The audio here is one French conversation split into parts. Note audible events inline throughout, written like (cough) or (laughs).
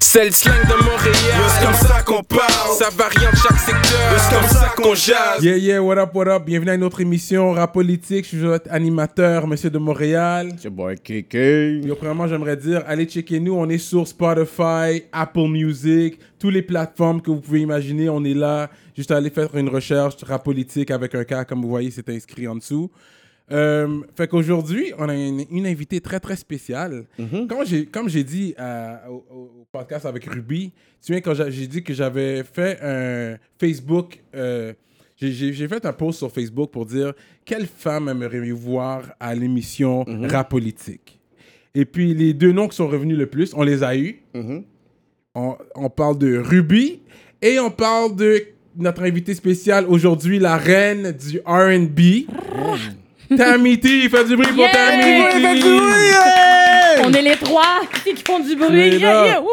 C'est le slang de Montréal. C'est comme ça qu'on parle. Ça varie en chaque secteur. C'est comme ça qu'on jase. Yeah, yeah, what up, what up. Bienvenue à une autre émission Rap Politique. Je suis votre animateur, Monsieur de Montréal. C'est boy KK. Yo, premièrement, j'aimerais dire, allez checker nous. On est sur Spotify, Apple Music, toutes les plateformes que vous pouvez imaginer. On est là. Juste aller faire une recherche rap politique avec un cas, comme vous voyez, c'est inscrit en dessous. Euh, fait qu'aujourd'hui, on a une, une invitée très très spéciale. Quand j'ai- Comme j'ai dit à- au, au- au podcast avec Ruby, tu sais, quand j'a- j'ai dit que j'avais fait un Facebook, euh, j'ai- j'ai j'ai fait un post sur Facebook pour dire quelle femme aimerait voir à l'émission Rap Politique. Et puis les deux noms qui sont revenus le plus, on les a eus. On, on parle de Ruby et on parle de notre invitée spéciale aujourd'hui, la reine du RB. Tammy T, fais du bruit pour Yeah! Tammy T. hein. On est les trois qui font du bruit. Straight Yeah, up.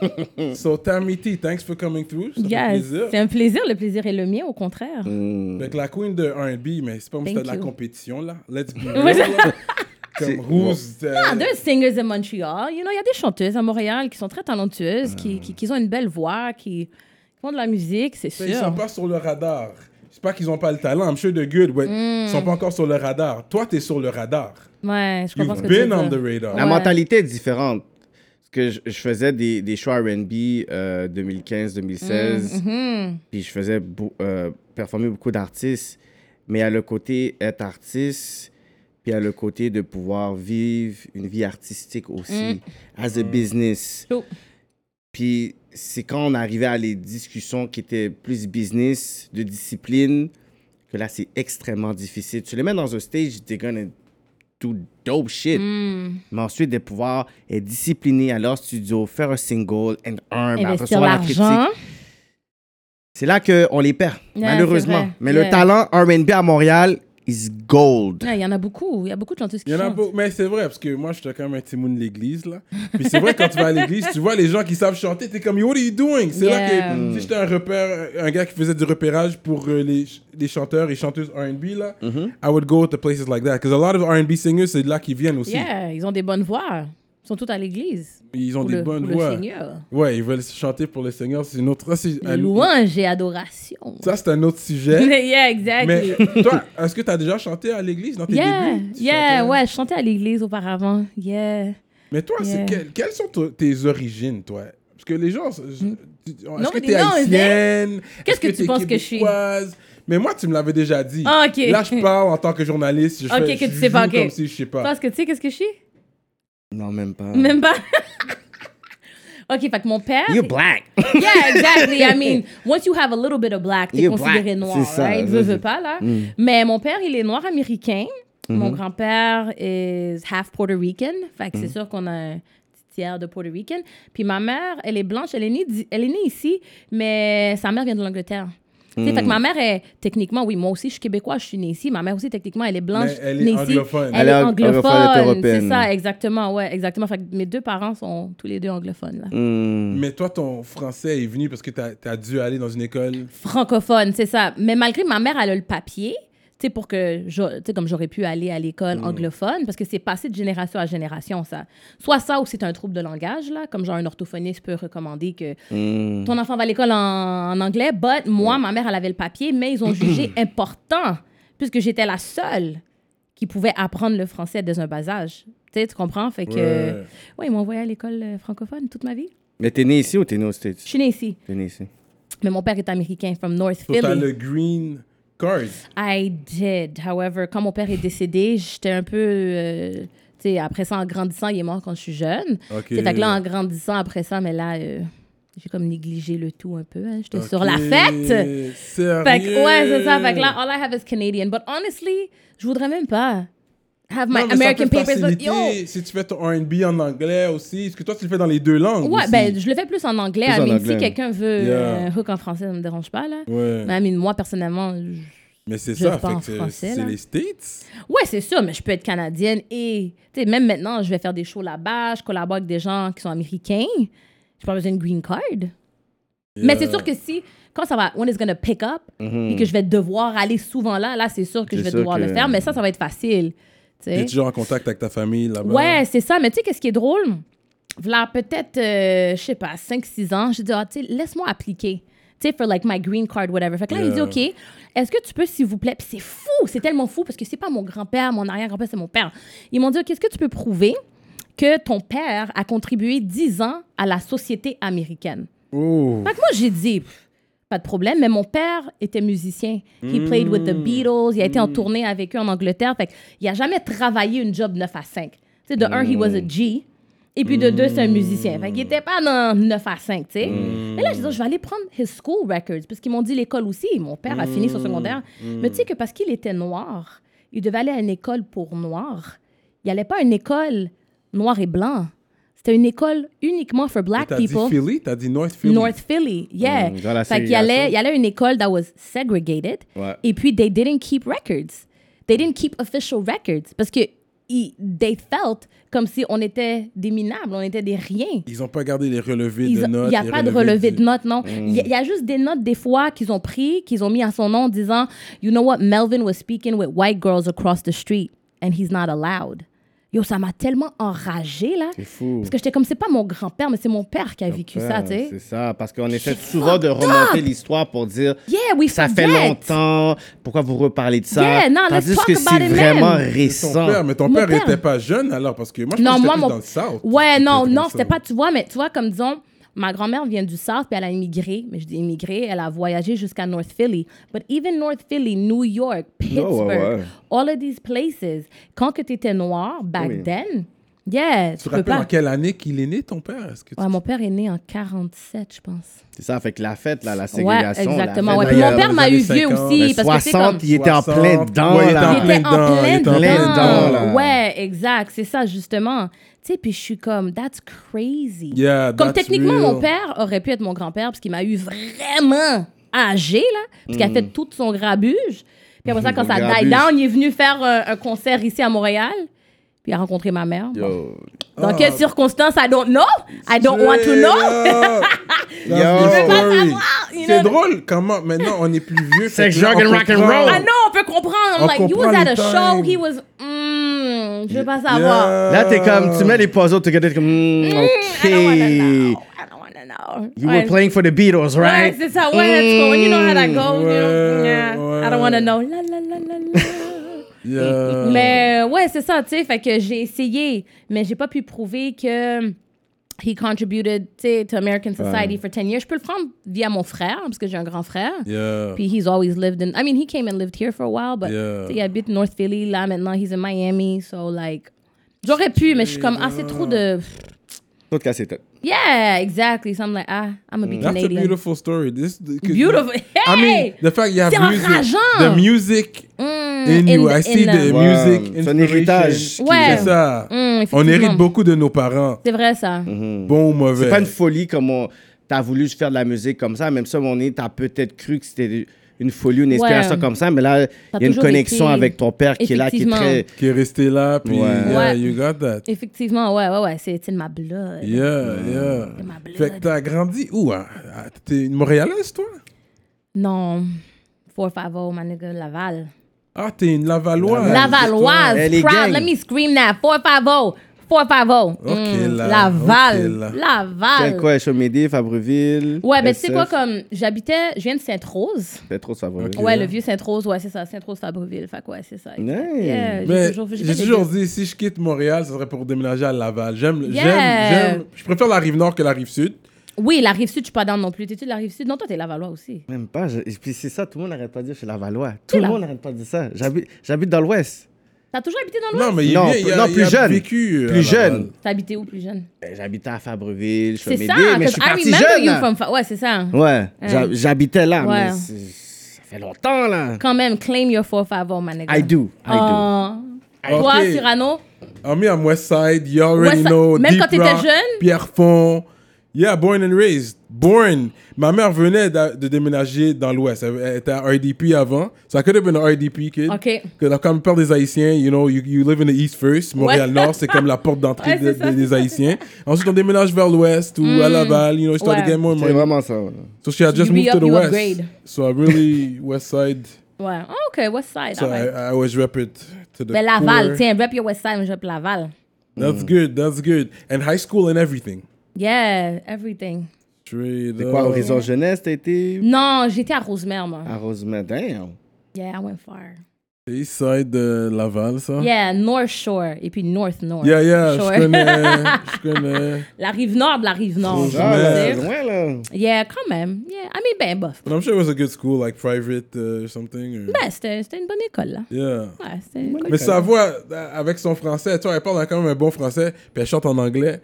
yeah, ouh, ouh. So Tammy T, thanks for coming through. Ça fait Yes, plaisir. C'est un plaisir. Le plaisir est le mien, au contraire. Fait que la queen de R&B, mais c'est pas comme si Thank c'était de la you. compétition là. Let's (laughs) be Ouais, real. ça- là. Comme euh, who's Ah, the- there's singers in Montreal. You know, il y a des chanteuses à Montréal qui sont très talentueuses, qui, qui, qui ont une belle voix, qui font de la musique, c'est Ben, Ils sont sûr. pas sur le radar. C'est pas qu'ils ont pas le talent. I'm sure they're good, but Hmm. ils sont pas encore sur le radar. Toi, t'es sur le radar. Ouais, je comprends ce You've que tu veux been on the dire. radar. La Ouais. mentalité est différente. Parce que je, je faisais des, des choix RB euh, 2015-2016, Mhm. puis je faisais beau- euh, performer beaucoup d'artistes. Mais à le côté être artiste, puis à le côté de pouvoir vivre une vie artistique aussi, as a business. Yo. Puis c'est quand on arrivait à les discussions qui étaient plus business, de discipline, que là, c'est extrêmement difficile. Tu les mets dans un stage, they're gonna do dope Mm. shit. ben, Mais ensuite, de pouvoir être discipliné à leur studio, faire un single, and earn, après Investir recevoir la Eh ben, l'argent. critique. C'est là qu'on les perd, Ouais, c'est malheureusement. vrai. Mais Ouais. le talent R&B à Montréal is gold. Ouais, Il y en a beaucoup. Il y a beaucoup de chanteuses qui Il y en a chantent. beau- mais c'est vrai, parce que moi, j'étais comme un timoun de l'église, là. Puis c'est vrai, quand tu vas à l'église, tu vois les gens qui savent chanter, t'es comme, yo, what are you doing? C'est là Yeah. que, si j'étais un repère, un gars qui faisait du repérage pour euh, les, ch- les chanteurs et chanteuses R&B, là, I would go to places like that. Because a lot of R&B singers, c'est de là qu'ils viennent aussi. Yeah, ils ont des bonnes voix. Ils sont tous à l'église. Ils ont Pour des le- bonnes pour voix. Le Seigneur. ouais, ils veulent chanter pour le Seigneur. C'est une autre... Ça, c'est un, Louange et adoration. ça, c'est un autre sujet. (laughs) yeah, exactly. mais (laughs) toi, est-ce que t'as déjà chanté à l'église dans tes Yeah, débuts? Tu yeah, chantais- hein? ouais, je chantais à l'église auparavant. Yeah. Mais toi, c'est Yeah. quel- quelles sont to- tes origines, toi Parce que les gens. je- tu- Est-ce que mais t'es Hmm. non, haïtienne Qu'est-ce que tu penses que je suis suis Mais moi, tu me l'avais déjà dit. Ah, ok. Là, je parle en tant que journaliste. Je Ok, fais, que je tu sais pas, joue ok. comme si je sais pas. Parce que tu sais, qu'est-ce que je suis Non, même pas. Même pas. (laughs) ok, fait que mon père. You're (laughs) black. Yeah, exactly. I (laughs) mean, once you have a little bit of black, t'es You're considéré black, noir, c'est ça, right? Veux, vas-y. Mm. veux pas, là. Mais mon père, il est noir américain. Mm-hmm. Mon grand-père is half Puerto Rican. Fait que Mm. c'est sûr qu'on a un petit tiers de Puerto Rican. Puis ma mère, elle est blanche. Elle est née, d'i- elle est née ici, mais sa mère vient de l'Angleterre. Tu Mm. sais, Fait que ma mère est techniquement, oui, moi aussi je suis québécois, je suis née ici. Ma mère aussi, techniquement, elle est blanche. Mais elle est née ici. anglophone. Elle, Elle est est anglophone, anglophone. européenne. C'est ça, exactement. Ouais, exactement. Fait que mes deux parents sont tous les deux anglophones. Là. Hmm. Mais toi, ton français est venu parce que t'as as dû aller dans une école. francophone, c'est ça. Mais malgré que ma mère, elle a le papier, tu sais, pour que, je- tu sais, comme j'aurais pu aller à l'école anglophone, parce que c'est passé de génération à génération, ça. Soit ça, ou c'est un trouble de langage, là, comme genre un orthophoniste peut recommander que Mm. ton enfant va à l'école en, en anglais, but moi, ma mère, elle avait le papier, mais ils ont jugé important, puisque j'étais la seule qui pouvait apprendre le français dès un bas âge. Tu sais, tu comprends? Fait que... Ouais. Ouais, ils m'ont envoyé à l'école euh, francophone toute ma vie. Mais t'es né ici ou t'es né aux Je States? suis née ici. T'es né ici. Mais mon père est américain, from North So, Philly. t'as le green card. I did. However, quand mon père est décédé, j'étais un peu. euh, tu sais, après ça, en grandissant, il est mort quand je suis jeune. Ok. C'est Fait que là, en grandissant après ça, mais là, euh, j'ai comme négligé le tout un peu. hein. J'étais Ok. sur la fête. Sérieux? Fait que, ouais, c'est ça. Fait que là, all I have is Canadian. But honestly, je voudrais même pas have my Non, mais ça American peut papers. But faciliter yo! Si tu fais ton RB en anglais aussi, parce que toi, tu le fais dans les deux langues. Ouais, aussi. ben, je le fais plus en anglais. Plus I en mean, anglais. si quelqu'un veut Yeah. un hook en français, ça me dérange pas, là. Ouais. Mais I mean, moi, personnellement, je- Mais c'est Je ça, le fait que pense c'est- français, c'est là. les States. Ouais, c'est sûr, mais je peux être canadienne et, tu sais, même maintenant, je vais faire des shows là-bas, je collabore avec des gens qui sont américains. J'ai pas besoin d'une green card. Mais c'est sûr que si, quand ça va, when it's gonna pick up, et que je vais devoir aller souvent là, là, c'est sûr que je Mm-hmm. C'est vais sûr devoir que- le faire, mais ça, ça va être facile. tu T'es sais. toujours en contact avec ta famille là-bas. Ouais, c'est ça, mais tu sais, qu'est-ce qui est drôle? voilà, peut-être, euh, je sais pas, 5-6 ans, j'ai dit, ah, tu sais, laisse-moi appliquer. Tu sais, for like my green card, whatever. Fait que là, il dit, Yeah. OK, est-ce que tu peux, s'il vous plaît, puis c'est fou, c'est tellement fou parce que c'est pas mon grand-père, mon arrière-grand-père, c'est mon père. Ils m'ont dit, OK, est-ce que tu peux prouver que ton père a contribué 10 ans à la société américaine? Oh. Fait que moi, j'ai dit, pas de problème, mais mon père était musicien. Mm. He played with the Beatles, il a été en tournée avec eux en Angleterre. Fait qu'il a jamais travaillé une job 9 à 5. Tu sais, de un, he was a G. Et puis de deux, c'est un musicien. Fait qu'il était pas dans 9 à 5, tu sais. Mm. Mais là, je dis, je vais aller prendre his school records, parce qu'ils m'ont dit l'école aussi. Mon père a fini Mm. son secondaire. Mais tu sais que parce qu'il était noir, il devait aller à une école pour noirs. Il allait pas à une école noir et blanc. C'était une école uniquement for black T'as dit people. Philly? T'as dit North Philly? North Philly, yeah. Mm, dans la fait qu'il y ségrégation. allait, il y allait à une école that was segregated. Ouais. Et puis, they didn't keep records. They didn't keep official records. Parce que ils- they felt comme si on était des minables, on était des riens. Ils ont pas gardé les relevés Il de notes. n'y a les pas de relevés relevé du- de notes, non. Il y, a- il y a juste des notes des fois qu'ils ont pris, qu'ils ont mis à son nom en disant, you know what, Melvin was speaking with white girls across the street and he's not allowed. Yo, ça m'a tellement enragé là. C'est fou. Parce que j'étais comme, c'est pas mon grand-père, mais c'est mon père qui a vécu ça, Ouais, tu sais. C'est ça, parce qu'on essaie souvent de remonter l'histoire pour dire Yeah, we ça fait forget. longtemps, pourquoi vous reparlez de ça Yeah, non, let's Tandis talk que c'est about it, man. vraiment C'est Ton récent. père, mais ton Mon père père. n'était pas jeune alors parce que moi je Non, pense que moi, j'étais plus mon. dans le South. Ouais, non, J'étais non, dans c'était le pas, tu vois, mais tu vois, comme disons, ma grand-mère vient du South, puis elle a immigré, mais je dis immigré, elle a voyagé jusqu'à North Philly. But even North Philly, New York, Oh, Pittsburgh, ouais. all of these places, quand que t'étais noir, back Oui. then, yeah, Tu tu te peux rappelles en pas. quelle année qu'il est né, ton père? Est-ce que tu- Ouais, mon père est né en 47, je pense. C'est ça, fait que la fête, là, la Ouais, ségrégation. la exactement. fête, Ouais. là, Puis il y mon a- père les m'a eu années vieux 50, aussi, Mais parce que c'est comme... 60, il était en 60, plein dedans. ouais, il était là. en Il était plein dedans, en il plein était en dedans. plein dedans, là. Ouais, exact. C'est ça, justement. Tu sais, puis je suis comme, that's crazy. Yeah, comme that's techniquement, real. mon père aurait pu être mon grand-père parce qu'il m'a eu vraiment âgé, là, parce Mm. qu'il a fait tout son grabuge. Puis après ça, (laughs) quand ça Grabuge. die down, il est venu faire euh, un concert ici à Montréal. Puis il a rencontré ma mère. Bon. Yo. Dans Ah. quelles circonstances? I don't know. I don't want to Straight know. (laughs) up. That's Yo. the Je veux pas story. you C'est know. drôle comment maintenant on est plus vieux. Sex, fait que là, drug on and rock and comprend. roll. Ah non, on peut comprendre. On like, you comprend was at les a show, times. he was. Hmm, je veux pas savoir. Yeah. Là, t'es comme, tu mets les puzzles together, t'es comme, hmm, Mm, I don't wanna know. I OK. don't wanna know. You Ouais. were playing for the Beatles, Ouais, right? Mm, c'est ça. Ouais, let's go. You know how that goes. you know? Ouais, Yeah. I don't ouais. wanna know. La, la, la, la, (laughs) la. Yeah. Oh. mais ouais, c'est ça, tu sais. Fait que j'ai essayé, mais j'ai pas pu prouver que he contributed, tu sais, to American society for 10 years. Je peux le prendre via mon frère, parce que j'ai un grand frère. Yeah. Puis he's always lived in. I mean, he came and lived here for a while, but Yeah. tu sais, il habite North Philly. Là, maintenant, he's in Miami. So, like, j'aurais pu, mais je suis comme, ah, c'est trop de. Tout cassé tête. Yeah, exactly. So I'm like, ah, I'm gonna be Mm. That's a Canadian. beautiful story. This Beautiful. I mean, Hey! the fact you have C'est music, enrageant. the music in you. Mm, in- I see in- the Wow. music. C'est un inspiration. héritage qui- Ouais. C'est ça. Mm, on Mm-hmm. effectivement. hérite beaucoup de nos parents, C'est vrai ça. bons ou mauvais. Mm. C'est pas une folie comme on... T'as voulu faire de la musique comme ça, même ça, on est, t'as peut-être cru que c'était une folie, une inspiration Ouais. comme ça, mais là, il y a une toujours connexion été- avec ton père qui est là, qui est Effectivement. très... qui est resté là, puis Ouais. yeah, Ouais. you got that. Effectivement, ouais, ouais, ouais. C'est c'est de ma blood. Yeah, yeah. ma blood. Fait que t'as grandi où? hein? Ah, T'es une Montréalaise, toi? Non. 450, my nigga, Laval. Ah, t'es une Lavalloise. Lavalloise. Elle est Proud. gang. Let me scream that. oh, 450. 450. Ok, Mm, là. Laval. Ok, là. Laval. Quel quoi, Chamédé, Fabreville. Ouais, mais tu sais SF. quoi, comme j'habitais, je viens de Sainte-Rose. C'était trop de Fabreville. Ouais, le vieux Sainte-Rose, ouais, c'est ça. Sainte-Rose-Fabreville. Fait que ouais, c'est ça. Nice. Yeah, Mais fait j'ai les toujours deux. dit, si je quitte Montréal, ce serait pour déménager à Laval. J'aime, Yeah. j'aime, j'aime. Je préfère la rive nord que la rive sud. Oui, la Rive-Sud, je suis pas dans non plus. T'es-tu de la Rive-Sud? Non, toi, t'es Lavalois aussi. Même pas. je- Et puis c'est ça, tout le monde n'arrête pas de dire chez Lavallois. Tout le là. monde n'arrête pas de dire ça. J'habite j'habite dans l'Ouest. T'as toujours habité dans Non, l'Ouest? mais il, Non, vient- plus- il a, non, il plus a jeune. vécu. euh, à Plus Laval. jeune. T'as habité où plus jeune? Ben, J'habitais à Fabreville, C'est Chamédé, ça, mais je parce suis I parti remember jeune. you là. from... fa- Ouais, c'est ça. Ouais, j'a- Ouais. j'habitais là, mais Ouais. c'est- ça fait longtemps, là. Quand même, claim your 450, my nigga. I do, I do. Ah. Toi, Ok. Cyrano, I mean, I'm West Side, you already West Side- know. même Deep quand t'étais Rock, jeune? Pierrefonds. Yeah, born and raised. Born. Ma mère venait d'a- de, déménager dans l'Ouest. Elle, elle était à RDP avant. So I could have been an RDP kid. Ok. Que la- Comme la plupart des Haïtiens, you know, you, you live in the East first. Montréal-Nord, c'est comme la porte d'entrée Ouais, de- c'est ça. Hmm. de- des Haïtiens. Ensuite, on déménage vers l'Ouest ou à Laval. You know, je started Ouais. getting more C'est money. vraiment ça. ouais. So she had just You moved re- to the you West. upgrade. So I really (laughs) West Side. ouais. Ah, OK, West Side, So all right. I, I always rep it to the Ben, Laval, core. tiens, rep your West Side, mais je rep Laval. That's good, that's good. And high school and everything. Yeah, everything. Straight C'est quoi, up. Horizon Jeunesse, t'as été Non, j'étais à Rosemère, moi. à Rosemont. Damn. Yeah, I went far. C'est East Side de Laval, ça? Yeah, North Shore. Et puis North North. yeah, yeah, Shore. (laughs) je connais, je connais. la rive nord de la rive nord. je Ah, veux là, dire. c'est loin, là. Yeah, quand même. Yeah, I mean, ben, bof. But I'm sure it was a good school, like private uh, or something. Or... Ben, c'était c'était une bonne école, là. Yeah. Ouais, c'était une bonne Mais école. sa voix, euh, avec son français, tu vois, elle parle quand même un bon français, puis elle chante en anglais.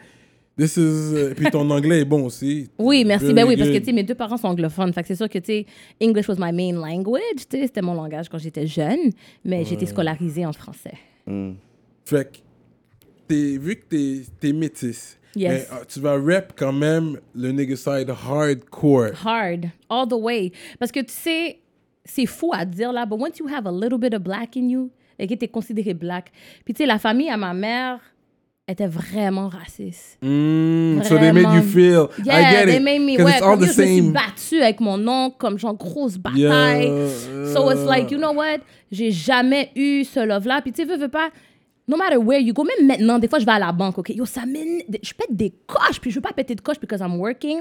This is... euh, puis ton anglais est bon aussi. Oui, merci. Very Ben oui, parce que, good. tu sais, mes deux parents sont anglophones. Fait que c'est sûr que, tu sais, English was my main language. Tu sais, c'était mon langage quand j'étais jeune. Mais j'étais scolarisée en français. Fait que, t'es- vu que t'es, t'es métisse, Yes. mais, euh, tu vas rep quand même le nigga side hardcore. Hard. All the way. Parce que, tu sais, c'est fou à dire, là, but once you have a little bit of black in you, et que t'es considéré black. Puis, tu sais, la famille à ma mère était vraiment raciste. Mm, so they made Vraiment. you feel... Yeah, I get they it. made me. 'cause Ouais, it's all comme the yo, Je me suis same. battue avec mon oncle comme genre grosse bataille. Yeah, So it's yeah. like, you know what? J'ai jamais eu ce love-là. Puis tu sais, veux, veux pas. No matter where you go, même maintenant, des fois, je vais à la banque, OK? Yo, ça mène. Je pète des coches, puis je veux pas péter de coches because I'm working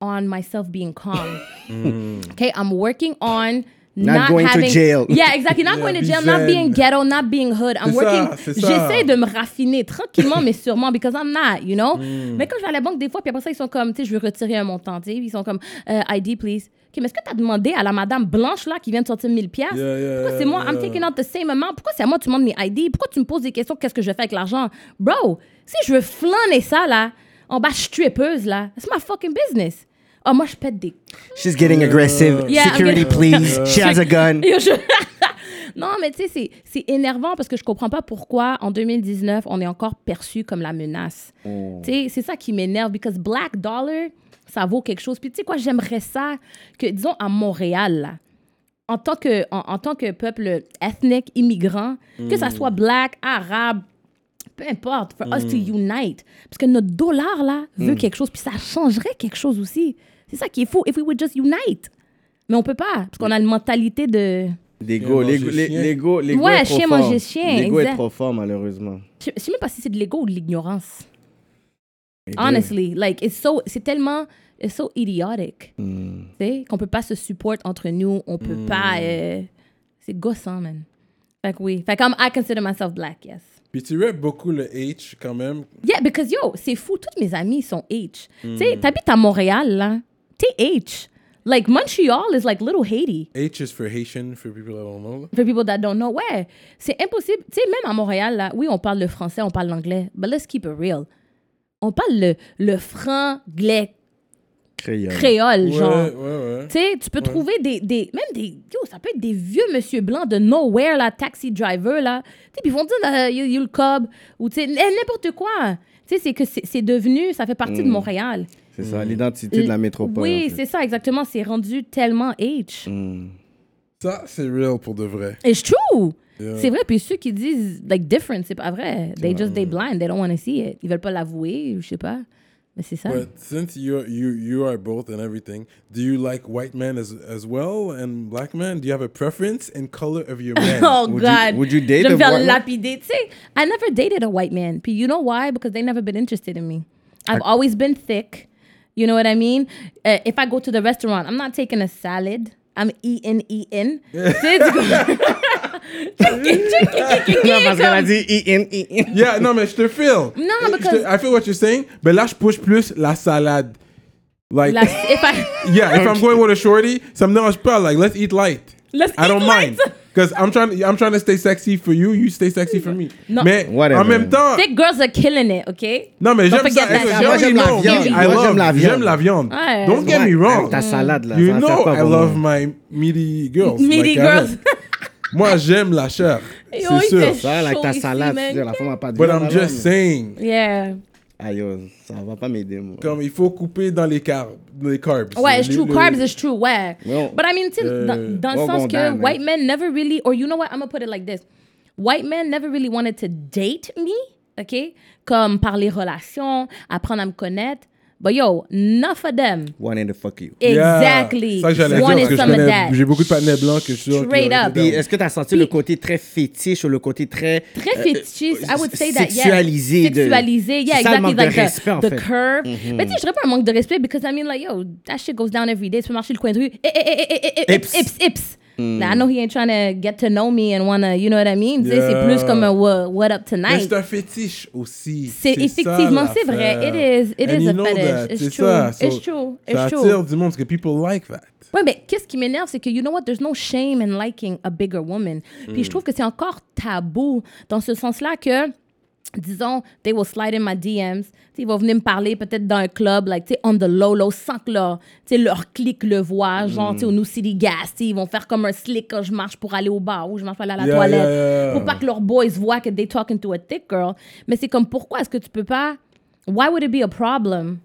on myself being calm. Mm. OK? I'm working on. Not, going to having, jail. Yeah, exactly. Not going to be jail, not zen. being ghetto, not being hood. I'm C'est working. ça, c'est ça. J'essaie de me raffiner (laughs) tranquillement, mais sûrement, because I'm not, you know? Hmm. Mais quand je vais à la banque, des fois, puis après ça, ils sont comme, tu sais, je veux retirer un montant, tu sais, ils sont comme, euh, ID, please. OK, mais est-ce que tu as demandé à la madame blanche, là, qui vient de sortir 1000 piastres? Yeah, yeah, Pourquoi c'est moi, I'm yeah. taking out the same amount? Pourquoi c'est à moi que tu demandes mes ID? Pourquoi tu me poses des questions, qu'est-ce que je fais avec l'argent? Bro, si je veux flâner ça, là, en bas, strippeuse, là, c'est my fucking business. Oh, moi, je pète des She's getting aggressive. Yeah, I'm Euh, Security, getting- please. She has a gun. Et je- (laughs) non, mais tu sais, c'est- c'est énervant parce que je comprends pas pourquoi en 2019, on est encore perçu comme la menace. Tu sais, c'est ça qui m'énerve, because black dollar, ça vaut quelque chose. Puis tu sais quoi, j'aimerais ça que, disons, à Montréal, là, en tant que, en, en tant que peuple ethnique, immigrant, que ça soit black, arabe, peu importe, for us to unite. Parce que notre dollar, là, veut quelque chose, puis ça changerait quelque chose aussi. C'est ça qui est fou. If we would just unite. Mais on peut pas, parce qu'on a une mentalité de... L'ego, manger l'ego, l'ego, chien. l'ego l'ego Ouais, est trop chien fort. manger chien, L'ego exact. est trop fort, malheureusement. Je je sais même pas si c'est de l'ego ou de l'ignorance. Les deux. Honestly, like, it's so... C'est tellement... It's so idiotic. Mm. Tu sais, qu'on peut pas se support entre nous. On peut pas... euh, C'est gossant, man. Fait que oui. Fait que I'm- I consider myself black, yes. Puis tu rep beaucoup le H quand même. Yeah, because yo, c'est fou, toutes mes amies sont H. Tu sais, t'habites à Montréal, là. T'es H. Like, Montreal is like little Haiti. H is for Haitian, for people that don't know. là. For people that don't know, ouais, c'est impossible. Tu sais, même à Montréal, là, oui, on parle le français, on parle l'anglais, but let's keep it real. On parle le, le franglais Créole. créole, Ouais, genre. ouais, ouais. Tu sais, tu peux trouver des, des. Même des. Yo, ça peut être des vieux monsieur blancs de nowhere, là, taxi driver, là. Tu sais, puis ils vont dire, euh, you, you le cob, ou tu sais, n- n'importe quoi. Tu sais, c'est que c'est c'est devenu, ça fait partie de Montréal. C'est ça, l'identité Mm. de la métropole. Oui, en fait. Mm. c'est ça, exactement. C'est rendu tellement H. Ça, c'est real pour de vrai. It's true. C'est vrai. Puis ceux qui disent like different, c'est pas vrai. They just they blind. They don't want to see it. Ils veulent pas l'avouer. Je sais pas. Mais c'est ça. But since you you you are both and everything, do you like white men as as well and black men? Do you have a preference in color of your (laughs) men? Oh Would you- God. would you date Je vais me a faire white man? lapider. Tu sais, I never dated a white man. Puis you know why? Because they never been interested in me. I've always been thick. You know what I mean? Uh, if I go to the restaurant, I'm not taking a salad. I'm E eating, eating. (laughs) Tu sais, tu comprends? Chicken, chicken, chicken, Non, parce qu'elle comme- a dit I-N, I-N. yeah, non mais je te feel. Non, Je te- because- I feel what you're saying, mais là je push plus la salade. Like La- if (laughs) I- yeah, if I'm going with a shorty, ça me dérange pas. Like let's eat light. Let's I don't eat mind. light. (laughs) Because I'm trying, I'm trying to stay sexy for you, you stay sexy for me. Non. Mais en Whatever. même temps, Thick girls are killing it, okay? non mais j'aime forget ça. that. Écoute, Moi, j'aime you la know, viande. I Moi, j'aime love- la viande. J'aime la viande. Ouais. Don't get me Ouais, wrong. Ta salade, là. You ça, ça know part I pour moi. love my meaty girls. Meaty like Karen. girls. (laughs) (laughs) Moi, j'aime la chair. Yo, C'est il sûr. fait Ça, avec chaud ta ici, salade, man. tu dis, la femme a pas de But viande, I'm alors, just mais- saying. Yeah. Aïe, yo, ça va pas m'aider, moi. Comme il faut couper dans les carbs. Les carbs. Oh, Ouais, it's Les- true. les- Carbs is true. Ouais. Well, but I mean, tu sais, dans, dans le well sens gone que down, man. white men never really, or you know what, I'm gonna put it like this. White men never really wanted to date me, OK? Comme par les relations, apprendre à me connaître. But yo, enough of them. One in the fuck you. Exactly. C'est ça que j'allais dire, One parce is que je some of connais- that. j'ai beaucoup de panneaux blancs que je suis sûr qu'ils Straight auraient up. été Puis down. est-ce que tu as senti le côté très fétiche ou le côté très. Très fétichiste. I would say that, yeah. Euh, Sexualisé de- Sexualisé. Yeah, C'est ça, le exactly. manque de Like the, respect, en the fait. Mhm. curve. Mais tu sais, je dirais pas un manque de respect because I mean, like, yo, that shit goes down every day. Tu peux marcher le coin de rue. Eh, eh, eh, eh, eh, eh, Ips. Mm. Ips, ips, ips. Now, I know he ain't trying to get to know me and wanna, you know what I mean? Tu sais, Yeah. C'est plus comme un what, what up Mais tonight. c'est un fétiche aussi. C'est ça, effectivement, c'est l'affaire. vrai. It is, it And is you a know that, fetish. It's c'est true. ça. So, It's true. Ça It's attire true. du monde parce que people like that. Ouais, mais qu'est-ce qui m'énerve, c'est que, you know what, there's no shame in liking a bigger woman. Hmm. Puis je trouve que c'est encore tabou dans ce sens-là que, disons, they will slide in my DMs. T'sais, Ils vont venir me parler peut-être dans un club, like, tu sais, on the low, low, sans que leur, tu sais, leur clic le Hmm. voit. Genre, tu sais, au New City Gas, tu sais, ils vont faire comme un slick quand je marche pour aller au bar ou je marche pour aller à la Yeah, toilette. yeah, yeah. Pour pas que leurs boys voient que they talking to a thick girl. Mais c'est comme, pourquoi est-ce que tu peux pas... Why would it be a problem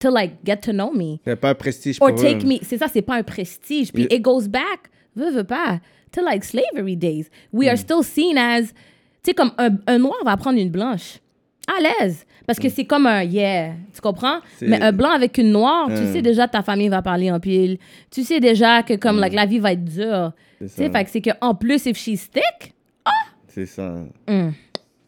to, like, get to know me? C'est pas un prestige Or pour Oh, take eux. me. C'est ça, c'est pas un prestige. Puis it goes back, veux, veux pas, to like slavery days. We Mm. are still seen as. Tu sais, comme un, un noir va prendre une blanche. À l'aise. Parce Mm. que c'est comme un yeah. Tu comprends? Mais un blanc avec une noire, Mm. tu sais déjà ta famille va parler en pile. Tu sais déjà que comme like, la vie va être dure. Tu sais, Mm. ça. fait que c'est qu'en plus, if she's thick, C'est ça. Mm.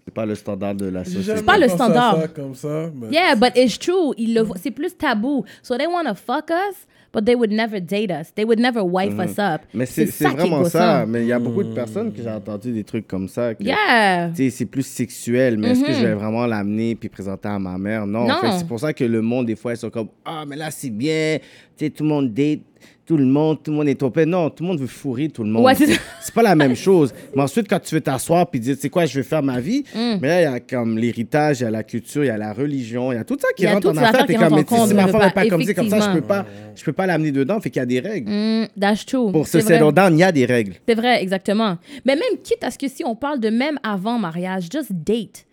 C'est pas le standard de la société. C'est pas le standard. comme ça. mais- yeah, but it's true. Ils le voient- C'est plus tabou. So they want to fuck us. But they would never date us. They would never wife us up. Mm. Mais c'est c'est qui est vraiment ça. gossant. Mais il y a beaucoup Mm. de personnes que j'ai entendu des trucs comme ça. que- Yeah. Tu sais, c'est plus sexuel, mais est-ce que je vais vraiment l'amener puis présenter à ma mère? Non. Mhm. Non. Fait que C'est pour ça que le monde, des fois, ils sont comme Ah, mais là, c'est bien. Tu sais, tout le monde date, tout le monde, tout le monde est topé. Non, tout le monde veut fourrer tout le monde. Ouais, c'est ça. c'est pas (laughs) la même chose. Mais ensuite, quand tu veux t'asseoir puis dire, tu sais quoi, je veux faire ma vie, Mm. mais là, il y a comme l'héritage, il y a la culture, il y a la religion, il y a tout ça qui Il y a rentre en toutes ces affaire. affaires T'es qui comme, rentrent en mais tu sais, compte, si ma je veux femme n'est pas- pas comme ça, comme ça, je peux pas, je peux pas l'amener dedans. Fait qu'il y a des règles. Mm, that's true. Pour ce C'est vrai. down, il y a des règles. C'est vrai, exactement. Mais même quitte à ce que si on parle de même avant mariage, just date.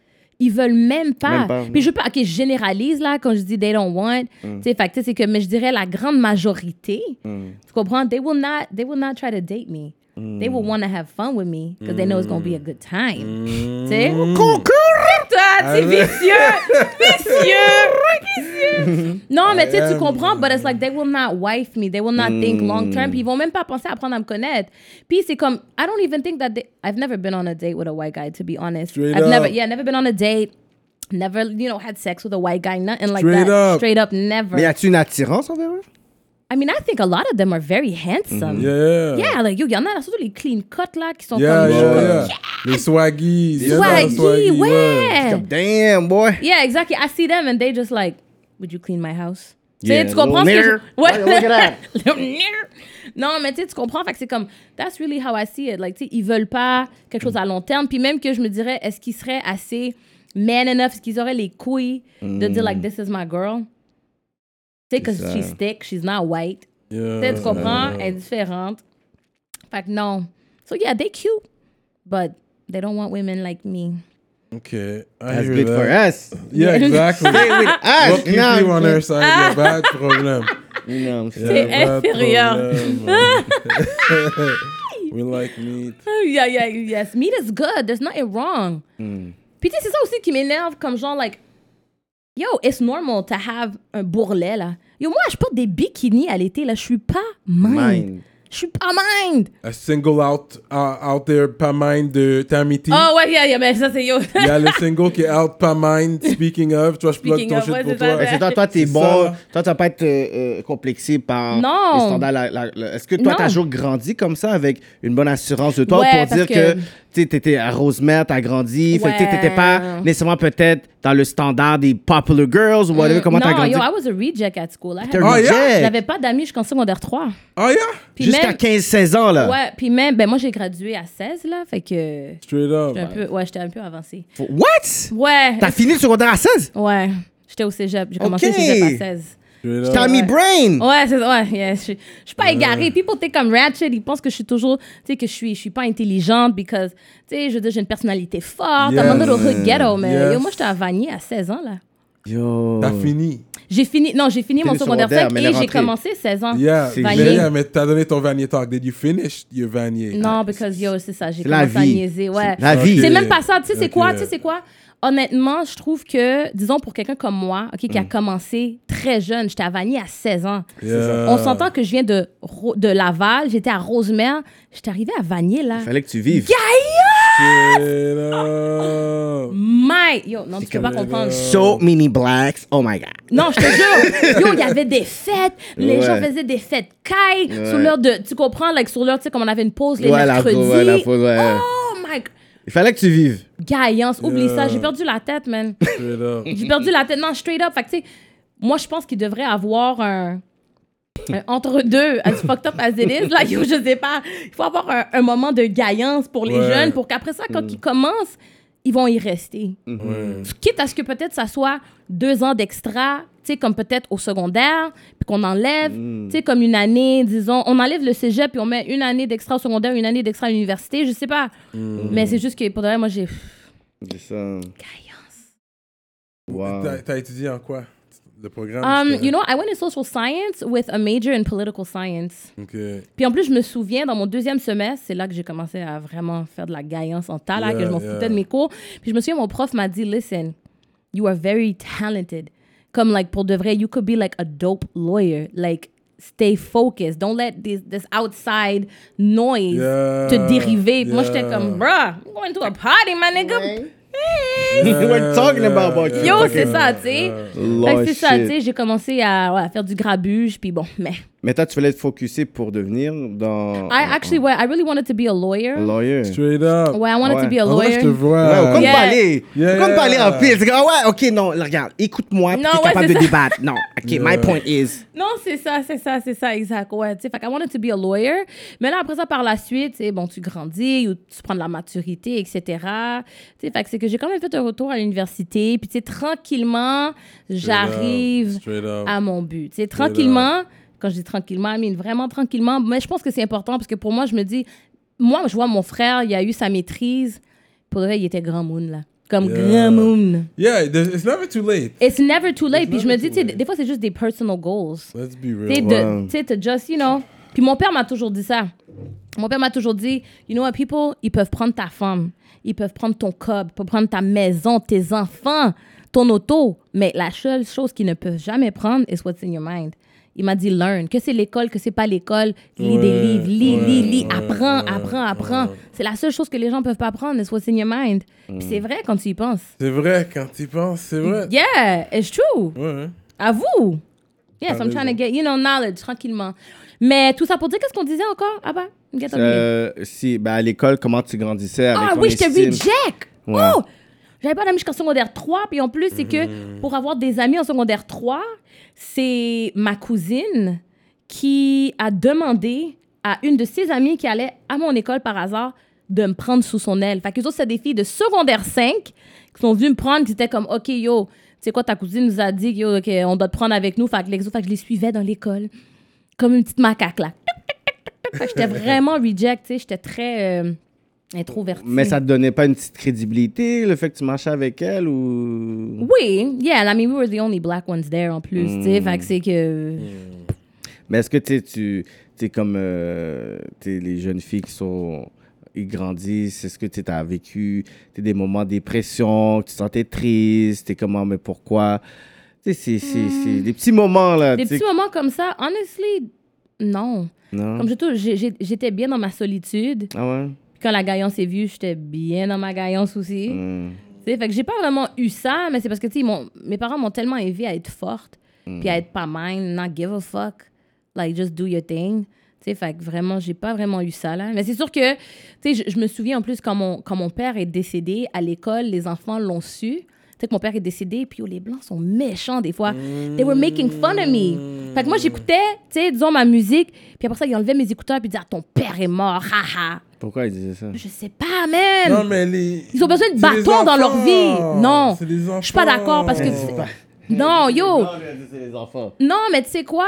Ils veulent même pas. Même pas, Mm. Puis je veux pas, ok, je généralise là quand je dis they don't want. Tu sais, fait que tu sais, c'est que, mais je dirais la grande majorité, tu comprends? They will not, they will not try to date me. Mm. They will want to have fun with me because they know it's going to be a good time. Tu Mm. sais? Toi, Ah c'est vicieux! Vicieux! (laughs) Vicieux! Non, mais tu sais, tu comprends, but it's like they will not wife me, they will not think Hmm. long term, puis ils vont même pas penser à apprendre à me connaître. Puis c'est comme, I don't even think that they, I've never been on a date with a white guy, to be honest. Straight I've up. never, yeah, never been on a date. Never, you know, had sex with a white guy, nothing like Straight that. up. Straight up, never. Mais y a-tu une attirance envers eux? I mean, I think a lot of them are very handsome. Mm-hmm. Yeah. Yeah, like, yo, il y en a là, surtout les clean cut là, qui sont Yeah, comme. yeah, yeah. Les swaggy. les Swaggy, swaggy, ouais. Comme, damn, boy. Yeah, exactly. I see them and they just like, would you clean my house? Tu Yeah, sais, tu comprends ce que little je- Ouais. nigger. Look at (laughs) Little nigger. Non, mais tu sais, tu comprends. Fait que c'est comme, that's really how I see it. Like, tu sais, ils veulent pas quelque chose à long terme. Puis même que je me dirais, est-ce qu'ils seraient assez man enough, est-ce qu'ils auraient les couilles de dire, like, this is my girl? Tu sais, because ça. she's thick, she's not white. Tu Yeah. Uh-huh. sais, tu comprends? Elle est différente. Fait que non. So yeah, they cute, but they don't want women like me. OK. I That's hear good that. for us. (laughs) Yeah, exactly. Ah, We'll keep non, you on our side. (laughs) y'a Pas de problème. non, c'est- C'est Y'a pas de inférieur. (laughs) problème. (laughs) We like meat. yeah, yeah, yes. Meat is good. There's nothing wrong. Hmm. Puis tu sais, c'est ça aussi qui m'énerve, comme genre, like, yo, it's normal to have un bourrelet, là. Yo, moi, je porte des bikinis à l'été, là. Je suis pas mind. (laughs) Mind. Je suis pas mind. A single out, uh, out there, pas mind de Tamiti. (laughs) Oh, ouais, yeah, yeah, mais ça, c'est yo. Il y a le single qui est out, pas mind. Speaking of, tu vois, je plug Speaking ton of, shit ouais, pour c'est ça, toi. Parce que toi, toi, t'es C'est bon. ça, là. Toi, tu vas pas être euh, euh, complexé par Non. les standards. la- la- la- Est-ce que toi, Non. t'as toujours grandi comme ça avec une bonne assurance de toi Ouais, pour parce dire que, que- tu sais, t'étais à Rosemère, t'as grandi. Fait que tu sais, Ouais. t'étais pas nécessairement peut-être dans le standard des popular girls ou whatever. Comment t'as Mm. non, grandi? yo, I was a reject at school. I had- T'es Oh, yeah? reject. J'avais pas d'amis jusqu'en secondaire 3. Oh, yeah. Puis Jusqu'à même- 15-16 ans, là. Ouais, puis même, ben moi, j'ai gradué à 16, là. Fait que. Straight up. j'étais Un peu, ouais, j'étais un peu avancée. Faut- What? Ouais. T'as fini le secondaire à 16? Ouais. J'étais au cégep. J'ai commencé Ok. le cégep à 16. Straight up. T'as mis brain! Ouais, c'est ouais, yeah, je, suis- je suis pas égarée. People think comme ratchet, ils pensent que je suis toujours, tu sais, que je suis, je suis pas intelligente because, tu sais, je veux dire, j'ai une personnalité forte. Yes. I'm a little hood ghetto, mais Yes. yo, moi, j'étais à Vanier à 16 ans, là. Yo. T'as fini. J'ai fini, non, j'ai fini T'es mon du secondaire secondaire, 5 mais la et j'ai rentrée. commencé 16 ans. Yeah, Vanier. mais, yeah, mais t'as donné ton vanier talk. Did you finish your vanier? Non, because yo, c'est ça, j'ai C'est la commencé à vie. niaiser, ouais. C'est la vie. C'est même pas ça, tu sais, c'est Ok. quoi, tu sais, c'est quoi? honnêtement, je trouve que, disons, pour quelqu'un comme moi, ok, Mm. qui a commencé très jeune, j'étais à Vanier à 16 ans. Yeah. On s'entend que je viens de, Ro- de Laval, j'étais à Rosemère, j'étais arrivée à Vanier, là. Fallait que tu vives. Shit up. My! Yo, non, tu peux pas comprendre. So many blacks. Oh my God. Non, je te jure. Yo, il y avait des fêtes. Les Ouais. gens faisaient des fêtes caille. Sur l'heure de. Tu comprends, like, sur l'heure, tu sais, comme on avait une pause les Ouais, la mercredis. pause, ouais, la pause, ouais. Oh my god. Il fallait que tu vives. Gaillance, oublie Yeah. ça. J'ai perdu la tête, man. Straight up. J'ai perdu la tête. Non, straight up. Fait que, tu sais, moi, je pense qu'il devrait avoir un. un entre-deux, as fucked up as it is, là, yo, je sais pas. Il faut avoir un, un moment de gaillance pour les Ouais. jeunes pour qu'après ça, quand ils commencent, ils vont y rester. Quitte à ce que peut-être ça soit deux ans d'extra, tu sais, comme peut-être au secondaire, puis qu'on enlève, tu sais, comme une année, disons, on enlève le cégep, puis on met une année d'extra au secondaire, une année d'extra à l'université, je sais pas. Mais c'est juste que pour de vrai, moi, j'ai. C'est ça. Gaillance. (laughs) Wow. T'as t'as étudié en quoi Le programme Um, c'était- you know, I went in social science with a major in political science. Ok. Puis en plus, je me souviens, dans mon deuxième semestre, c'est là que j'ai commencé à vraiment faire de la gaillance en tas, là, que Yeah, je m'en yeah. foutais de mes cours. Puis je me souviens, mon prof m'a dit, listen, you are very talented. Comme, like, pour de vrai, you could be, like, a dope lawyer. Like, stay focused. Don't let this, this outside noise Yeah, te dériver. Puis Moi, yeah. j'étais comme, bruh, I'm going to a party, my nigga. Hey! We're talking about what Yeah, you- Yo, c'est ça, tu sais. Fait que Lord c'est ça, shit. tu sais, j'ai commencé à, ouais, à faire du grabuge, puis bon, mais... Mais toi, tu voulais te focuser pour devenir dans. I actually, ouais, I really wanted to be a lawyer. un lawyer. Ouais, Straight up. Ouais, I wanted Ouais. to be a En vrai, Ah je lawyer. te vois. comme Yeah. parler. Yeah, Comme yeah. parler en pile. C'est comme, ah ouais, ok, non, regarde, écoute-moi, puis Non, t'es ouais, capable c'est de ça. débattre. Non, ok, my point is. Non, c'est ça, c'est ça, c'est ça, exact. Ouais, tu sais, fait que I wanted to be a lawyer. Mais là, après ça, par la suite, tu sais, bon, tu grandis ou tu prends de la maturité, etc. Tu sais, fait que c'est que j'ai quand même fait un retour à l'université. Puis, tu sais, tranquillement, j'arrive Um, Straight up. à mon but. Tu sais, tranquillement, quand je dis tranquillement, I mean vraiment tranquillement, mais je pense que c'est important parce que pour moi, je me dis, moi, je vois mon frère, il a eu sa maîtrise. Pour vrai, il était grand moon, là. Comme Yeah. grand moon. Yeah, there's- it's never too late. It's never too late. Puis je me never dis, tu too sais, late. des fois, c'est juste des personal goals. Let's be Tu sais, real. de- tu sais, to just, you know. Puis mon père m'a toujours dit ça. Mon père m'a toujours dit, you know what, people, ils peuvent prendre ta femme, ils peuvent prendre ton cob, ils peuvent prendre ta maison, tes enfants, ton auto, mais la seule chose qu'ils ne peuvent jamais prendre is what's in your mind. Il m'a dit, learn. Que c'est l'école, que c'est pas l'école, lis des Ouais, livres, lis, ouais, lis, lis, ouais, apprends, ouais, apprends, apprends. ouais. C'est la seule chose que les gens peuvent pas prendre is what's in your mind. Puis Mm. c'est vrai quand tu y penses. C'est vrai, quand tu y penses, c'est vrai. Yeah, it's true. Ouais, hein. À vous. Yes, T'as I'm trying to get, you know, knowledge, tranquillement. Mais tout ça pour dire qu'est-ce qu'on disait encore? Ah bah, get on me. Euh, si, ben à l'école, comment tu grandissais avec Ah ton oui, je te estime? reject! Ouais. Oh! J'avais pas d'amis jusqu'en secondaire 3, puis en plus, c'est Mm. que pour avoir des amis en secondaire 3, c'est ma cousine qui a demandé à une de ses amies qui allait à mon école par hasard de me prendre sous son aile. Fait que autres, c'est des filles de secondaire 5 qui sont venues me prendre, qui étaient comme, OK, yo, tu sais quoi, ta cousine nous a dit yo, OK, on doit te prendre avec nous. Fait que, les, fait que je les suivais dans l'école comme une petite macaque, là. Fait que J'étais vraiment reject, tu sais, j'étais très euh, introvertie. Mais ça te donnait pas une petite crédibilité, le fait que tu marchais avec elle ou. Oui, yeah, I mean, we were the only black ones there en plus, tu sais, fait que c'est que... Mais est-ce que tu sais, tu es comme euh, tu sais, les jeunes filles qui sont ils grandissent, est-ce que tu as vécu tu sais, des moments de dépression, que tu te sentais triste, tu comment mais pourquoi Tu sais, c'est c'est- c'est des petits moments là, Hmm. Des tu sais, petits moments comme ça, honestly, non. non? Comme je te- j'ai- j'ai- j'étais bien dans ma solitude. Ah ouais. Quand la gaillance est vue, j'étais bien dans ma gaillance aussi. Hmm. Tu sais, fait que j'ai pas vraiment eu ça, mais c'est parce que, tu sais, ils m'ont- mes parents m'ont tellement élevée à être forte, puis à être pas mine, not give a fuck, like, just do your thing. Tu sais, fait que vraiment, j'ai pas vraiment eu ça, là. Mais c'est sûr que, tu sais, je, je me souviens en plus quand mon, quand mon père est décédé à l'école, les enfants l'ont su. Tu sais, que mon père est décédé, puis oh, les Blancs sont méchants des fois. They were making fun of me. Fait que moi, j'écoutais, tu sais, disons, ma musique, puis après ça, ils enlevaient mes écouteurs, puis ils disaient, ah, ton père est mort, haha. Pourquoi ils disaient ça Je sais pas, même. Non, mais les. Ils ont besoin de c'est les bâtons dans leur enfants. vie. Non. C'est les enfants. Je suis pas d'accord parce que. Non, yo. c'est les enfants. Non, mais tu sais quoi?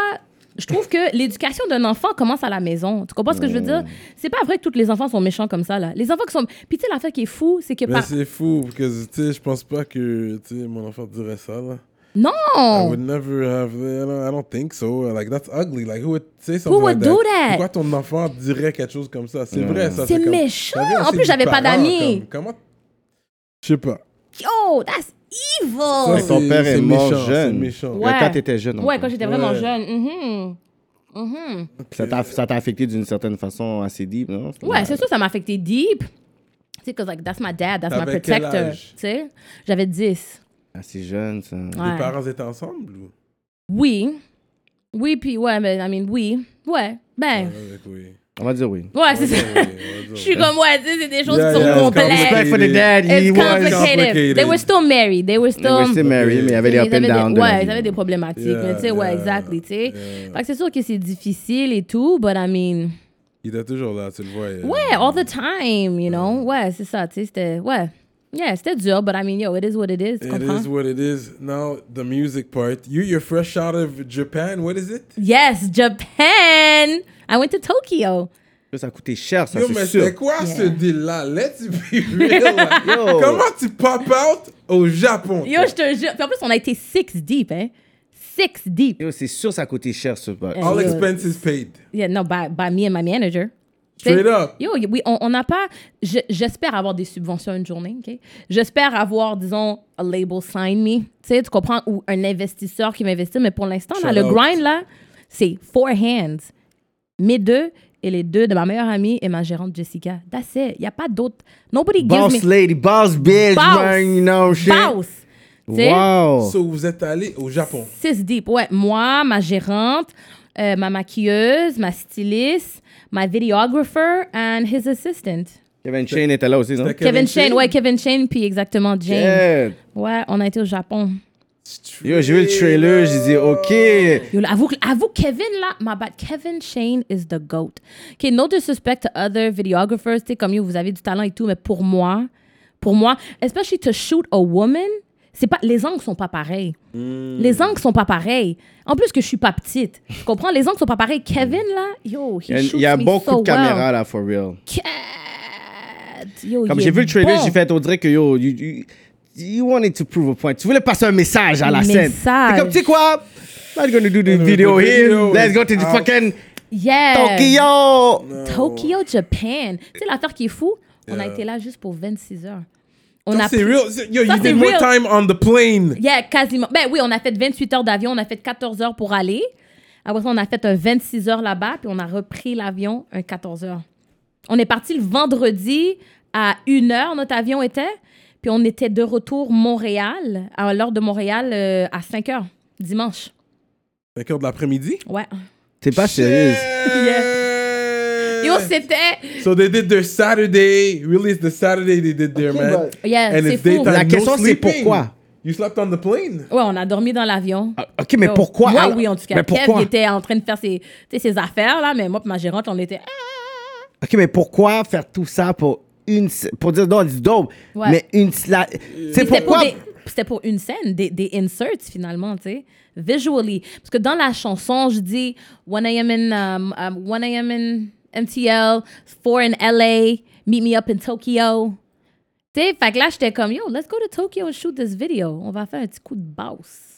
Je trouve que l'éducation d'un enfant commence à la maison. Tu comprends ce que je veux dire? C'est pas vrai que tous les enfants sont méchants comme ça, là. Les enfants qui sont. Puis tu sais, l'affaire qui est fou, c'est que. Mais Par... c'est fou, parce que, tu sais, je pense pas que, tu sais, mon enfant dirait ça, là. I Non! would never have, you know, I don't think so. Like, that's ugly. Like, who would say something would like that? do that? Pourquoi ton enfant dirait quelque chose comme ça? C'est vrai, ça. C'est comme- méchant. ça vient En aussi plus, du j'avais pas parent, d'amis. comme- Comment? Je sais pas. yo, that's Ça, evil! c'est- Ton père est, c'est mort méchant, c'est jeune. méchant. Mais Quand t'étais jeune. Ouais, encore. quand j'étais vraiment Ouais. jeune. mhm. Mhm. Ça t'a ça t'a affecté d'une certaine façon assez deep, non? Ouais, c'est sûr, ça m'a affecté deep. Tu sais, cause like, that's my dad, that's my T'avais quel protector. âge? Tu sais, j'avais 10. Assez jeune, ça. Ouais. Tes parents étaient ensemble ou? Oui. Oui, puis ouais, mais I mean, oui. Ouais. Ben, Ouais, oui. On va dire oui. ouais, c'est ça. Ouais, ouais, ouais, (laughs) Je ouais. suis comme, ouais, tu sais, c'est des choses Yeah, qui sont yeah, it's complexes. complicated. It's complicated. complicated. They were still married. They were They were still... still married, mais il y avait Ils les up and avaient des- down. de la Ouais, vie. ils avaient des problématiques. mais tu sais, Yeah, ouais, yeah, exactly, tu sais. yeah. Fait que c'est sûr que c'est difficile et tout, but I mean... Il était toujours là, tu le vois. euh. Ouais, all the time, you know. Ouais, c'est ça, tu sais, c'était... Ouais. Yeah, c'était dur, but I mean, yo, it is what it is, tu It comprends? is what it is. Now, the music part. You, you're fresh out of Japan. What is it? Yes, Japan! I went to Tokyo. Ça, Ça a coûté cher, ça, Yo, c'est mais sûr. c'est quoi ce Yeah. deal-là? Let's be (laughs) real. là. (laughs) Yo. Comment tu pop out au Japon? Yo, je te jure. Puis en plus, on a été six deep, hein? Six deep. Yo, c'est sûr, ça a coûté cher, ce bac. Eh. All Yo. expenses paid. Yeah, no, by, by me and my manager. Straight T'sais, up. Yo, y- oui, on on n'a pas. je- J'espère avoir des subventions une journée, OK? J'espère avoir, disons, a label sign me. Tu sais, tu comprends? Ou un investisseur qui m'investit. Mais pour l'instant, là, Shout le out. grind, là, c'est four hands. Mes deux et les deux de ma meilleure amie et ma gérante Jessica. That's it. Il n'y a pas d'autre. Nobody Boss gives me. lady, boss bitch, Boss. eh? man, you know shit. Bounce! Tu sais? Wow. So, vous êtes allé au Japon. 6 deep, ouais. Moi, ma gérante, euh, ma maquilleuse, ma styliste, ma videographer and his assistant. Kevin Shane était là aussi, non? C'était Kevin, Shane, ouais, Kevin Shane, puis exactement Jane. Yeah. Ouais, on a été au Japon. Yo, j'ai vu le trailer, j'ai dit, OK. Yo, là, avoue, que- avoue, Kevin, là, ma bad, Kevin Shane is the GOAT. OK, no disrespect to other videographers, tu sais, comme yo, vous avez du talent et tout, mais pour moi, pour moi, especially to shoot a woman, c'est pas, les angles sont pas pareils. Hmm. Les angles sont pas pareils. En plus que je suis pas petite. Tu comprends? Les angles sont pas pareils. Kevin, là, yo, he Il y a- shoots Il y a me beaucoup so de caméras well. là, for real. Cat, yo, Comme il j'ai est vu le trailer, bon. j'ai fait, on dirait que yo, you, you, you wanted to prove a point. Tu voulais passer un message à la Message. scène. T'es comme, tu sais quoi? I'm not gonna do the video the here. video Ah. Let's is go to the out. fucking Yeah. Tokyo. Tokyo, Japan. Tu sais, l'affaire qui est fou, on a Yeah. été là juste pour 26 heures. On Ça, c'est pris- real. C'est- Yo, Ça, you c'est did more real. time on the plane. Yeah, quasiment. Ben oui, on a fait 28 heures d'avion, on a fait 14 heures pour aller. Après ça, on a fait un 26 heures là-bas, puis on a repris l'avion un 14 heures. On est parti le vendredi à 1 heure, notre avion était. Puis on était de retour Montréal, à l'heure de Montréal, euh, à 5 heures, dimanche. 5 heures de l'après-midi? Ouais. T'es pas sérieuse. Euh. Yo, c'était. So they did their Saturday. Really, it's the Saturday they did there, man. Yeah, And c'est it's fou. daytime. La question, no c'est sleeping. pourquoi? You slept on the plane? Ouais, on a dormi dans l'avion. Ah, OK, mais Yo, pourquoi? Moi, alors- oui, en tout cas. Mais Kev, pourquoi? il était en train de faire ses, tu sais, ses affaires, là, mais moi, puis ma gérante, on était. OK, mais pourquoi faire tout ça pour une... s- Pour dire, non, c'est dope, Ouais. mais une... sla- C'est Puis C'était pour, pourquoi... des- c'était pour une scène, des, des inserts finalement, tu sais, visually. Parce que dans la chanson, je dis 1 a.m. in, um, um, 1 a.m. in MTL, 4 in LA, meet me up in Tokyo. Tu sais, fait que là, j'étais comme, yo, let's go to Tokyo and shoot this video. On va faire un petit coup de basse.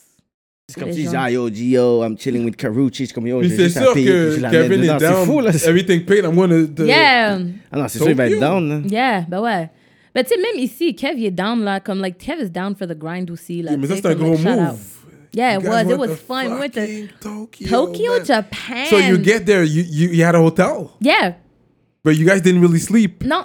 C'est comme les si je gens. dis, ah, yo, Gio, I'm chilling with Carucci. C'est comme, yo, Puis j'ai c'est juste à sûr payer. que je la mets Kevin dedans. est down. C'est fou, là. c'est- Everything paid, I'm gonna... the- Yeah! Ah non, c'est sûr, il va être Tokyo. down, là. Yeah, ben ouais. Mais tu sais, même ici, Kev, il est down, là. Comme, like, Kev is down for the grind aussi, là. Mais tu ça, sais, c'est un comme, gros like, shout out. move. Yeah, it You was. guys It went was to fun. We went to fucking Tokyo, Tokyo, man. Japan. So you get there, you, you, you had a hotel, Yeah. but you guys didn't really sleep. Non,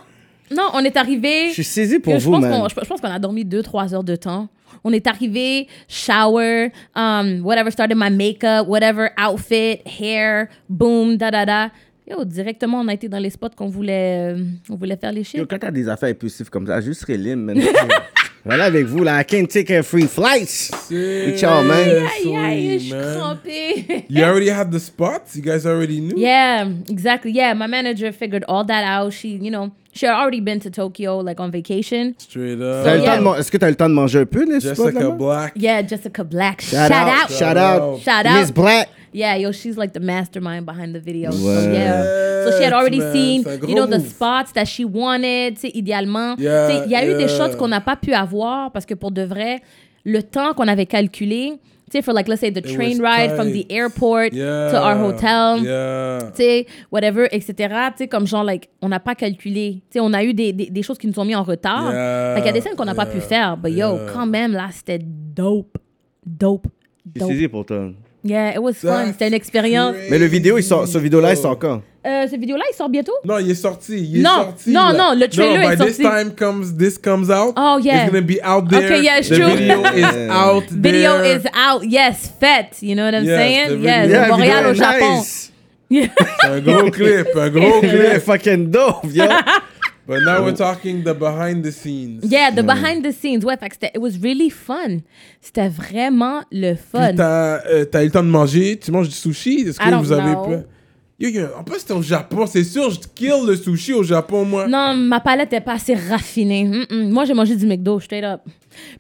non, on est arrivé. Je suis saisi pour Yo, je vous, pense man. qu'on- Je, je pense qu'on a dormi 2-3 heures de temps. On est arrivé, shower, um, whatever, started my makeup, whatever, outfit, hair, boom, da da da. Yo, directement, on a été dans les spots qu'on voulait, euh, on voulait faire les shit. Yo, quand t'as des affaires impulsives comme ça, juste relim, man. (laughs) Voilà avec vous, là. I can't take a free flight. With y'all, man. Aïe, aïe, je Sweet, suis man. crampée. (laughs) You already had the spots? You guys already knew? Yeah, exactly. Yeah, my manager figured all that out. She, you know, she had already been to Tokyo, like on vacation. Straight up. T'as le Yeah. temps de man- Est-ce que t'as le temps de manger un peu, n'est-ce pas? Jessica là-bas? Black. Yeah, Jessica Black. Shout, Shout out. out. Shout out. Shout Miss out. Black. Yeah, yo, she's like the mastermind behind the video. So, Ouais. yeah. So she had already Man, seen, c'est un you know, gros the move. spots that she wanted, tu sais, idéalement. Tu Yeah, sais, Il y a eu des yeah. choses qu'on n'a pas pu avoir parce que pour de vrai, le temps qu'on avait calculé, Tu sais, for like, let's say the It train was ride from tight. the airport Yeah. to our hotel. Yeah. tu sais, whatever, etc. Tu sais, comme genre, like, on n'a pas calculé. Tu sais, on a eu des, des, des choses qui nous ont mis en retard. Yeah, fait qu'il y a des scènes qu'on n'a pas yeah, pu faire. But yo, yeah. quand même, là, c'était dope. Dope. Je saisis Dope. pour toi. Yeah, it was fun. That's C'était une expérience. crazy. Mais le vidéo, il sort, ce vidéo-là, il sort quand? Euh, cette vidéo-là, il sort bientôt? Non, il est sorti. Il est Non, sorti, non, là. non, le trailer by est this sorti. time comes, this comes out. Oh, yeah. It's gonna be out there. Okay, yeah, it's the true. video is Yeah. out Video there. is out. Yes, fête. You know what I'm Yes, the saying? video- Yes, Yeah, Montréal vidéo au Japon. nice. (laughs) Yeah. Un gros clip, (laughs) un gros Yeah, clip. fucking dope, yo. But now Oh. we're talking the behind the scenes. Yeah, the behind the scenes. Ouais, fait que c'était- it was really fun. C'était vraiment le fun. Puis t'as euh, t'as eu le temps de manger. Tu manges du sushi. Est-ce I que don't vous avez know. pas... Yo, yo, en plus, c'était au Japon. C'est sûr, je kill le sushi au Japon, moi. Non, ma palette n'est pas assez raffinée. Mm-mm. Moi, j'ai mangé du McDo, straight up.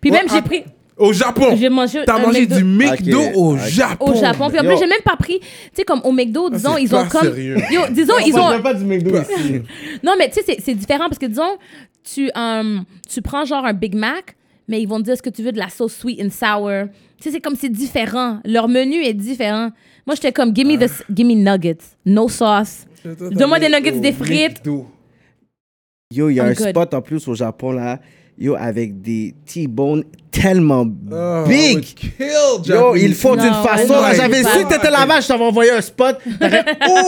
Puis même, Ouais, j'ai à- pris Au Japon. J'ai mangé T'as un mangé McDo- du McDo Ok, au ok. Japon. au Japon. Puis en Yo. plus, j'ai même pas pris. Tu sais, comme au McDo, disons, c'est ils ont pas comme. sérieux. Yo, disons, ils On ont. parle pas du McDo ici. Non, mais tu sais, c'est- c'est différent parce que disons, tu, euh, tu prends genre un Big Mac, mais ils vont te dire ce que tu veux de la sauce sweet and sour. Tu sais, c'est comme c'est différent. Leur menu est différent. Moi, j'étais comme, give me, this, give me nuggets, no sauce. Donne-moi des nuggets, des frites. McDo. Yo, il y a I'm un good. spot en plus au Japon, là. Yo, avec des T-bones tellement Oh, I would big. kill Yo, Japanese ils le font Non, d'une on façon. n'aurait J'avais pas. su que t'étais là-bas, je t'avais envoyé un spot. (laughs) T'aurais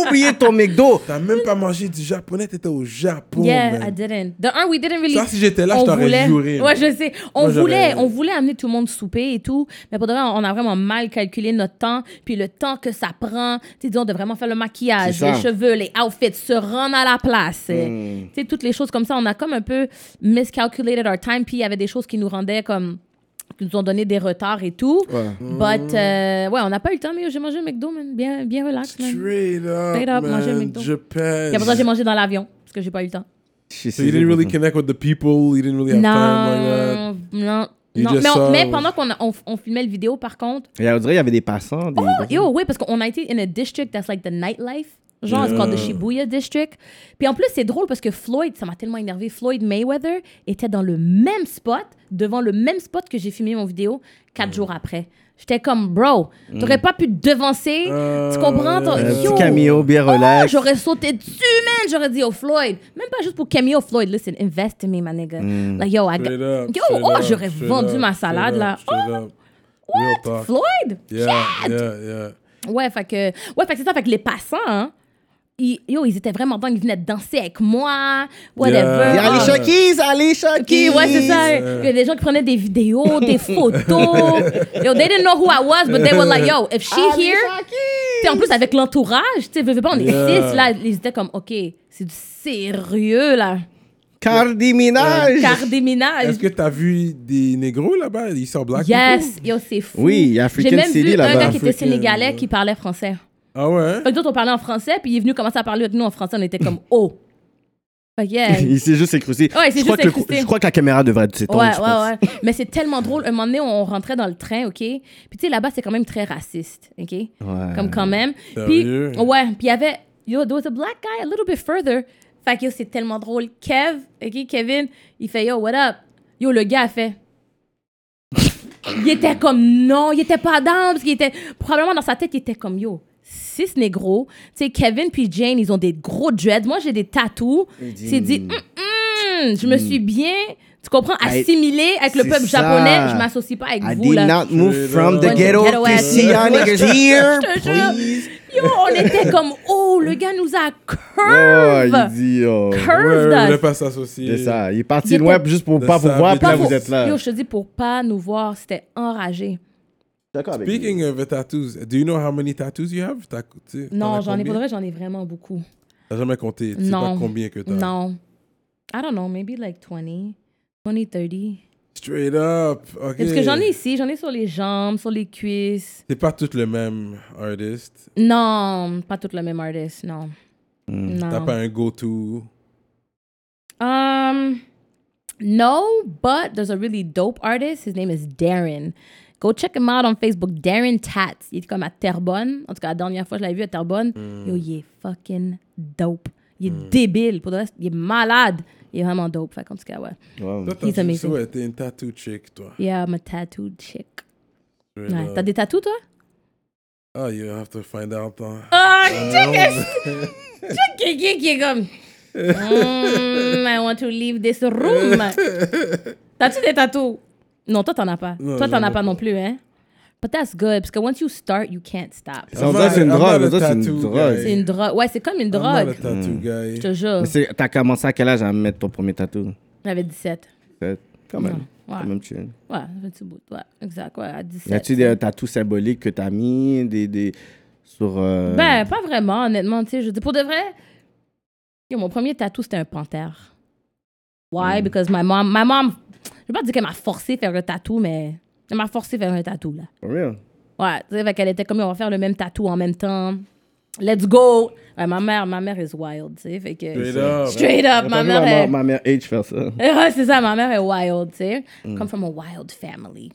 oublié ton McDo. T'as même pas mangé du japonais, t'étais au Japon. yeah, Oh, man. I didn't. De un, we didn't really. Ça, si j'étais là, on je t'aurais voulait- juré, Ouais, moi. je sais. On Moi, j'aurais- voulait, on voulait amener tout le monde souper et tout, mais pour de vrai, on a vraiment mal calculé notre temps, puis le temps que ça prend. Tu sais, disons, de vraiment faire le maquillage, C'est ça. les cheveux, les outfits, se rendre à la place. Hmm. euh, Tu sais, toutes les choses comme ça. On a comme un peu miscalculated our time, puis il y avait des choses qui nous rendaient comme qui nous ont donné des retards et tout. Ouais. But, euh, ouais, on n'a pas eu le temps, mais j'ai mangé au McDo, man. Bien, bien relax, man. Straight up, Straight up, manger man. McDo. Je pèse. Et après ça, j'ai mangé dans l'avion, parce que j'ai pas eu le temps. So you didn't really connect with the people, you didn't really have time like that. Non, non, You non. just Mais, on- saw- mais pendant qu'on a- on, on filmait le vidéo, par contre, Il y a- on dirait qu'il y avait des passants. Des... oh, yo, oui, parce qu'on a été in a district that's like the nightlife. Genre, c'est called the Shibuya district. Puis en plus, c'est drôle parce que Floyd, ça m'a tellement énervé. Floyd Mayweather était dans le même spot, devant le même spot que j'ai filmé mon vidéo quatre jours après. J'étais comme, bro, t'aurais pas pu te devancer. Euh, tu comprends? T'aurais- Un Yo. petit cameo bien Ah, relax. J'aurais sauté dessus, man. J'aurais dit, oh Floyd. Même pas juste pour cameo Floyd. Listen, invest in me, my nigga. Like, yo, I got- Straight up, Yo, straight oh, up, j'aurais straight vendu up, ma straight salade, up, là. Oh, straight up. Real What? talk. Floyd? Yeah, yeah, yeah. Ouais, fait que, ouais, fait que c'est ça. Fait que les passants, hein, ils, yo, ils étaient vraiment dingues. Ils venaient danser avec moi, whatever. Il y a Yeah. Ah, Alicia Keys, Alicia Keys. ok, ouais, c'est ça. Il y a des gens qui prenaient des vidéos, des (laughs) photos. Yo, they didn't know who I was, but they were like, yo, if Ah, she here. T'sais, en plus, avec l'entourage, tu sais, veux, veux pas, on est Yeah. six, là. Ils étaient comme, OK, c'est du sérieux, là. Cardi Minaj. Car des ménages. Est-ce que t'as vu des négros là-bas? Ils sont black. people? Yes, yo, c'est fou. Oui, il y a African J'ai même City vu un là-bas. gars qui était African, sénégalais ouais. qui parlait français. Ah ouais? Fait que d'autres, on parlait en français, puis il est venu commencer à parler avec nous en français. On était comme, oh. Fait que, (laughs) yeah. Il s'est juste écroussé. Ouais, il s'est je, crois juste que le- écroussé. je crois que la caméra devrait être s'étendre. Ouais, je pense. ouais, ouais. Mais c'est tellement drôle. Un moment donné, on rentrait dans le train, OK? Puis, tu sais, là-bas, c'est quand même très raciste, OK? Ouais. Comme quand même. Puis, Sérieux? ouais. Puis, il y avait, yo, there was a black guy a little bit further. Fait que, yo, c'est tellement drôle. Kev, OK, Kevin, il fait, yo, what up? Yo, le gars a fait. il était comme, non, il était pas down. Parce qu'il était, probablement dans sa tête, il était comme, yo. Six négros. Tu sais, Kevin puis Jane, ils ont des gros dreads. Moi, j'ai des tatous. C'est dit, mm. Hum, hum, je me suis bien, tu comprends, assimilé avec le c'est peuple ça. japonais. Je m'associe pas avec I vous, did là. not move from the Bunch of ghetto ghetto to ass see y'all niggas here. (laughs) Je te jure. Please. Yo, on était comme, oh, le gars nous a Oh, il curve. dit, oh. Ouais, ouais, Curved il voulait us. pas s'associer. C'est ça. Il est parti Il loin était- juste pour De pas vous ça, voir. mais Puis là, Pas de- pour- vous êtes là. Yo, Je suis je te dis, pour pas nous voir, c'était enragé. d'accord avec lui. Speaking of the tattoos, do you know how many tattoos you have? T'as- tu sais, t'en Non, as j'en ai combien? pour de vrai, j'en ai vraiment beaucoup. T'as jamais compté. Tu sais Non. pas combien que t'as. Non. I don't know, maybe like 20, 20, 30. Straight up. OK. Parce que j'en ai ici, j'en ai sur les jambes, sur les cuisses. C'est pas toutes le même artist. Non, pas toutes le même artiste, non. Hmm. T'as Non. pas un go-to. Um, no, but there's a really dope artist. His name is Darren. Go check him out on Facebook. Darren Tats. Il est comme à Terrebonne. En tout cas, la dernière fois que je l'avais vu à Terrebonne, Hmm. yo, il est fucking dope. Il est débile. Pour le reste, il est malade. Il est vraiment dope. Fait qu'en tout cas, ouais. Wow. Toi, He's t'as amazing. ouais, t'es une tattoo chick, toi. Yeah, I'm a tattooed chick. straight Ouais. up. T'as des tatous, toi? Oh, you have to find out. hein. Ah, check it! Check quelqu'un qui est comme. Hmm, I want to leave this room. T'as-tu des tatous? Non, toi, t'en as pas. Non, toi, t'en j'en as ai pas non plus, hein? But that's good, parce que once you start, you can't stop. Ça, on dirait que c'est une I'm not drogue, a on dirait que c'est une tattoo drogue. guy. C'est une drogue. Ouais, c'est comme une I'm not a drogue. tattoo Hmm. guy. Je te jure. Mais c'est- t'as commencé à quel âge à mettre ton premier tatou? J'avais 17. Euh, Quand même. Ouais. Quand même chill. Ouais, un petit bout. Ouais, exact. Ouais, à 17. Y a-tu des tatous symboliques que t'as mis? Des, des, sur. euh, Ben, pas vraiment, honnêtement. Tu sais, je dis pour de vrai. yo, mon premier tatou, c'était un panthère. Why? Because my mom. My mom. Je vais pas dire qu'elle m'a forcé à faire un tatou, mais. Elle m'a forcé à faire un tatou, là. For real? Ouais, tu sais, fait qu'elle était comme, on va faire le même tatou en même temps. Let's go! Ouais, ma mère, ma mère is wild, tu sais. Fait que. Straight up. Straight up, T'as ma vu mère. ma, est- ma mère H (laughs) faire ça. Eh ouais, c'est ça, ma mère est wild, tu sais. Come from a wild family.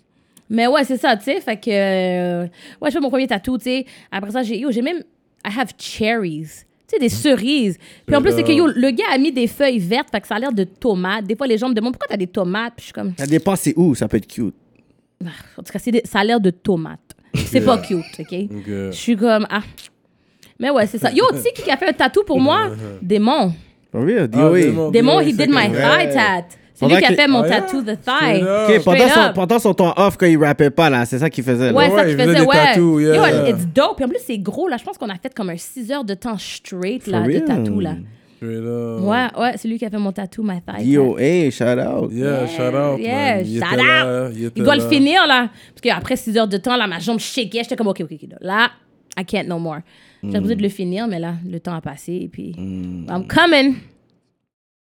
Mais ouais, c'est ça, tu sais. Fait que. euh, ouais, je fais mon premier tatou, tu sais. Après ça, j'ai. Yo, j'ai même. I have cherries. Tu sais, des cerises. Puis en plus, c'est que yo, le gars a mis des feuilles vertes, fait que ça a l'air de tomates. Des fois, les gens me demandent pourquoi t'as des tomates. Puis je suis comme. Ah, Ça dépend c'est où, ça peut être cute. En tout cas, c'est des- ça a l'air de tomates. C'est pas cute, OK? Je suis comme. Ah. Mais ouais, c'est ça. Yo, tu sais qui a fait un tatou (laughs) pour moi? Démon. For real? Ah, DOA. Démon, Démon, DOA, he c'est did my que- thigh tat. C'est Faudrait lui qui a que- fait mon Ah, yeah? tattoo, the Straight thigh. up. Ok, pendant Straight son, up. pendant son temps off, quand il rappait pas, là, c'est ça qu'il faisait. là. Ouais, Ouais, ça qu'il il faisait faisait, des ouais. tattoos, yeah. Yo, it's dope. Puis en plus, c'est gros, là. Je pense qu'on a fait comme un 6 heures de temps straight, là, For de real? tatou, là. Straight up. Ouais, ouais, c'est lui qui a fait mon tatou, my thigh. DOA, shout out. Yeah, shout out. Yeah, man. Il shout était là, out. il était Il doit le là. finir, là. Parce qu'après 6 heures de temps, là, ma jambe shakeait. J'étais comme, OK, OK, OK. Là, I can't no more. J'ai besoin de le finir, mais là, le temps a passé. Et puis, Mm. I'm coming.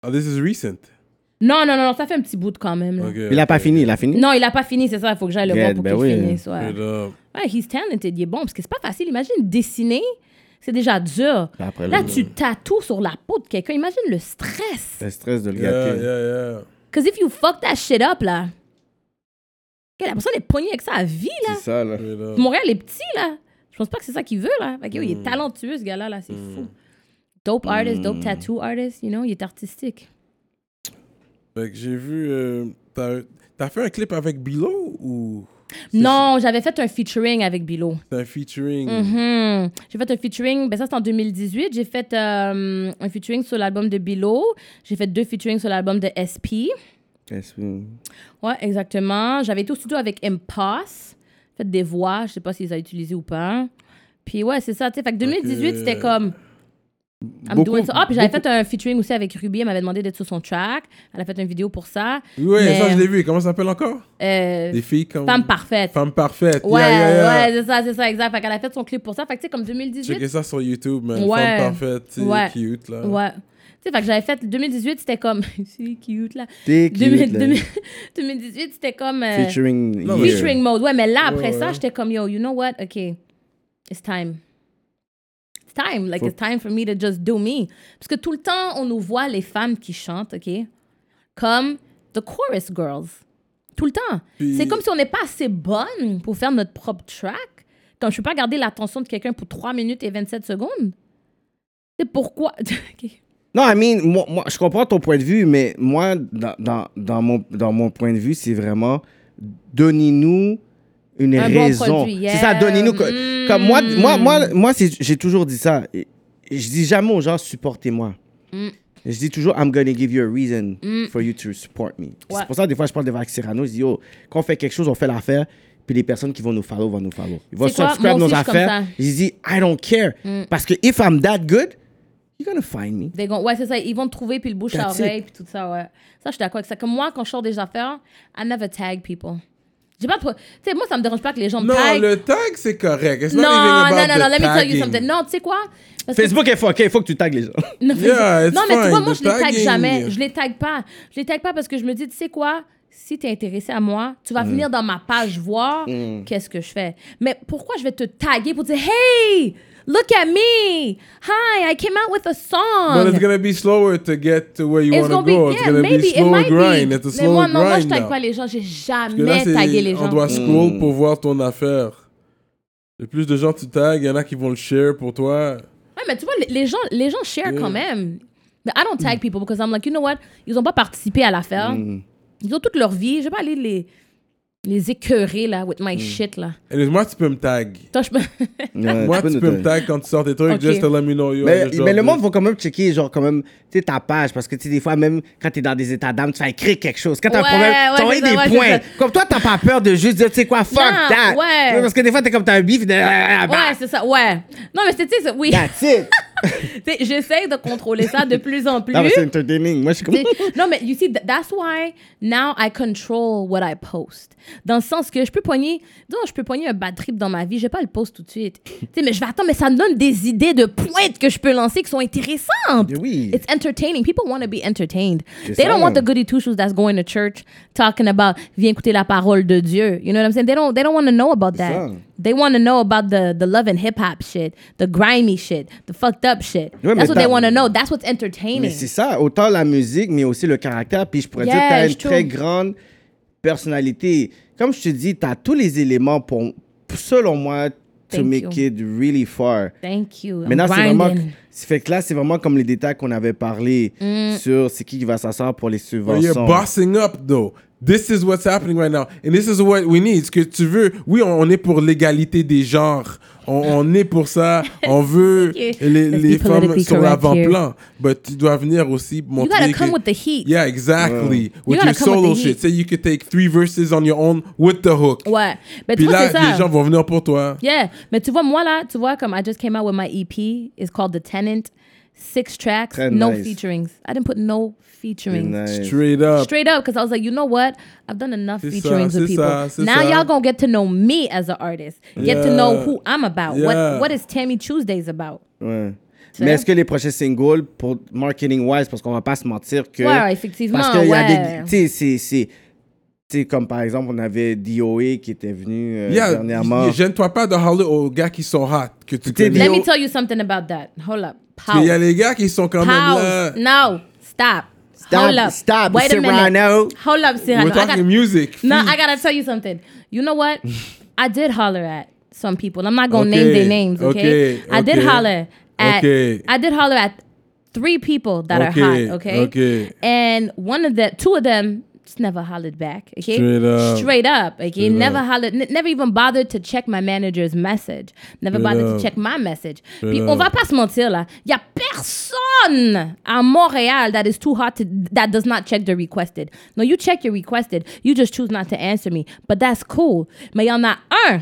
Oh, this is recent. Non, non, non, non, ça fait un petit bout de quand même. là. Ok, Il a pas fini, il a fini. Non, il a pas fini, c'est ça. Il faut que j'aille le Good, voir pour ben qu'il oui. finisse. ouais. Straight up. Ouais, he's talented, il est bon, parce que c'est pas facile. Imagine dessiner, c'est déjà dur. Après, Là, le- tu tatoues sur la peau de quelqu'un. Imagine le stress. Le stress de le Yeah, gâter. yeah, yeah. Cause if you fuck that shit up, là, que la personne est pognée avec sa vie, là. C'est ça, Hmm. là. Straight up. Montréal est petit, là. Je pense pas que c'est ça qu'il veut, là. Fait que, yo, il est talentueux, ce gars-là, là. C'est Hmm. fou. Dope artist, dope tattoo artist, you know, il est artistique. Fait que j'ai vu. euh, t'as- T'as fait un clip avec Bilo ou Non, j'avais fait un featuring avec Bilo. c'est un featuring? Mhm. J'ai fait un featuring, ben ça c'est en 2018. J'ai fait euh, un featuring sur l'album de Bilo. J'ai fait deux featuring sur l'album de SP. Yes, oui. Ouais, exactement. J'avais été au studio avec Impasse. Fait des voix, je sais pas s'ils ont utilisé ou pas. Puis ouais, c'est ça, tu sais. Fait que 2018, Ok. c'était comme. I'm doing so- Ah, puis j'avais fait un featuring aussi avec Ruby. Elle m'avait demandé d'être sur son track. Elle a fait une vidéo pour ça. Oui, Mais, ça je l'ai vu. Comment ça s'appelle encore? euh, Des filles comme. Femme parfaite. Femme parfaite. Ouais, yeah, yeah, yeah. ouais, c'est ça, c'est ça, exact. Fait qu'elle a fait son clip pour ça. Fait que tu sais, comme 2018, Checkez ça sur YouTube, man. Ouais. Femme parfaite, c'est Ouais. cute, là. Ouais. Tu sais, fait que j'avais fait 2018, c'était comme. (laughs) c'est cute, là. T'es cute, 2000 (laughs) là. 2000 2018, c'était comme. euh, Featuring. Non, mais- year. featuring mode. Ouais, mais là, après Ouais, ça, ouais. j'étais comme, yo, you know what? OK, it's time. It's time. Like, Faut- it's time for me to just do me. Parce que tout le temps, on nous voit les femmes qui chantent, OK? Comme the chorus girls. Tout le temps. Puis- C'est comme si on n'est pas assez bonne pour faire notre propre track. Comme je peux pas garder l'attention de quelqu'un pour 3 minutes et 27 secondes. C'est pourquoi. (laughs) OK. Non, I mean, moi, moi, je comprends ton point de vue, mais moi, dans, dans, dans mon, dans mon point de vue, c'est vraiment donnez-nous une Un bon raison. produit, yeah. C'est ça, donnez-nous. que- Mm. Comme moi, moi, moi, moi c'est- j'ai toujours dit ça. Et- et Je dis jamais aux gens, supportez-moi. Mm. Je dis toujours, I'm gonna give you a reason Mm. for you to support me. Ouais. C'est pour ça, des fois, je parle devant Cyrano, je dis, yo, quand on fait quelque chose, on fait l'affaire, puis les personnes qui vont nous follow vont nous follow. Ils vont C'est quoi? subscribe Moi nos aussi, je suis comme affaires. ça. Mm. Je dis, I don't care. Parce que if I'm that good, you're gonna find me. Des gon- ouais, c'est ça. Ils vont te trouver, puis le bouche à That's oreille, puis tout ça, ouais. Ça, je suis d'accord avec ça. Comme moi, quand je sors des affaires, I never tag people. J'ai pas de pro- Tu sais, moi, ça me dérange pas que les gens me Non, taguent. le tag, c'est correct. It's Non, not even non, about non, the non, let me tell you tagging. something. Non, tu sais quoi? Parce que- Facebook est fucké, il faut que tu tagues (laughs) les gens. Non, Yeah, it's non, mais tu vois, fine, moi, the je les tague tagging. jamais. Je les tague pas. Je les tague pas parce que je me dis, tu sais quoi? Si t'es intéressé à moi, tu Mm. vas venir dans ma page voir qu'est-ce que je fais. Mais pourquoi je vais te taguer pour dire, hey, look at me. Hi, I came out with a song. But it's gonna be slower to get to where you It's want to gonna be- go. it's yeah, gonna maybe, be it slower might be. grind. It's a Mais slower moi, grind. non, moi, je tague now. pas les gens. J'ai Parce que là, jamais c'est- tagué les On gens. doit scroll Hmm. pour voir ton affaire. Le plus de gens tu tags, il y en a qui vont le share pour toi. Ouais, mais tu vois, les- les gens, les gens share quand même. Mais I don't Mm. tag people because I'm like, you know what? Ils ont pas participé à l'affaire. Ils ont toute leur vie. Je vais pas aller les, Les écœurer, là, with Mm. my shit, là. Et moi, tu peux me tag. Toi, je me. (laughs) Ouais, Moi, tu peux noter. me tag quand tu sors tes trucs, Ok. just to let me know. yo, Mais, just drop mais le this. monde va quand même checker, genre, quand même, tu sais, ta page, parce que, tu sais, des fois, même quand t'es dans des états d'âme, tu fais écrire quelque chose. Quand t'as Ouais, un problème, ouais, t'envoies c'est ça, ouais, des points. c'est ça. Comme toi, t'as pas peur de juste dire, tu sais quoi, fuck Non, that. ouais. Parce que des fois, t'es comme, t'as un bif, de, Ouais, c'est ça, ouais. Non, mais c'est, tu sais, c'est- oui. that's (laughs) it. Tu sais, J'essaie de contrôler ça de plus en plus. Non, mais c'est entertaining. Moi, je suis comme, T'sais, (laughs) non, mais you see, tha- that's why now I control what I post. Dans le sens que je peux poigner, disons, je peux poigner un bad trip dans ma vie, je vais pas le post tout de (laughs) suite. T'sais, mais je vais attendre, mais ça me donne des idées de pointes que je peux lancer qui sont intéressantes. Oui. It's entertaining. People want to be entertained. C'est They ça. don't want the goody two shoes that's going to church talking about viens écouter la parole de Dieu. You know what I'm saying? They don't, they don't want to know about that. ça. They want to know about the, the love and hip hop shit, the grimy shit, the fucked up shit. Ouais, mais that's what they t'as- want to know. That's what's entertaining. Mais c'est ça, autant la musique, mais aussi le caractère. Puis je pourrais Yeah, dire que tu as je une trouve. très grande personnalité. Comme je te dis, tu as tous les éléments pour, selon moi, to Thank make you. it really far. Thank you. I'm Maintenant, c'est grinding. vraiment. c'est Fait que là, c'est vraiment comme les détails qu'on avait parlé Mm. sur c'est qui qui va s'asseoir pour les But you're subventions. bossing up, though. This is what's happening right now. And this is what we need. Ce que tu veux, oui, on, on est pour l'égalité des genres. On, on est pour (laughs) ça. On veut Thank you. les, Let's les be femmes politically sur correct l'avant-plan. But tu dois venir aussi You montrer gotta que... come with the heat. Yeah, exactly. With gotta your come with solo the shit. heat. Say you could take three verses on your own with the hook. Ouais. Mais tu Puis vois, là, c'est ça. les gens vont venir pour toi. Yeah. Mais tu vois, moi là, tu vois, comme I just came out with my EP. It's called The Tenant. Six tracks, Très no nice. featurings. I didn't put no featurings. Nice. Straight up. Straight up, because I was like, you know what? I've done enough C'est ça, featurings c'est with people. ça, c'est now ça. y'all gonna get to know me as an artist. Get to know Yeah. who I'm about. Yeah. What What is Tammy Tuesdays about? Ouais. Tu Mais sais? est-ce que les prochains singles, pour marketing-wise, parce qu'on va pas se mentir que. Ouais, effectivement, Parce qu'il y a ouais. des. Tu sais, c'est- c'est. Tu sais, comme par exemple, on avait DOA qui était venu euh, Yeah, dernièrement. gêne-toi pas de holler aux gars qui sont hot, que tu T'es connais. Let Yo. me tell you something about that. Hold up. Parce qu'il y a Pause. les gars qui sont quand même là. Pause. No. Stop. Stop, Hold up. stop, Wait a Cyrano. minute. Hold up, Cyrano. We're I talking got- music. No, Please. I gotta tell you something. You know (laughs) what? I did holler at some people. I'm not gonna Okay, name their names, okay? okay, I did okay, holler at okay. I did holler at three people that Okay, are hot, okay? okay. And one of the two of them just never hollered back, okay? Straight up. Straight up, okay? never hollered, n- never even bothered to check my manager's message. Never bothered up. to check my message. Puis on va pas se mentir là, y a personne à Montréal that is too hot to, that does not check the requested. No, you check your requested. You just choose not to answer me. But that's cool. Mais y en a un.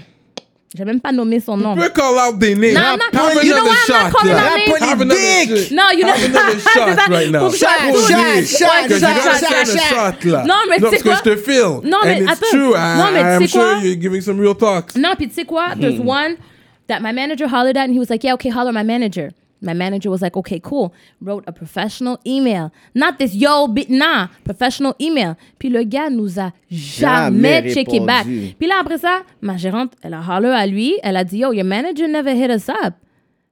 J'ai même pas nommé son nom. Tu peux call out des names. Non, I'm not- Have you know another why I'm not shot, calling là. out names? Have another Politique. shit. Non, you know. (laughs) Have another shot C'est ça. right now. Faut que je fasse tout. shot, Ouais, shot, ouais, Because you shot, gotta shot, send a shot. shot, là. Non, mais parce c'est que quoi? je te feel. Non, mais And attends. it's true. I, Non, mais tu I'm sais quoi? sure you're giving some real talks. No, puis tu sais quoi? There's one that my manager hollered at, and he was like, "Yeah, okay, holler at my manager." My manager was like, "Okay, cool." Wrote a professional email, not this yo, bit nah, professional email. Puis le gars nous a Jamais jamais, checké répondu. back. Puis là après ça, ma gérante, elle a holler à lui, elle a dit, "Yo, your manager never hit us up."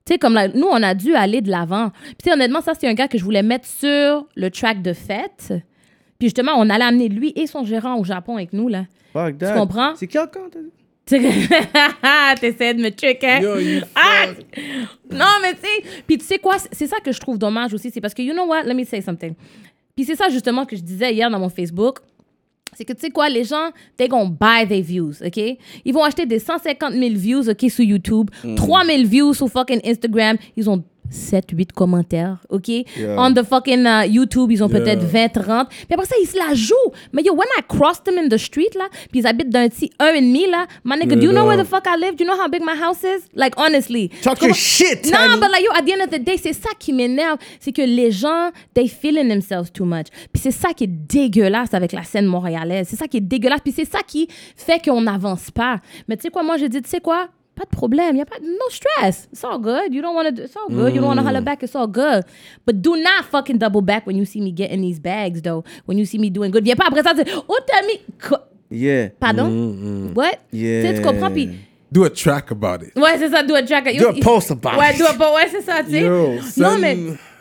Tu sais, comme là, nous, on a dû aller de l'avant. Puis tu sais, honnêtement, ça, c'est un gars que je voulais mettre sur le track de fête. Puis justement, on allait amener lui et son gérant au Japon avec nous, là. Fuck that. Tu comprends? C'est qui encore? t'as dit? Tu (laughs) T'essayais de me trick, hein? Yo, you Ah! fuck. Non, mais tu sais. Puis tu sais quoi? C'est c'est ça que je trouve dommage aussi. C'est parce que, you know what? Let me say something. Puis c'est ça justement que je disais hier dans mon Facebook. C'est que tu sais quoi, les gens, they gonna buy their views, OK? Ils vont acheter des 150 000 views, OK, sur YouTube, 3 000 views sur fucking Instagram. Ils ont 7, 8 commentaires, OK? On the fucking euh, YouTube, ils ont peut-être 20, 30. Puis après ça, ils se la jouent. Mais yo, when I cross them in the street, là, puis ils habitent d'un petit 1,5, là, my nigga, do you know where the fuck I live? Do you know how big my house is? Like, honestly. Talk Tu comprends? your shit, Non, Tammy. but like, yo, at the end of the day, c'est ça qui m'énerve. C'est que les gens, they feeling themselves too much. Puis c'est ça qui est dégueulasse avec la scène montréalaise. C'est ça qui est dégueulasse. Puis c'est ça qui fait qu'on n'avance pas. Mais tu sais quoi, moi, j'ai dit, tu sais quoi? Pas de problème. Y a pas, no stress. It's all good. You don't want to, it's all good. You don't want to Mm. holler back. It's all good. But do not fucking double back when you see me getting these bags, though. When you see me doing good. Viens pas après ça, tu oh, t'as mis, co- Yeah. pardon? Mm, What? Tu sais, tu comprends? Puis Do a track about it. Ouais, c'est ça, do a track. Do a post about Ouais, it. do a post, ouais, c'est ça, tu sais. Yo, Non, son. mais,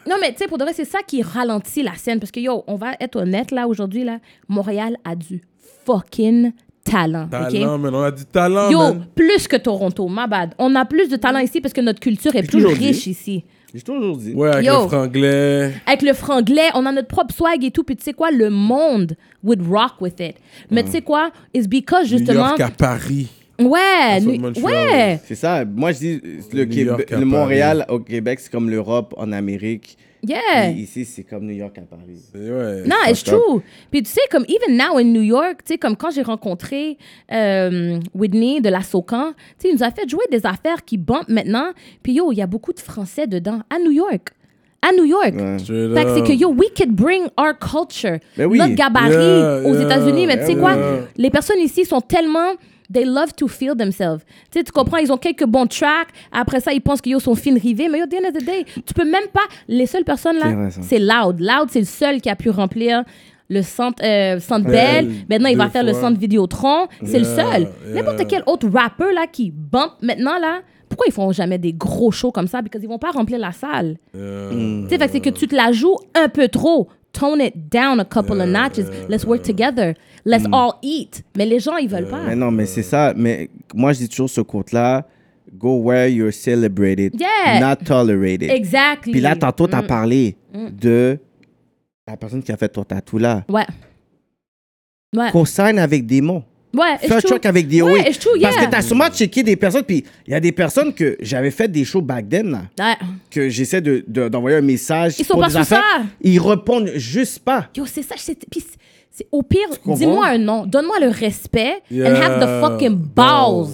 non, mais tu sais, pour de vrai, c'est ça qui ralentit la scène. Parce que, yo, on va être honnête, là, aujourd'hui, là, Montréal a du fucking talent. ok? Talent, man. On a du talent, Yo, man. plus que Toronto, ma bad. On a plus de talent ici parce que notre culture est J'ai plus toujours dit. riche ici. J'ai toujours dit. Ouais, avec Yo. le franglais. Avec le franglais, on a notre propre swag et tout. Puis tu sais quoi, le monde would rock with it. Mais tu sais quoi, it's because New justement. York à Paris. Ouais, soit nu- Montreal, ouais. C'est ça. Moi, je dis, euh, le, New Québec- York à le Montréal au Québec, c'est comme l'Europe en Amérique. Yeah. Puis ici, c'est comme New York à Paris. Et ouais. Non, it's fucked up. true. Puis tu sais, comme even now in New York, tu sais, comme quand j'ai rencontré euh, Whitney de la Socan, tu sais, il nous a fait jouer des affaires qui bumpent maintenant. Puis yo, il y a beaucoup de Français dedans. À New York. À New York. Ouais. Straight Fait que c'est up. que yo, we could bring our culture, Ben oui. Ben notre gabarit Yeah, aux yeah, États-Unis. Mais tu sais yeah. quoi, les personnes ici sont tellement. They love to feel themselves. Tu sais, tu comprends, ils ont quelques bons tracks. Après ça, ils pensent que yo, sont fin rivés. Mais yo, at the end of the day, tu peux même pas. Les seules personnes C'est là, vrai, ça. c'est Loud. Loud, c'est le seul qui a pu remplir le centre, euh, centre Bell. Bell, Maintenant, il va deux faire le fois. centre Vidéotron. C'est le Yeah, seul. yeah. N'importe quel autre rappeur là qui bump maintenant là, pourquoi ils font jamais des gros shows comme ça? Parce qu'ils vont pas remplir la salle. Tu sais, fait que c'est que tu te la joues un peu trop. Tone it down a couple Euh, of notches. Let's work together. Let's hmm. all eat. Mais les gens, ils Euh, veulent pas. Ah. Mais non, mais c'est ça. Mais moi, je dis toujours ce compte-là. Go where you're celebrated, Yeah. Mm. not tolerated. Exactly. Puis là, tantôt, t'as parlé de la personne qui a fait ton tatou là. Ouais. Ouais. Consigne avec des mots. Ouais, it's Fais un true. truc avec des Ouais, oui. it's true, Parce yeah. que t'as sûrement checké des personnes. Puis il y a des personnes que j'avais fait des shows back then, là, Ouais. que j'essaie de- de- d'envoyer un message. Ils sont pour pas des sous affaires. ça. Ils répondent juste pas. Yo, c'est ça. C'est puis c'est- c'est- au pire, comprends? dis-moi un nom. Donne-moi le respect. And have the Yeah. fucking balls.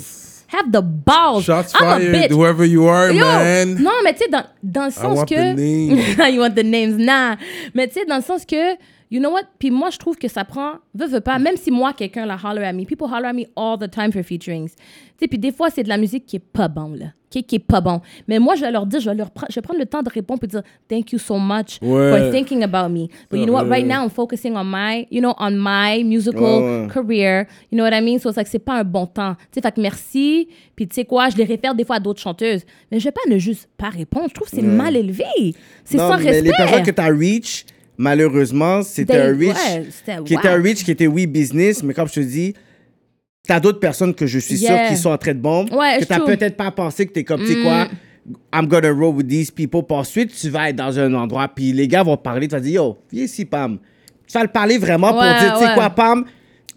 Have the balls. Shots I'm a fired, bitch. whoever you are, Yo, man. Non, mais tu sais, dans, dans le sens want que. the (laughs) names. you want the names, nah. Mais tu sais, dans le sens que, you know what? Puis moi, je trouve que ça prend, veux, veux pas, même si moi, quelqu'un la holler à me, people holler at me all the time for featurings. Tu sais, puis des fois, c'est de la musique qui est pas bon, là. Qui, qui est pas bon. Mais moi, je vais leur dire, je vais, leur pre- je vais prendre le temps de répondre et dire thank you so much Ouais. Ah, for thinking about me. But you know what? Right now, I'm focusing on my, you know, on my musical Ouais, ouais. career. You know what I mean? So, c'est que c'est pas un bon temps. Tu sais, fait que merci. Puis, tu sais quoi, je les réfère des fois à d'autres chanteuses. Mais je vais pas ne juste pas répondre. Je trouve que c'est mal élevé. C'est Non, sans mais respect. les personnes que t'as reach, malheureusement, c'était un They- reach ouais, c'était qui était un whack. reach qui était oui business, mais comme je te dis, t'as d'autres personnes que je suis Yeah. sûr qui sont en train de bombe, Ouais, que je t'as trouve. Mm. peut-être pas pensé que t'es comme tu sais quoi. I'm gonna roll with these people. Puis ensuite, tu vas être dans un endroit, puis les gars vont parler, tu vas dire, yo, viens ici, Pam. Tu vas le parler vraiment pour Ouais, dire, tu sais ouais. quoi, Pam,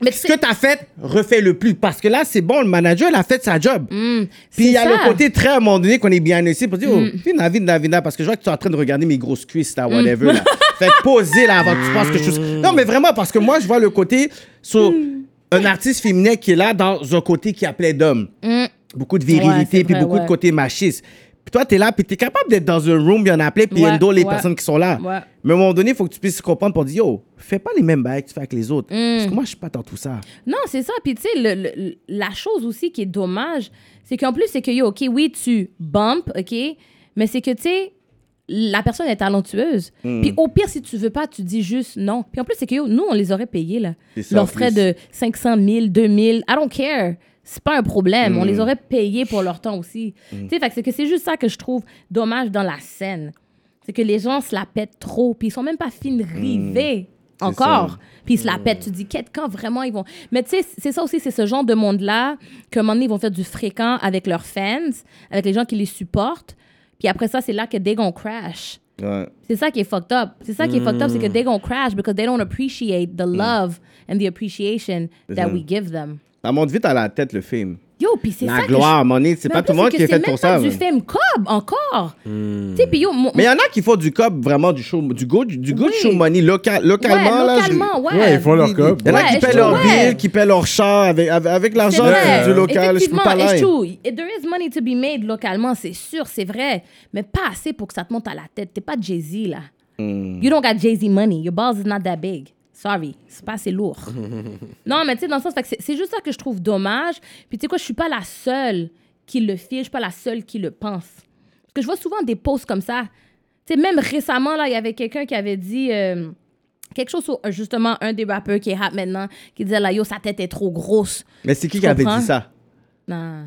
Mais ce tu que sais- t'as fait, refais-le plus. Parce que là, c'est bon, le manager, il a fait sa job. Mm. Puis c'est il y a ça. Mm. le côté très à un moment donné qu'on est bien ici pour dire, oh, viens, viens, viens, parce que je vois que tu es en train de regarder mes grosses cuisses, là, whatever. (laughs) Là. fait que posez là avant que tu penses que je suis. Non, mais vraiment, parce que moi, je vois le côté sur Mm. un artiste féminin qui est là dans un côté qui appelait d'homme. Beaucoup de Mm. Ouais, virilité, c'est puis vrai, beaucoup ouais. de côté machiste. Puis toi, t'es là, puis t'es capable d'être dans un room, il y en a plein, puis il y a Ouais, une dole, les ouais. personnes qui sont là. Ouais. Mais à un moment donné, il faut que tu puisses comprendre pour dire, yo, fais pas les mêmes bails que tu fais avec les autres. Mm. Parce que moi, je suis pas dans tout ça. Non, c'est ça. Puis tu sais, le- le- le- la chose aussi qui est dommage, c'est qu'en plus, c'est que, yo, OK, oui, tu bump, OK, mais c'est que, tu sais, la personne est talentueuse. Hmm. Puis au pire, si tu veux pas, tu dis juste non. Puis en plus, c'est que, yo, nous, on les aurait payés, là. C'est ça, en Leurs frais plus. de 500 000, 2000, I don't care. C'est pas un problème. On les aurait payés pour leur temps aussi. Tu sais, fait que c'est que c'est juste ça que je trouve dommage dans la scène. C'est que les gens se la pètent trop, puis ils sont même pas fin rivés encore. Puis ils se la pètent. Tu dis, quest quand vraiment ils vont. Mais tu sais, c'est ça aussi, c'est ce genre de monde-là qu'à un moment donné, ils vont faire du fréquent avec leurs fans, avec les gens qui les supportent. Puis après ça, c'est là que they gon' crash. C'est ça qui est fucked up. C'est ça qui est fucked up, c'est que Mm. they gon' crash because they don't appreciate the love and the appreciation that we give them. Ça monte vite à la tête, le film. Yo, puis c'est ça que La gloire, à un je- moment donné, c'est Mais pas en tout le plus, monde c'est qui est que fait c'est pour même ça. pas du mais- femme cob encore. Tu sais, puis yo, mon- Mais il y en a qui font du cop vraiment du show, du good, du good Oui. show money local, localement. ouais, là, je- localement, ouais. Ouais, ils font leur cop. Il y en a Ouais, qui je- paient leur ouais. ville, qui paient leur char avec, avec, avec l'argent vrai. du, du local. Je peux Effectivement, pas it's l'air. true. It- There is money to be made localement, c'est sûr, c'est vrai. Mais pas assez pour que ça te monte à la tête. T'es pas Jay-Z, là. Mm. You don't got Jay-Z money. Your balls is not that big. Sorry, c'est pas assez lourd. Mm-hmm. non, mais tu sais, dans le sens, fait que c'est- c'est juste ça que je trouve dommage. Puis tu sais quoi, je suis pas la seule qui le fait, je suis pas la seule qui le pense. Parce que je vois souvent des posts comme ça. Tu sais, même récemment, là, il y avait quelqu'un qui avait dit... euh, Quelque chose sur euh, justement un des rappeurs qui est hot maintenant, qui disait là, yo, sa tête est trop grosse. Mais c'est qui Je qui avait comprends. dit ça? Non.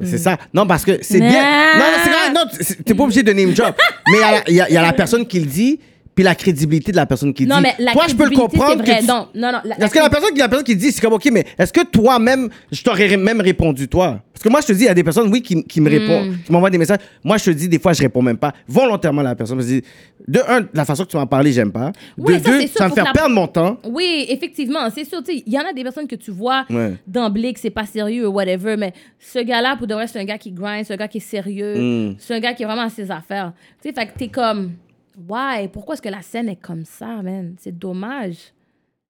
C'est ça. Non, parce que c'est bien. Nah. Non, non, c'est correct. Non, tu- c'est- t'es pas obligé de name drop. Mais il y a- il y, a- il y a la personne qui le dit. puis la crédibilité de la personne qui Non, dit. mais la toi, je peux le crédibilité, comprendre. c'est vrai. que tu- Non, non, non. la- Parce que la personne, qui- la personne qui dit, c'est comme, OK, mais est-ce que toi-même, je t'aurais ré- même répondu, toi? Parce que moi, je te dis, il y a des personnes, oui, qui, qui me Hmm. répondent, qui m'envoient des messages. Moi, je te dis, des fois, je réponds même pas. Volontairement, la personne me dit, de un, la façon que tu m'en parlé, j'aime pas. De Oui, ça, deux, c'est sûr, ça me faut fait que la- perdre mon temps. Oui, effectivement, c'est sûr. tu sais, Il y en a des personnes que tu vois Ouais. d'emblée que c'est pas sérieux ou whatever, mais ce gars-là, pour de vrai, c'est un gars qui grind, c'est un gars qui est sérieux, c'est un gars qui est vraiment à ses affaires. Tu sais, fait que t'es comme, why? Pourquoi est-ce que la scène est comme ça, man? C'est dommage.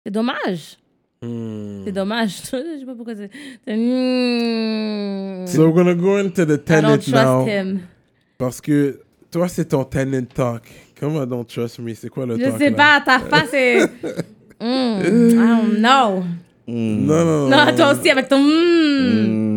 C'est dommage. C'est dommage. (laughs) Je sais pas pourquoi c'est. c'est- Hmm. So we're gonna go into the I don't tenant trust now. him. Parce que toi, c'est ton tenant talk. Comment don't trust me? C'est quoi le Je talk? sais là? pas, ta face est. Hmm, I don't know. Non, non, non. Non, toi aussi avec ton. hmm.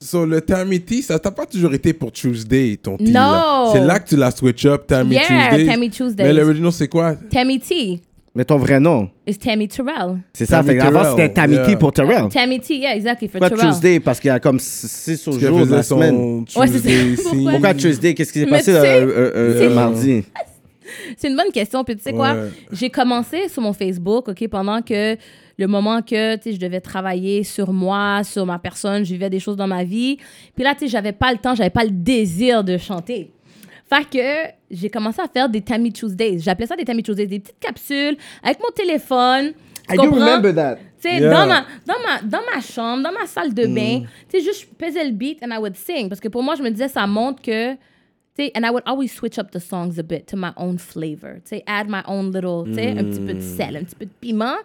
So, le Tamiti, ça t'a pas toujours été pour Tuesday, ton T. No. là. C'est là que tu l'as switch up, Tammy Yeah, Tuesday. Tammy Tuesdays. Mais l'original, c'est quoi? Tammy T. Mais ton vrai nom, It's Tammy Terrell. c'est ça. Tammy Fait que avant, Terrell. c'était Tamiti Yeah. pour Terrell. Tammy T, yeah, exactly, for Pourquoi Terrell. Tuesday? Parce qu'il y a comme six Parce autres qu'elle jours de la faisait semaine. son Ouais, c'est ça. Tuesday signe. (laughs) Pourquoi? Pourquoi Tuesday? Qu'est-ce qui s'est Mais passé tu euh, sais- euh, euh, C'est- mardi? C'est une bonne question. Puis tu sais quoi? Ouais. J'ai commencé sur mon Facebook, OK, pendant que le moment que, tu sais, je devais travailler sur moi, sur ma personne, je vivais des choses dans ma vie. Puis là, tu sais, j'avais pas le temps, j'avais pas le désir de chanter. Fait que j'ai commencé à faire des Tammy Tuesdays. J'appelais ça des Tammy Tuesdays, des petites capsules avec mon téléphone. Tu I do comprends? remember that. Tu sais, Yeah. dans, ma, dans, ma, dans ma chambre, dans ma salle de bain, tu sais, juste je faisais le beat and I would sing. Parce que pour moi, je me disais, ça montre que. Tu sais, and I would always switch up the songs a bit to my own flavor. Tu sais, add my own little. Tu sais, un petit peu de sel, un petit peu de piment.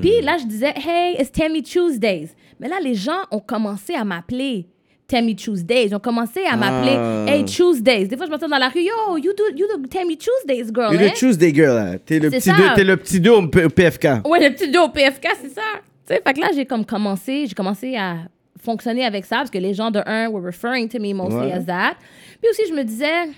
Puis là, je disais, hey, it's Tammy Tuesdays. Mais là, les gens ont commencé à m'appeler. Tammy Tuesdays. Ils ont commencé à m'appeler Ah. Hey Tuesdays. Des fois, je m'entends dans la rue, Yo, you do, you do Tammy Tuesdays, girl. You're hein? the Tuesday girl, là. T'es le C'est petit ça. deux- t'es le petit deux au P- au PFK. Ouais, le petit dos au PFK, c'est ça. Tu sais, fait que là, j'ai comme commencé, j'ai commencé à fonctionner avec ça parce que les gens de un were referring to me mostly Ouais. as that. Puis aussi, je me disais,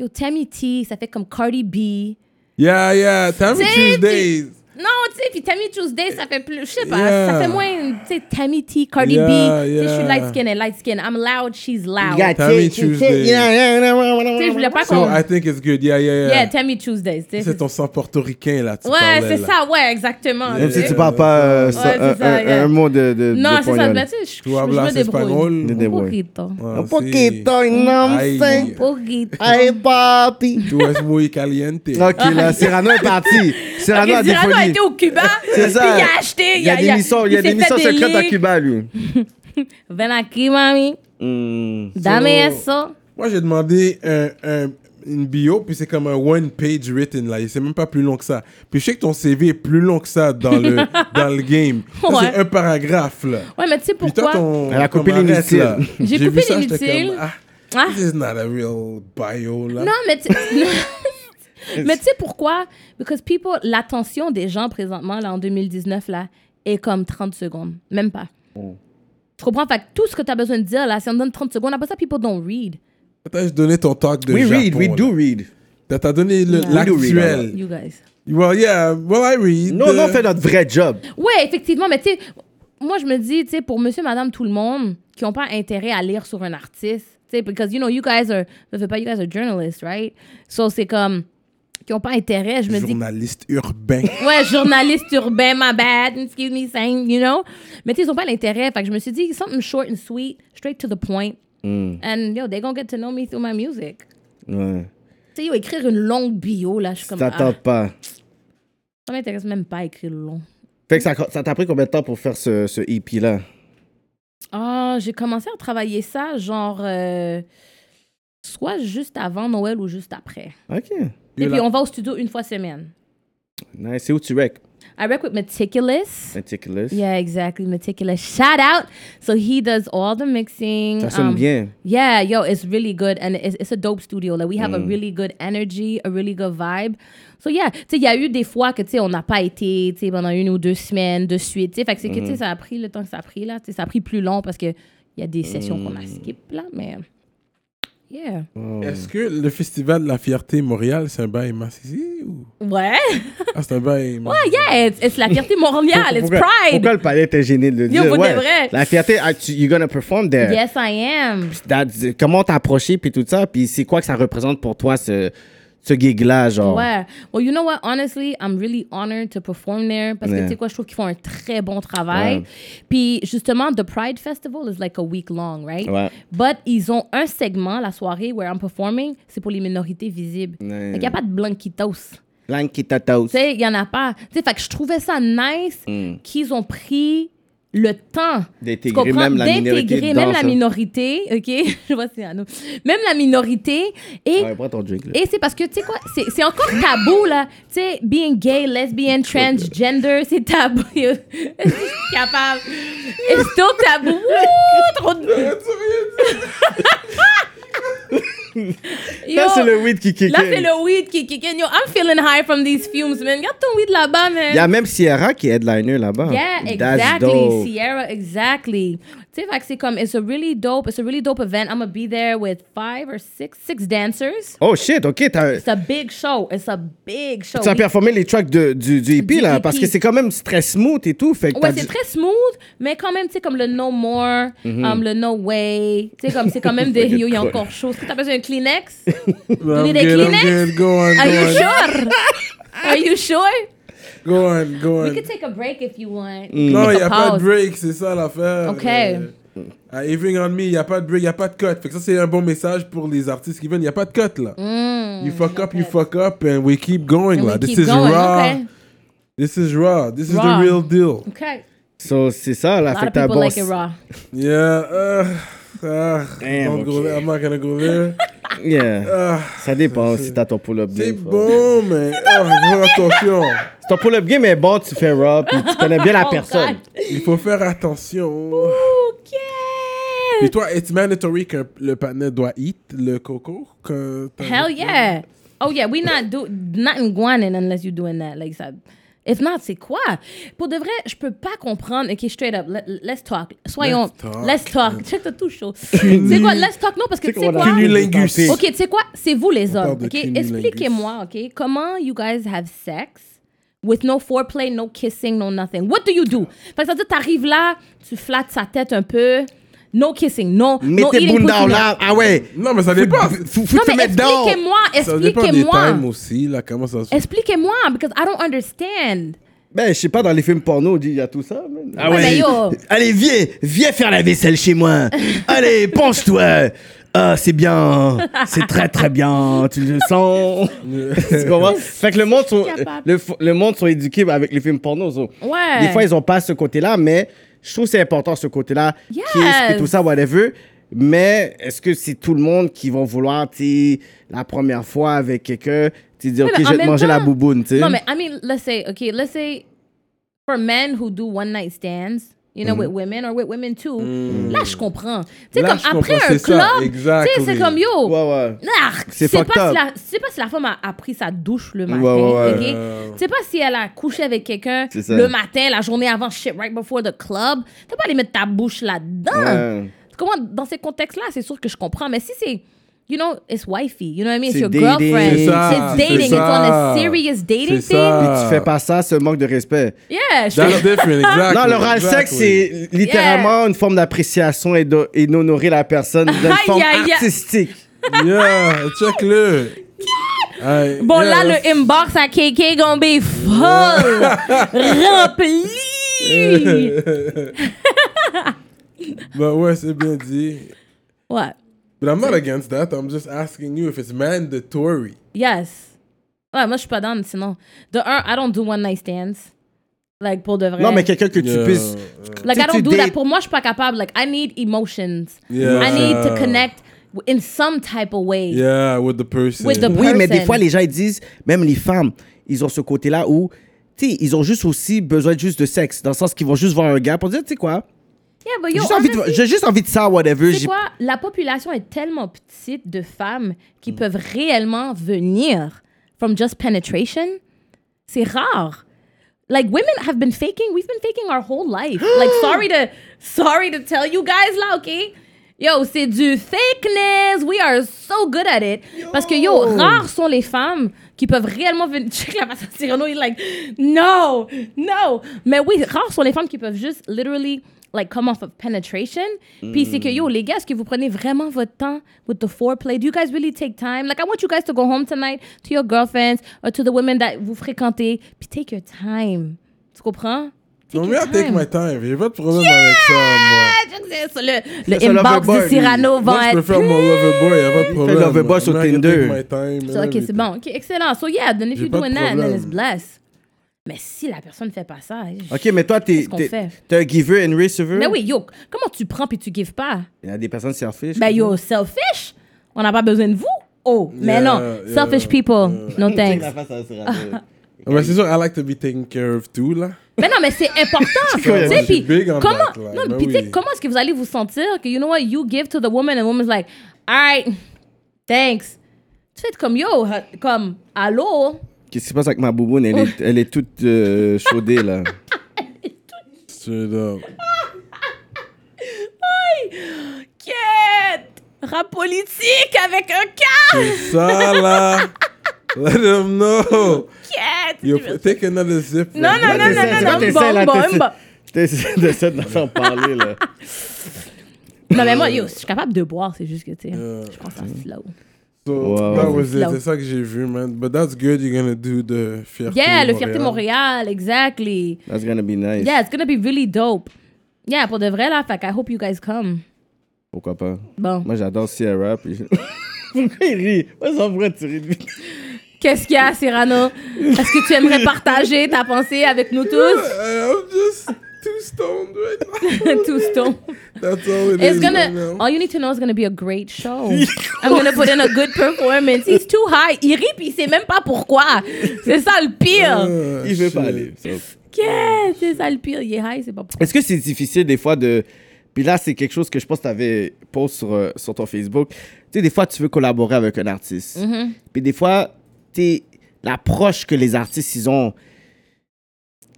yo, Tammy T, ça fait comme Cardi B. Yeah, yeah, Tammy Tu sais, Tuesdays. Non, tu sais, puis Tammy Tuesday, ça fait plus, je sais pas, Yeah. ça fait moins, tu sais, Tammy T, Cardi Yeah, B. Tu sais, je suis yeah. light skin and light skin. I'm loud, she's loud. Yeah, Tammy tu- tu- tu- Tuesday. yeah, yeah, yeah, yeah, yeah, Ah Tu sais, je voulais pas So, qu'on. I think it's good. Yeah, yeah, yeah. Yeah, Tammy Tuesday. tu sais. c'est ton sang portoricain, là, tu Ouais, parlais, c'est là. ça, ouais, exactement. Même tu si sais. tu parles pas euh, ça- c'est un, ça, un- yeah. un mot de, de, Non, de c'est ça, poignol. mais tu sais, je je Tu hablas me débrouille. espagnol. Des Un débrouille. poquito. Ah, Un sí. poquito, non, Aïe. c'est- Poquito. Hey, papi. Tu es muy caliente. Ok, là, Cyrano est parti. Cyrano a Parce que Ah. Cyrano a défoli. été au Cuba, (laughs) C'est ça. puis il a acheté. Il y a des missions, il y a des missions secrètes à Cuba, lui. Ven aquí, mami. Hmm. Dame So- eso. Moi, j'ai demandé un, un- une bio, puis c'est comme un one page written, là. Et C'est même pas plus long que ça. Puis je sais que ton CV est plus long que ça dans le, (laughs) dans le game. Ça, Ouais. C'est un paragraphe, là. Ouais, mais tu sais Puis toi, pourquoi? ton- Elle a ton coupé arrête, l'inutile. là. J'ai vu coupé ça, j'étais l'inutile. comme, ah, Ah. This is not a real bio, là. Non, mais tu Mais tu sais pourquoi? Because people, l'attention des gens présentement, là, en 2019, là, est comme 30 secondes. Même pas. Tu comprends? Fait que tout ce que tu as besoin de dire, là, si on te donne 30 secondes, après ça, people don't read. Attends, je donnais ton talk de We Japon. read, we là. do read. T'as- T'as donné le- Yeah. We do read, l'actuel. You guys. Well, yeah, well, I read. Non, non, on fait notre vrai job. Oui, effectivement, mais tu sais, moi je me dis, tu sais, pour monsieur, madame, tout le monde qui n'ont pas intérêt à lire sur un artiste, tu sais, because you know, you guys are, je veux pas, you guys are journalists, right? So c'est comme, qui n'ont pas intérêt, je me dis. Journaliste urbain. Ouais, journaliste urbain, my bad, excuse me, same, you know? Mais tu sais, ils n'ont pas l'intérêt, fait que je me suis dit, something short and sweet, straight to the point. And yo, they gonna get to know me through my music. Ouais. Tu sais, yo, écrire une longue bio, là, je suis comme. T'attends Ah, pas. ça m'intéresse même pas à écrire long. Fait que ça ça t'a pris combien de temps pour faire ce, E ce EP-là? Ah, j'ai commencé à travailler ça, genre, euh, soit juste avant Noël ou juste après. OK. Et puis, là- on va au studio une fois semaine. Nice. C'est où tu rec? I work with Meticulous. Meticulous. Yeah, exactly. Meticulous. Shout out. So he does all the mixing. Ça sonne um, bien. Yeah, yo, it's really good. And it's, it's a dope studio. Like, we have Mm. a really good energy, a really good vibe. So, yeah, tu sais, il y a eu des fois que, tu sais, on n'a pas été, tu sais, pendant une ou deux semaines de suite. Tu sais, fait que c'est que, Mm-hmm. tu sais, ça a pris le temps que ça a pris, là. Tu sais, ça a pris plus long parce qu'il y a des sessions qu'on Mm. a skip, là. Mais, yeah. Oh. Est-ce que le festival de la fierté Montréal, c'est un bail massif ou... Ouais. (laughs) Ah, c'est un bail massif. yeah, it's, it's la fierté mondiale. It's Pourquoi- pride. Pourquoi le palais était gêné de le dire? pour de Ouais. vrai. La fierté, ah, tu- you're gonna perform there. Yes, I am. That's- comment t'approcher puis tout ça puis c'est quoi que ça représente pour toi ce ce gig-là, genre. Ouais. Well, you know what? Honestly, I'm really honored to perform there parce que Yeah. tu sais quoi, je trouve qu'ils font un très bon travail. Ouais. Puis justement, the Pride Festival is like a week long, right? Ouais. But ils ont un segment la soirée where I'm performing, c'est pour les minorités visibles. Il n'y a pas de blanquitos. Tu Blanquitatos. sais, il n'y en a pas. Tu sais, fait que je trouvais ça nice qu'ils ont pris le temps Hmm. D'intégrer tu comprends? même la minorité D'intégrer dans même la ça. minorité, OK? (laughs) je vois, c'est à nous. Même la minorité. Et Ouais, prends ton drink, là. et c'est parce que, tu sais quoi, c'est c'est encore tabou, là. Tu sais, being gay, lesbian, transgender, c'est tabou. (laughs) Est-ce que je suis capable? It's still tabou. Ouh, trop de... (laughs) Là, Yo, c'est le weed qui kick Là, in. c'est le weed qui kick in. Yo, I'm feeling high from these fumes, man. Regarde ton weed là-bas, man. Il y a même Sierra qui est headliner là-bas. Yeah, That's exactly. dope. Sierra, exactly. Tu sais, fait que c'est comme, it's a really dope, it's a really dope event. I'm gonna be there with five or six, six dancers. Oh shit, ok, t'as- It's a big show. It's a big show. tu as We- performé les tracks de, du, du EP Du là, EP. parce que c'est quand même très smooth et tout. Fait que Ouais, t'as c'est dit- très smooth, mais quand même, tu sais, comme le No More, Mm-hmm. um, le No Way. Tu sais, comme c'est quand (laughs) même des yo, il y a encore chaud. Est-ce que t'as besoin d'un (laughs) Kleenex? I'm need a good, I'm Kleenex? good. Go on, Are you go on. (laughs) sure? Are you sure? Go on, go We on. could take a break if you want. Mm. Non, Take il n'y a a pas pause. de break, c'est ça l'affaire. Ok. Euh, à Everything on me, il n'y a pas de break, il n'y a pas de cut. Fait que ça, c'est un bon message pour les artistes qui viennent. Il n'y a pas de cut, là. Mm. You fuck up, you fuck up, and we keep going, And là. we This keep is going, raw. okay. This is raw. This is Raw. the real deal. Okay. So, c'est ça là. A Fait lot of que t'as people bon. like it raw. Yeah. Uh, uh, Damn, don't go ok. there. I'm not gonna go (laughs) there. Yeah. Ah, Ça dépend si t'as ton pull-up c'est game. frère. bon, mais oh, faut faire attention. Si ton pull-up game est bon, tu fais rap puis tu connais bien (laughs) la Oh, personne. God. Il faut faire attention. Et Okay. toi, it's mandatory que le partner doit eat le coco? Que t'as- Mm-hmm. Hell yeah. Oh yeah, we not do not in Guanin unless you're doing that. Like ça. If not, c'est quoi? Pour de vrai, je peux pas comprendre. Ok, straight up, let- let's talk. Soyons. Let's talk. Let's talk. (laughs) Check, t'as tout (laughs) chaud. c'est quoi? Let's talk. Non, parce que tu sais qu'on quoi? a- Cunnilingus. Ok, tu sais quoi? C'est vous les parle hommes. de Ok, cunnilingus. expliquez-moi. Ok, comment you guys have sex? With no foreplay, no kissing, no nothing. What do you do? Fait que ça veut dire, t'arrives là, tu flattes sa tête un peu. No kissing, no, Mets no tes eating boules pussy, down no- là. Ah ouais. Non, mais ça dépend. Faut, faut Non, te mais mettre down. expliquez-moi, Ça dépend des expliquez-moi. times aussi, là, comment ça se fait. Expliquez-moi, because I don't understand. Ben, je sais pas, dans les films porno, il y a tout ça. man. Ah Ouais, ouais. mais Bah, yo. Allez, viens, viens faire la vaisselle chez (laughs) moi. Allez, penche-toi. Ah, c'est bien. C'est très, très bien. Tu le sens. (laughs) tu comprends? Fait que le monde, sont, Capable. le, fo- le monde sont éduqués avec les films porno. so. Ouais. Des fois, ils ont pas ce côté-là, mais je trouve que c'est important ce côté-là. Yes. Qui est tout ça, whatever. Mais est-ce que c'est tout le monde qui vont vouloir, tu sais, la première fois avec quelqu'un, tu sais, dire, Ouais, OK, mais en je vais te même manger la temps- bouboune, tu sais? No, man, I mean, let's say, okay, let's say for men who do one night stands, you know, with Mm-hmm. women or with women too, Mm. là, je comprends. Tu sais, Là, comme je après comprends, un c'est ça, club, tu sais, c'est exactly. comme yo. Ouais, ouais. arc, C'est tu sais fucked pas up. si la- tu sais pas si la femme a, a pris sa douche le matin, ouais, ouais. ok? Ouais. Tu sais pas si elle a couché avec quelqu'un C'est ça. le matin, la journée avant, shit, right before the club. Tu peux pas aller mettre ta bouche là-dedans. Ouais. Tu comprends? Dans ces contextes-là, c'est sûr que je comprends. Mais si c'est, you know, it's wifey, you know what I mean? It's C'est your dating. girlfriend. C'est ça, It's dating. c'est It's on a ça. serious dating C'est ça. thing. Puis tu fais pas ça, ce manque de respect. Yeah, je (laughs) That's different, exactly. Non, l'oral sexe, exactly. c'est littéralement une forme d'appréciation et de- et d'honorer la personne d'une Aïe, forme aïe, aïe. artistique. Yeah, check-le. Aïe, Bon, yeah, là, le inbox à KK gonna be full, rempli. (laughs) Bah ouais, c'est bien dit. What? But I'm not against that. I'm just asking you if it's mandatory. Yes. Ouais, moi, je suis pas down, sinon. De un, I don't do one night stands. Like, pour de vrai. Non, mais quelqu'un que tu Yeah. puisses. like, tu- I don't tu do that. dates. Pour moi, je suis pas capable. Like, I need emotions. Yeah. I need to connect w- in some type of way. Yeah, with the person. With the Oui, mais person. des fois, les gens, ils disent, même les femmes, ils ont ce côté-là où, tu sais, ils ont juste aussi besoin de juste de sexe. Dans le sens qu'ils vont juste voir un gars pour dire, tu sais quoi, Yeah, but j'ai yo, juste envie de- honestly, j'ai juste envie de ça, whatever. tu sais j'ai- quoi? La population est tellement petite de femmes qui peuvent réellement venir from just penetration. C'est rare. Like women have been faking, we've been faking our whole life. like sorry to sorry to tell you guys là, OK? Yo, c'est du fakeness. We are so good at it. Parce que yo, rares sont les femmes qui peuvent réellement venir (laughs) check la façon de Cyrano, il est like no, no. Mais oui, rares sont les femmes qui peuvent juste literally like come off of penetration. Puis c'est que yo les gars, est-ce que vous prenez vraiment votre temps with the foreplay? Do you guys really take time? Like I want you guys to go home tonight to your girlfriends or to the women that vous fréquentez. Puis take your time. Tu comprends? Take Non, mais your I'll take time. my time. J'ai pas de problème avec ça, moi. Ah, je sais, sur le, le C'est un inbox loverboy, de lui. Cyrano Moi, va je être. peux faire mon loverboy, y'a pas de problème. loverboy sur I'm not gonna Tinder. take my time, So, ok, everything. c'est bon. Ok, excellent. So, yeah, then if J'ai you're pas de doing that, then problème. it's blessed. Mais si la personne ne fait pas ça. je- OK, mais toi, t'es Qu'est-ce qu'on t'es- fait? t'es un giver and receiver. Mais oui, yo, comment tu prends puis tu gives pas? Il y a des personnes selfish. (laughs) Ben, yo, selfish. On n'a pas besoin de vous. Oh, mais non. Mm-hmm. yeah, selfish people. No thanks. Ouais, c'est sûr, I like to be taken care of too, là. Mais non, mais c'est important. (laughs) tu quoi, sais, moi, puis je suis big on comment, that, là. non, Ben puis tu sais, oui. comment est-ce que vous allez vous sentir que, you know what, you give to the woman and the woman's like, all right, thanks. Tu fais comme, yo, ha- comme, allô? Qu'est-ce qui se passe avec ma bouboune? Elle est, elle est toute euh, chaudée, (laughs) là. Straight up. Quête! Rap politique avec un cas! C'est ça, là. Let them know. Quête! Yo, take another zip. Non, non, non, non, non, non, T'essaies, bon, là, bon, t'essaies. bon. (laughs) T'essaies d'essayer de faire parler, là. Non, mais moi, yo, je suis capable de boire, c'est juste que, tu sais, Euh, je prends mm. ça slow. So, Wow. that was it. Slow. C'est ça que j'ai vu, man. But that's good, you're gonna do the fierté Yeah, le Fierté Montréal, exactly. That's gonna be nice. Yeah, it's gonna be really dope. Yeah, pour de vrai, là, fait que I hope you guys come. Pourquoi pas? Bon. Moi, j'adore Sierra. Puis... (laughs) Pourquoi il rit? Moi, ça pourrait tirer de lui. Qu'est-ce qu'il y a, Cyrano? Est-ce que tu aimerais partager ta pensée avec nous tous? (laughs) Uh, I'm just too stoned right now. tous, ton. That's all it It's is right gonna. now. All you need to know is gonna be a great (laughs) show. I'm gonna put in a good performance. He's too high. Il rit puis il sait même pas pourquoi. C'est ça le pire. Ah, Il veut shit. pas aller. So- Qu'est-ce c'est ça le pire. Il est high, c'est pas pourquoi. Est-ce que c'est difficile des fois de. Puis là, c'est quelque chose que je pense que tu avais posté sur, euh, sur ton Facebook. Tu sais, des fois, tu veux collaborer avec un artiste. Puis des fois, tu sais, l'approche que les artistes, ils ont.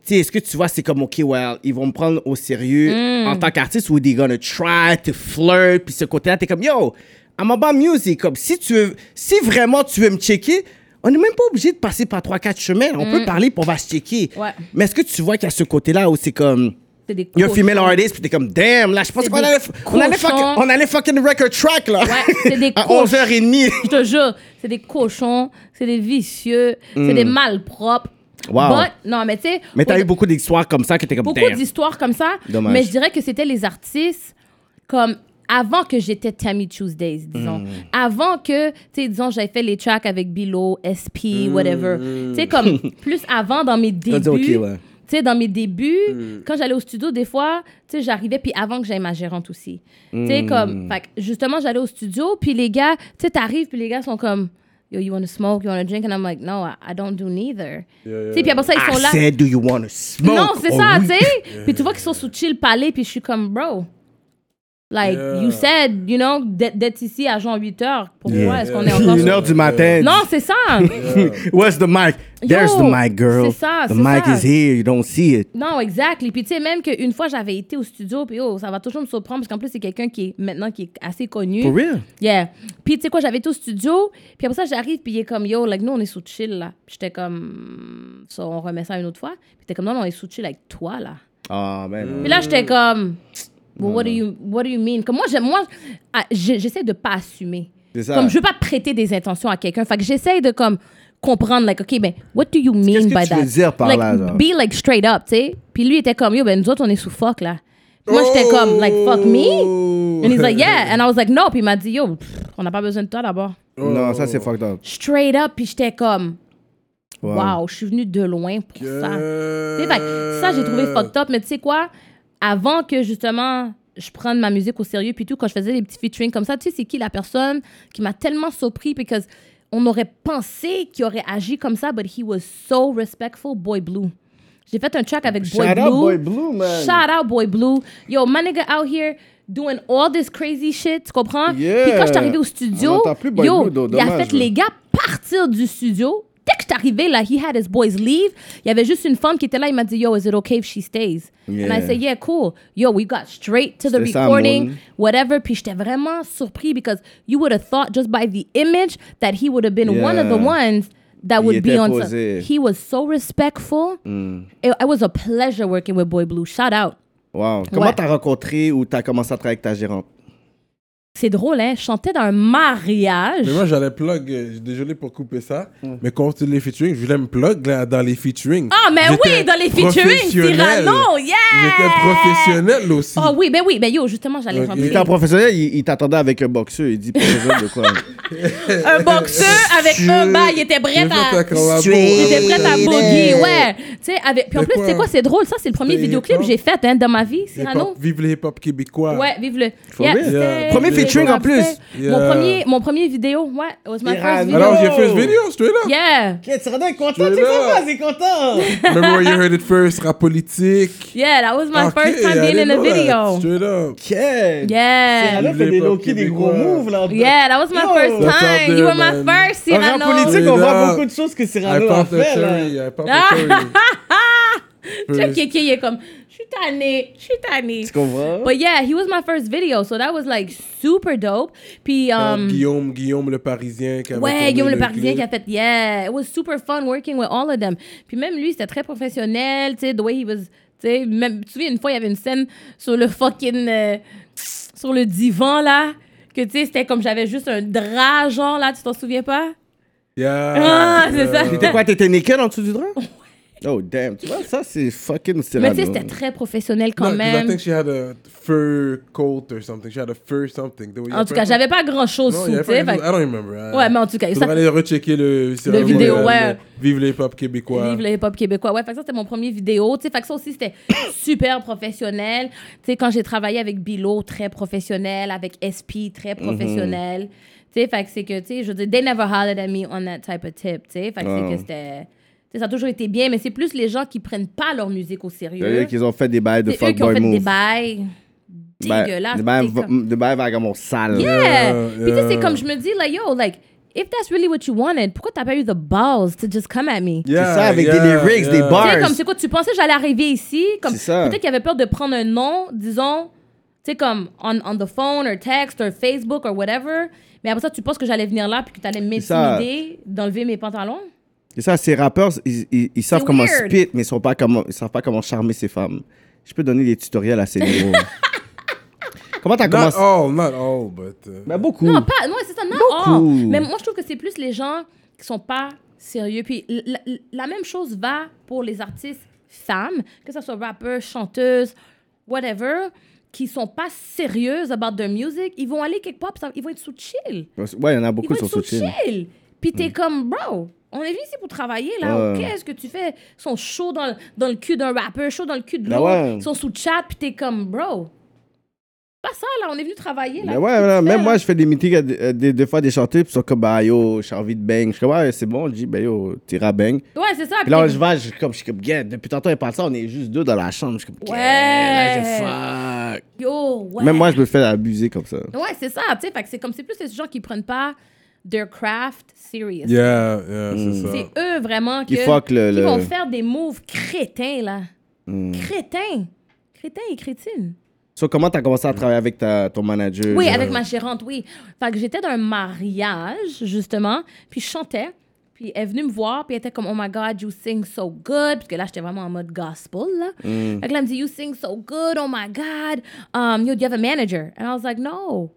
Tu sais, est-ce que tu vois, c'est comme, OK, well, ils vont me prendre au sérieux en tant qu'artiste ou they're gonna try to flirt. Puis ce côté-là, t'es comme, yo, I'm about music. Comme si tu veux, si vraiment tu veux me checker, on n'est même pas obligé de passer par trois, quatre chemins. On peut parler, puis on va se checker. Ouais. Mais est-ce que tu vois qu'il y a ce côté-là où c'est comme. C'est des Il y a un cochons. female artist, puis t'es comme, damn, là, je pense C'est qu'on des allait, on allait, cochons. fucking, on allait fucking record track, là. (laughs) Ouais, c'est des À cochons. 11h30. Je te jure, c'est des cochons, c'est des vicieux, c'est des malpropres. Hmm. Wow. But- non, mais tu sais. (laughs) Mais t'as au- eu beaucoup d'histoires comme ça que t'es comme, beaucoup damn. d'histoires comme ça. Dommage. Mais je dirais que c'était les artistes comme avant que j'étais Tammy Tuesdays, disons. Mm. Avant que, tu sais, disons, j'avais fait les tracks avec Bilo, SP, whatever. Tu sais, (laughs) comme plus avant dans mes T'as débuts. dit, Mm. OK, ouais. Mm. Tu sais, dans mes débuts, quand j'allais au studio, des fois, tu sais, j'arrivais, puis avant que j'aille ma gérante aussi. Tu Mm. sais, comme, fait que justement, j'allais au studio, puis les gars, tu sais, t'arrives, puis les gars sont comme, Yo, you wanna smoke, you wanna drink? And I'm like, no, I, I don't do neither. Tu sais, puis après ça, ils sont I là. said, do you want to smoke? Non, c'est Oh, ça, oui. tu sais. (laughs) Puis tu vois qu'ils sont sous chill palais, puis je suis comme, bro. Like, Yeah. you said, you know, d'être d'être ici à genre 8 heures. Pourquoi Yeah. est-ce qu'on est encore. (laughs) Une heure du matin. Non, c'est (laughs) ça. (laughs) Where's the mic? There's Yo, the mic, girl. c'est ça, the c'est mic ça. is here, you don't see it. non, exact. Et puis, tu sais, même qu'une fois, j'avais été au studio, puis oh, ça va toujours me surprendre, parce qu'en plus, c'est quelqu'un qui est maintenant qui est assez connu. For real? Yeah. Puis, tu sais quoi, j'avais été au studio, puis après ça, j'arrive, puis il est comme, yo, like, nous, on est sous chill, là. Puis j'étais comme, ça, on remet ça une autre fois. Puis t'es comme, non, non, on est sous chill avec toi, là. Ah, ben non. Mais là, j'étais comme, well, what, do you, what do you mean? Comme moi, j'aime- moi ah, j'ai- j'essaie de pas assumer. C'est ça. Comme je veux pas prêter des intentions à quelqu'un. Fait que j'essaie de comme comprendre, like, OK, ben, what do you Qu'est-ce mean que by tu that? veux dire par like, là, genre? Be like straight up, tu sais. Puis lui, il était comme, yo, ben, nous autres, on est sous fuck, là. Puis Moi, j'étais comme, like, fuck me? Oh! And he's like, yeah. And I was like, no. Puis il m'a dit, yo, pff, on n'a pas besoin de toi d'abord. Non, ça, c'est fucked up. Straight up. Puis j'étais comme, Wow. wow, je suis venue de loin pour ça. Tu sais, fait que Euh, ça, j'ai trouvé fucked up. Mais tu sais quoi? Avant que justement je prenne ma musique au sérieux, puis tout, quand je faisais des petits featuring comme ça, tu sais, c'est qui la personne qui m'a tellement surpris parce on aurait pensé qu'il aurait agi comme ça, but he was so respectful, Boy Blue. J'ai fait un track avec Boy Shout Blue. out Boy Blue, man. Shout out Boy Blue. Yo, my nigga out here doing all this crazy shit, tu comprends? Yeah. Puis quand je suis arrivée au studio, On entend plus Boy yo, Blue, do- il a dommage, fait là. les gars partir du studio. Dès que je suis arrivée, là, he had his boys leave. Il y avait juste une femme qui était là. Il m'a dit, yo, is it okay if she stays? And I Yeah. said, yeah, cool. Yo, we got straight to the C'était ça, recording, mon. whatever. Puis j'étais vraiment surpris because you would have thought just by the image that he would have been one of the Yeah. ones that Il would be était on. posé. Mm. He was so respectful. It, it was a pleasure working with Boy Blue. Shout out. Wow. Comment Ouais. t'as rencontré ou t'as commencé à travailler avec ta gérante? C'est drôle, hein? Je chantais dans un mariage. Mais moi, j'allais plug, euh, je- désolé pour couper ça, Mm. mais quand les featuring, je voulais me plug là, dans les featuring. Ah, mais J'étais oui, dans les featuring, professionnel. Cyrano, yeah! J'étais professionnel aussi. Oh oui, ben oui, ben yo, justement, j'allais Ok. rentrer. Quand un professionnel, il, il t'attendait avec un boxeur. Il dit, professeur de (laughs) quoi? Un boxeur (laughs) avec Shit. un bas, il était prêt J'ai fait un euh, à... collabo. Il Straight. était prêt à boogie, ouais. Tu sais, avec... Puis en C'est plus, quoi? c'est quoi, c'est drôle, ça, c'est le premier C'est vidéoclip que hip-hop. j'ai fait hein, dans ma vie, Cyrano. Hip-hop, Vive le hip-hop québécois. Ouais, vive le. For real? c'était- Yeah. Premier c'était featuring en plus. parfait. Mon, Yeah. premier, mon premier vidéo, ouais. It was my Cyrano. first video. Alors, j'ai fait ce vidéo, straight up. Yeah. Ok, Cyrano est content, Je c'est suis là. content, c'est content! (laughs) Remember where you heard it first, rap politique. (laughs) Yeah, that was my Ok, first time I being in didn't a know that. video. Straight up. Ok! Yeah. Yeah. Cyrano fait des Hip-hop low-key, des gros québécois. moves, là. Yeah, that was my Yo. first That's out time. there, You were my man. first, En rap Cyrano. politique, on Straight voit up. beaucoup de choses que Cyrano I a popped the fait, là. cherry. I popped (laughs) the cherry. Le Kéké, il est comme, je suis tanné, je suis tanné. Tu comprends? But yeah, he was my first video, so that was like super dope. Puis, um, Guillaume, Guillaume le Parisien. Qui avait Ouais, tourné Guillaume le Parisien clip. qui a fait Yeah, it was super fun working with all of them. Puis même lui, c'était très professionnel, tu sais, the way he was. Tu sais, même, tu te souviens, une fois, il y avait une scène sur le fucking. euh, sur le divan, là. Que tu sais, c'était comme j'avais juste un drap, genre, là, tu t'en souviens pas? Yeah. Ah, c'est ça. T'étais quoi? T'étais naked en dessous du drap? Oh, damn. Tu vois, ça, c'est fucking Cyrano. Mais tu sais, c'était très professionnel quand No, 'cause I même. think she had a fur coat or something. She had a fur something. There was- En tout cas, j'avais pas grand chose Non, sous, il y avait tu pas sais. quelque fait chose- I don't remember. que- Ouais, mais en tout cas, Il ça, faudrait aller rechecker le, c'est vraiment vidéo, le- ouais. le- Vive le hip-hop québécois. Vive le hip-hop québécois. Ouais, fait que ça, c'était mon premier vidéo. Tu sais, fait que ça aussi, c'était (coughs) super professionnel. Tu sais, quand j'ai travaillé avec Bilo, très professionnel, avec SP, Mm-hmm. très professionnel. Tu sais, fait que c'est que, tu sais, je veux dire, they never hollered at me on that type of tip. Tu sais, fait que c'est que c'était. Tu sais, ça a toujours été bien, mais c'est plus les gens qui prennent pas leur musique au sérieux. C'est-à-dire qu'ils ont fait des bails de C'est eux qui ont fuckboy fait des moves. bails Bails- dégueulasses. Des bails Mm. T'es va- comme- des bails vagabonds sales. Yeah. Yeah, Puis tu sais, c'est yeah. comme je me dis, like, yo, like, if that's really what you wanted, pourquoi t'as pas eu the balls to just come at me? Yeah, C'est ça, avec yeah, des lyrics, des yeah. bars. Tu sais, comme c'est quoi, tu pensais que j'allais arriver ici? Comme, C'est ça. Peut-être qu'il avait peur de prendre un nom, disons, tu sais, comme on, on the phone, or text, or Facebook, or whatever. Mais après ça, tu penses que j'allais venir là puis que t'allais ça. m'intimider d'enlever mes pantalons? C'est ça, ces rappeurs, ils, ils- ils savent C'est comment weird. spit, mais ils sont pas comment, ils savent pas comment charmer ces femmes. Je peux donner des tutoriels à (laughs) ces niveaux. comment t'as Not commencé? all, not all, but. uh, Ben, beaucoup. Non, pas. Non, c'est ça, non. Beaucoup. oh. Mais moi, je trouve que c'est plus les gens qui sont pas sérieux. Puis l- la, la même chose va pour les artistes femmes, que ce soit rappeurs, chanteuses, whatever, qui sont pas sérieuses about their music. Ils vont aller quelque part, puis ça- ils vont être sous chill. Ouais, il y en a Ils vont beaucoup sur être sous ce chill. film. Hmm. Puis t'es comme, bro. On est venu ici pour travailler, là. Ouais. Qu'est-ce que tu fais? Ils sont chauds dans, le- dans le cul d'un rappeur, chauds dans le cul de Ben l'autre. ouais. Ils sont sous chat, puis t'es comme, bro. Pas ça, là. On est venu travailler, là. Ben ouais, Qu'est-ce que voilà, tu fais, même là? moi, je fais des meetings, à des, à des- des fois, des chanteurs, puis ils sont comme, bah yo, j'ai envie de bang. Je suis comme, ouais, c'est bon, je dis, ben yo, t'iras bang. Ouais, c'est ça. Puis là, puis- je vais, je suis comme, je suis comme, yeah, depuis tantôt, elle parle ça, on est juste deux dans la chambre. Je suis comme, Ouais. yeah, là, je fuck. Yo, ouais. Même moi, je me fais abuser comme ça. Ouais, c'est ça. Tu sais, fait que c'est comme c'est plus les gens qui prennent pas their craft serious. Yeah, yeah, c'est ça. C'est eux vraiment Qui que- fuck le- Hmm. qui le- vont faire des moves crétins, là. Crétins. Crétins et crétines. So, comment t'as commencé à travailler avec ta, ton manager? euh, Oui, genre? avec ma gérante, oui. Fait que j'étais dans un mariage, justement, puis je chantais. Puis elle est venue me voir, puis elle était comme, oh my God, you sing so good. Parce que là, j'étais vraiment en mode gospel, là. Fait que là, elle me dit, you sing so good, oh my God. Um, yo, do you have a manager? And I was like, no.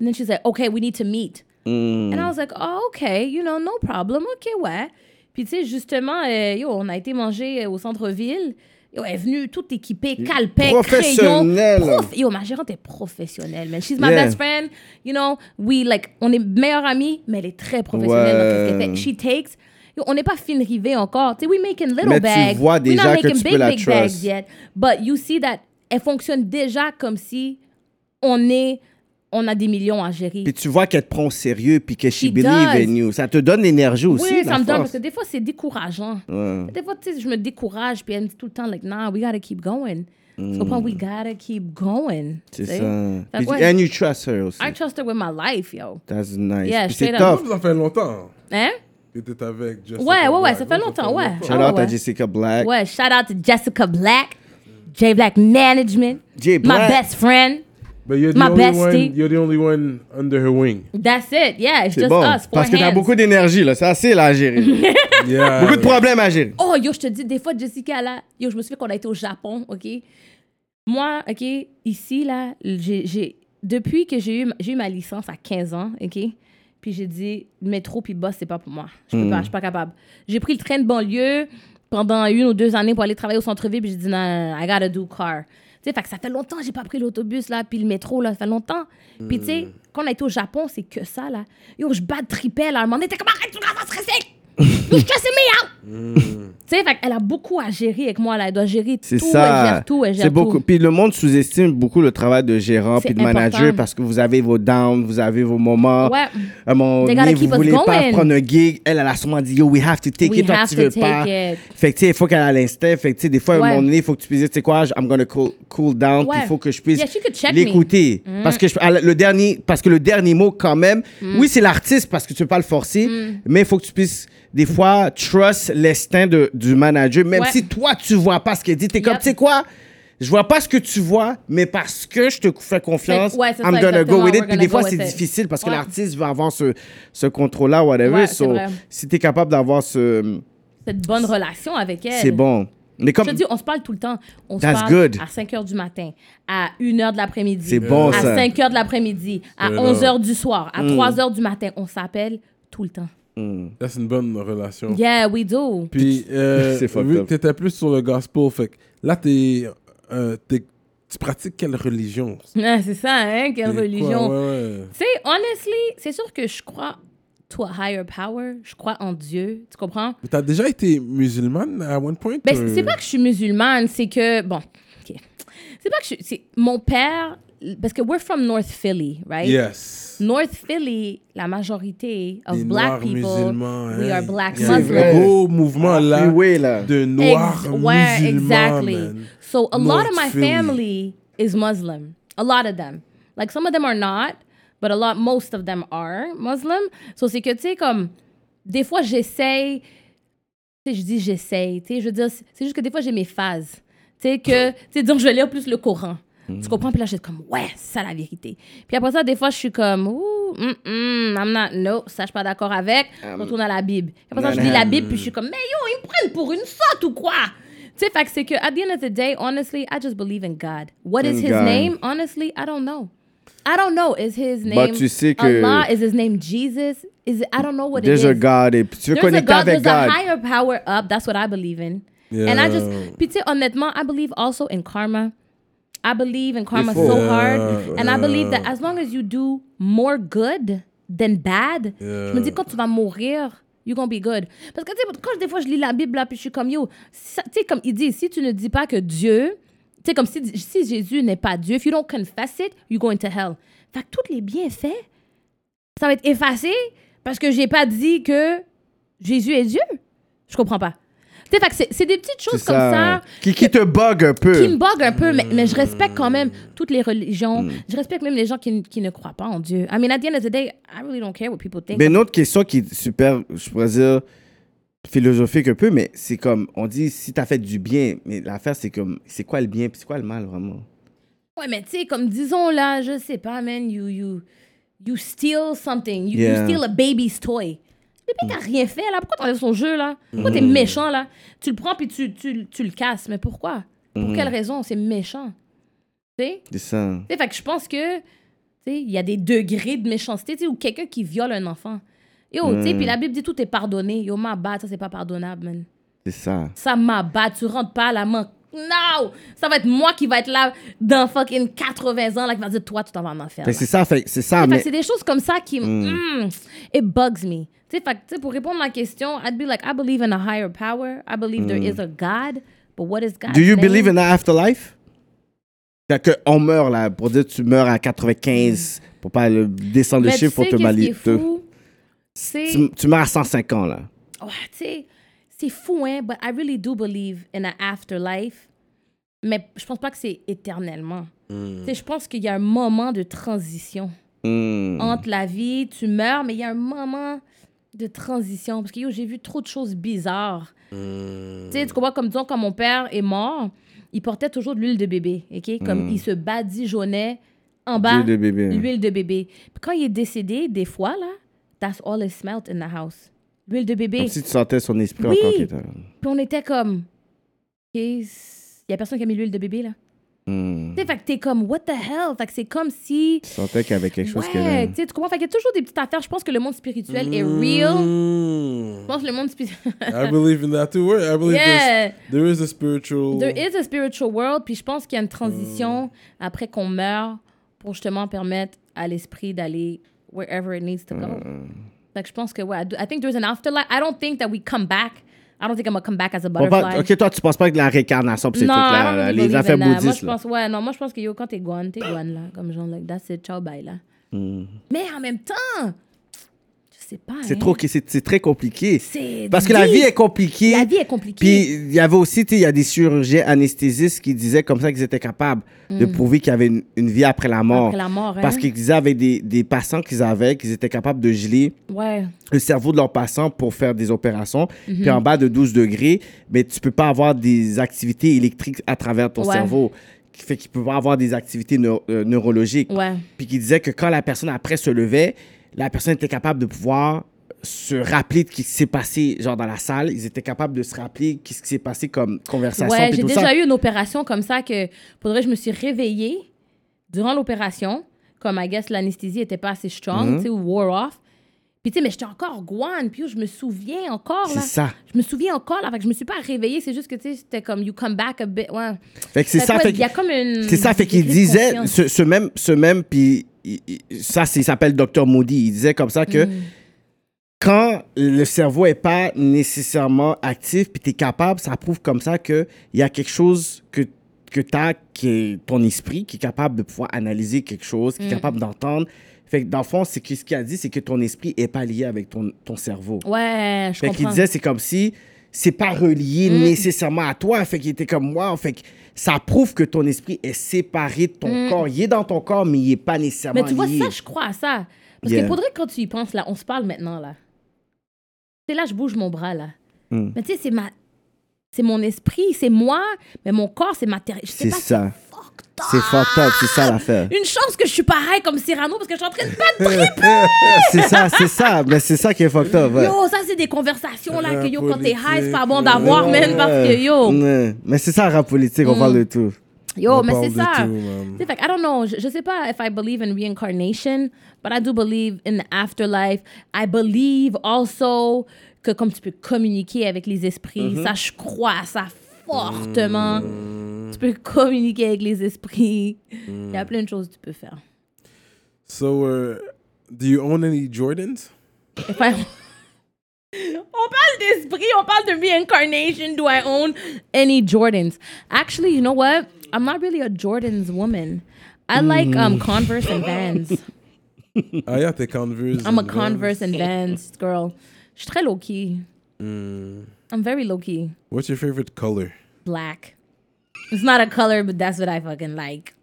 And then she's like, okay, we need to meet. And I was like, oh, okay, you know, no problem, okay, ouais. Puis tu sais, justement, euh, yo, on a été manger euh, au centre-ville. Yo, elle est venue tout équipée, calpin, crayon. Professionnelle. prof- Yo, ma gérante est professionnelle, man. She's my Yeah. best friend. You know, we, like, on est meilleures amies, mais elle est très professionnelle dans ce qu'elle Ouais. fait. She takes... Yo, on n'est pas fin rivé encore. Tu sais, we making little Mais tu bags. vois We're déjà not que making tu peux big, la big trust. bags yet. But you see that elle fonctionne déjà comme si on est... On a des millions à gérer. Puis tu vois qu'elle te prend au sérieux, puis que she She believe does. in you. Ça te donne l'énergie aussi. Oui, la ça me donne, force. parce que des fois, c'est décourageant. Ouais. Des fois, tu sais, je me décourage, puis elle me dit tout le temps, like, nah, we gotta keep going. Tu comprends? We gotta keep going. Mm. C'est tu sais. ça. Fait Puis, que ouais, And you trust her aussi. I trust her with my life, yo. Eh? That's nice. Yeah, Puis c'est straight up. tough. Ça fait longtemps Hein? que t'étais avec Jessica Ouais, ouais, ouais, Black. ça fait longtemps, ouais. Shout Ah out à ouais. Jessica Black. Ouais, shout out to Jessica Black, J Black Management, J. my Black. best friend. But you're the, My only bestie. one, you're the only one under her wing. (laughs) That's it, yeah, it's C'est just bon. us, four Parce que t'as hands. beaucoup d'énergie, là. C'est assez là (laughs) à gérer. Yeah. beaucoup de problèmes à gérer. Oh, yo, je te dis, des fois, Jessica, là, yo, je me souviens qu'on a été au Japon, OK? Moi, OK, ici, là, j'ai, j'ai- depuis que j'ai eu, j'ai eu ma licence à 15 ans, OK, puis j'ai dit, métro puis boss, c'est pas pour moi. Je Hmm. peux pas, je suis pas capable. J'ai pris le train de banlieue pendant une ou deux années pour aller travailler au centre-ville, puis j'ai dit, non, non, non, I gotta do car. Tu sais, fait que ça fait longtemps que j'ai pas pris l'autobus, là, puis le métro, là, ça fait longtemps. Puis, tu Hmm. sais, quand on a été au Japon, c'est que ça, là. Yo, je bats de tripel, là. À un moment donné, t'es comme, arrête, tu vas (laughs) stresser! You're stressing me out! hein. Hmm. Tu sais, fait qu'elle a beaucoup à gérer avec moi, là. Elle doit gérer tout, C'est elle ça. gère tout, elle gère C'est tout. beaucoup. Puis le monde sous-estime beaucoup le travail de gérant C'est puis de important. manager parce que vous avez vos downs, vous avez vos moments. Ouais. À un moment They gotta donné, vous keep us voulez pas going. prendre un gig. Elle, elle a sûrement dit Yo, we have to take We it. Toi, have tu to veux take pas. it. Fait que, tu sais, il faut qu'elle a l'instinct. Fait que, tu sais, des fois, à un Ouais. moment donné, il faut que tu puisses dire Tu sais quoi, je- I'm gonna cool, cool down. Puis il Ouais. faut que je puisse Yeah, she could check me. Mm. l'écouter. Parce, que je- elle- le dernier, parce que le dernier mot, quand même, oui, c'est l'artiste parce que tu peux pas le forcer, Mm. mais il faut que tu puisses. Des fois, trust l'instinct de- du manager, même Ouais. si toi, tu vois pas ce qu'elle dit. T'es comme, Yep. tu sais quoi? Je vois pas ce que tu vois, mais parce que je te fais confiance, Fait- ouais, c'est I'm ça, gonna go exactement, with it. we're Puis gonna des fois, go c'est with it. difficile parce que Ouais. l'artiste va avoir ce, ce contrôle-là, whatever. Ouais, c'est so, vrai. si t'es capable d'avoir ce. Cette bonne relation avec elle. C'est bon. Mais comme. Je te dis, on se parle tout le temps. On se That's parle good. à 5 h du matin, à 1 h de l'après-midi, C'est bon, à ça. Mm. 5 h de l'après-midi, à Ouais, 11 non. h du soir, à 3 h du matin. On s'appelle tout le temps. Ça, c'est une bonne relation. Yeah, we do. (laughs) Puis, euh, (laughs) C'est fucked vu que up. t'étais plus sur le gospel, fait que là, t'es, euh, t'es- tu pratiques quelle religion? Ah, c'est ça, hein? Quelle T'es quoi? religion. Ouais, ouais. Tu sais, honestly, c'est sûr que je crois to a higher power. Je crois en Dieu. Tu comprends? Mais T'as déjà été musulmane à one point? Ben, ou- c'est- c'est pas que je suis musulmane, c'est que. Bon, OK. C'est pas que je suis. c'est- Mon père. Parce que we're from North Philly, right? Yes. North Philly, la majorité of Les black Noirs people, musulmans. we hein. are black Il y a Muslims. vrai. un gros mouvement là Ah, Oui, là. de noirs Ex- ouais, musulmans. exactly. man. So a lot of North my Philly. family is Muslim. A lot of them. Like some of them are not, but a lot, most of them are Muslim. So c'est que tu sais comme des fois j'essaye, tu sais je dis j'essaye, tu sais je veux dire c'est c'est juste que des fois j'ai mes phases, tu sais que tu sais donc je vais lire plus le Coran. Hmm. Tu comprends? Puis là, je suis comme, ouais, c'est ça la vérité. Puis après ça, des fois, je suis comme, ouh, mm, mm, I'm not, no, ça, je suis pas d'accord avec. Um, Je retourne à la Bible. Puis après ça, je lis la Bible, puis je suis comme, mais yo, ils me prennent pour une sotte ou quoi? Tu sais, fait que c'est que, at the end of the day, honestly, I just believe in God. What is In his God. name? Honestly, I don't know. I don't know. Is his name Bah, tu sais que- Allah? Is his name Jesus? Is it, I don't know what There's it a is. God. Et puis tu veux There's a connecter God, avec there's a God. higher power up. That's what I believe in. And I just, puis tu sais, honnêtement, I believe also in karma. I believe in karma faut. so hard. Yeah, And I believe yeah. that as long as you do more good than bad, je me dis quand tu vas mourir, you're gonna be good. Parce que tu sais, quand je- des fois je lis la Bible là, puis je suis comme yo, ça- tu sais, comme il dit, si tu ne dis pas que Dieu, tu sais, comme si, si Jésus n'est pas Dieu, if you don't confess it, you're going to hell. Fait que tous les bienfaits, ça va être effacé parce que j'ai pas dit que Jésus est Dieu. Je comprends pas. Tu sais, fait que c'est- c'est des petites choses comme ça Qui, qui te bug un peu. qui me bug un peu, mais, mais je respecte quand même toutes les religions. Je respecte même les gens qui, n- qui ne croient pas en Dieu. I mean, at the end of the day, I really don't care what people think. Mais une autre question qui est super, je pourrais dire, philosophique un peu, mais c'est comme, on dit, si t'as fait du bien, mais l'affaire, c'est comme, c'est quoi le bien, puis c'est quoi le mal, vraiment? ouais, mais tu sais, comme disons là, je sais pas, man, you, you, you steal something. You, you Yeah. steal a baby's toy. Le bébé, t'as rien fait là. Pourquoi t'enlèves son jeu là? Pourquoi t'es méchant là? Tu le prends puis tu, tu, tu le casses. Mais pourquoi? Pour quelle raison? C'est méchant. Tu sais? C'est ça. Tu sais, fait que je pense que, tu sais, il y a des degrés de méchanceté, tu sais, ou quelqu'un qui viole un enfant. Yo, tu sais, Hmm. puis la Bible dit tout est pardonné. Yo, ma bad, ça c'est pas pardonnable, man. C'est ça. Ça m'a bad, tu rentres pas à la main. Non! Ça va être moi qui va être là dans fucking 80 ans, là, qui va dire, toi, tu t'en vas en enfer. Fait là. que c'est ça, fait que c'est Hmm. ça, Fait que mais c'est des choses comme ça qui. Mm, it bugs me. Tu sais, fait que, tu sais, pour répondre à la question, I'd be like, I believe in a higher power. I believe there is a God. But what is God? Hmm. do you believe in an afterlife? Fait que on meurt, là, pour dire tu meurs à 95, pour pas le- descendre le chiffre pour te malier. malier. te- C'est. Tu, tu meurs à 105 ans, là. ouais, tu sais, c'est fou, hein, but I really do believe in an afterlife. Mais je pense pas que c'est éternellement. Tu sais, je pense qu'il y a un moment de transition Hmm. entre la vie, tu meurs, mais il y a un moment de transition. Parce que yo, j'ai vu trop de choses bizarres. Hmm. Tu sais, tu comprends, comme disons, quand mon père est mort, il portait toujours de l'huile de bébé, ok? Comme il se badigeonnait en bas. Hmm. L'huile de bébé. L'huile de bébé. Puis quand il est décédé, des fois, là, that's all is smelled in the house. L'huile de bébé. Comme si tu sentais son esprit Oui. encore qui était là. Puis on était comme, OK, il y a personne qui a mis l'huile de bébé, là. Hmm. Tu sais, fait que t'es comme, what the hell? Fait que c'est comme si. Je sentais qu'il y avait quelque chose qui Ouais, avait- tu sais, tu comprends? Fait qu'il y a toujours des petites affaires. Je pense que le monde spirituel est Hmm. real. Je pense que le monde spirituel. Hmm. I believe in that too. I believe Yeah. there's- there is a (laughs) spiritual. There is a spiritual world, puis je pense qu'il y a une Hmm. transition après qu'on meurt pour justement permettre à l'esprit d'aller wherever it needs to go. Hmm. Fait que je pense que, ouais, I do- I think there's an afterlife. I don't think that we come back. I don't think I'm gonna come back as a On butterfly. parle- bah, Ok, toi, tu penses pas que la réincarnation, pis ces non, I don't trucs-là, là, really les believe in affaires that. Moi, bouddhistes. je là. pense, ouais, non, moi, je pense que yo, quand t'es guan, t'es guan, là. Comme genre, like, that's it, ciao, bye, là. Mais en même temps, je sais pas. Hmm. C'est hein. trop, c'est c'est très compliqué. C'est Parce que la deep. vie est compliquée. La vie est compliquée. Puis il y avait aussi, tu sais, il y a des chirurgiens anesthésistes qui disaient comme ça qu'ils étaient capables de prouver qu'il y avait une, une vie après la mort. Hmm. Après la mort, hein. Parce qu'ils disaient avec des, des patients qu'ils avaient, qu'ils étaient capables de geler Ouais. le cerveau de leurs patients pour faire des opérations. Mhm. Puis en bas de 12 degrés, mais tu peux pas avoir des activités électriques à travers ton Ouais. cerveau. Qui fait qu'il peut pas avoir des activités neu- euh, neurologiques. Ouais. Puis qui disait que quand la personne après se levait, la personne était capable de pouvoir se rappeler de ce qui s'est passé genre dans la salle. Ils étaient capables de se rappeler qu'est-ce qui s'est passé comme conversation. Ouais, puis j'ai tout déjà ça. eu une opération comme ça que, pour de vrai, je me suis réveillée durant l'opération, comme, I guess, l'anesthésie était pas assez strong, Hmm. tu sais, ou wore off. Puis, tu sais, mais j'étais encore guane, puis yo, je me souviens encore, là. C'est ça. Je me souviens encore, là, fait que je me suis pas réveillée, c'est juste que, tu sais, c'était comme, you come back a bit, ouais. Fait que c'est ça. ouais, fait Il y a que- comme une... C'est ça, fait une qu'il crise de disait, conscience. ce, ce même, ce même, puis il- il- ça, c'est- il s'appelle Dr Moody. Il disait comme ça que quand le cerveau est pas nécessairement actif, puis tu es capable, ça prouve comme ça qu'il y a quelque chose que, que tu as, qui est ton esprit, qui est capable de pouvoir analyser quelque chose, qui est capable d'entendre. Fait que dans le fond, c'est que ce qu'il a dit, c'est que ton esprit est pas lié avec ton, ton cerveau. Ouais, je Fait qu'il comprends. Mm. disait, c'est comme si c'est pas relié nécessairement à toi. Fait qu'il était comme moi. Fait que ça prouve que ton esprit est séparé de ton corps. Il est dans ton corps, mais il est pas nécessairement Mm. Mais tu vois, lié. ça, je crois à ça. Parce Yeah. que pour de vrai, quand tu y penses, là, on se parle maintenant, là. C'est là, je bouge mon bras, là. Mm. Mais tu sais, c'est ma... C'est mon esprit, c'est moi, mais mon corps, c'est ma terre. Je sais C'est pas, ça. fucked up. C'est fucked up. C'est ça l'affaire. Une chance que je suis pareil comme Cyrano parce que je suis en train de battre. (laughs) c'est ça, c'est ça. Mais c'est ça qui est fucked up. ouais. Yo, ça, c'est des conversations, là, que yo, quand t'es high, c'est pas bon Politique, d'avoir, Ouais. même, parce que yo. Mm. Ouais. Mais c'est ça, rap politique. On parle de tout. Yo, On mais parle c'est de ça. tout, man. C'est fait, que I don't know. Je, je sais pas if I believe in reincarnation, but I do believe in the afterlife. I believe also que comme tu peux communiquer avec les esprits, ça, je crois à ça fortement. Tu peux communiquer avec les esprits. Il y a plein de choses que tu peux faire. So, uh, do you own any Jordans? If I- (laughs) on parle d'esprit, on parle de reincarnation. Do I own any Jordans? Actually, you know what? I'm not really a Jordans woman. I like Hmm. um, Converse and Vans. Ah, yeah, t'es Converse. I'm a and Converse and Vans girl. Je suis très low key. Hmm. I'm very low key. Vans. What's your favorite color? Black. It's not a color, but that's what I fucking like.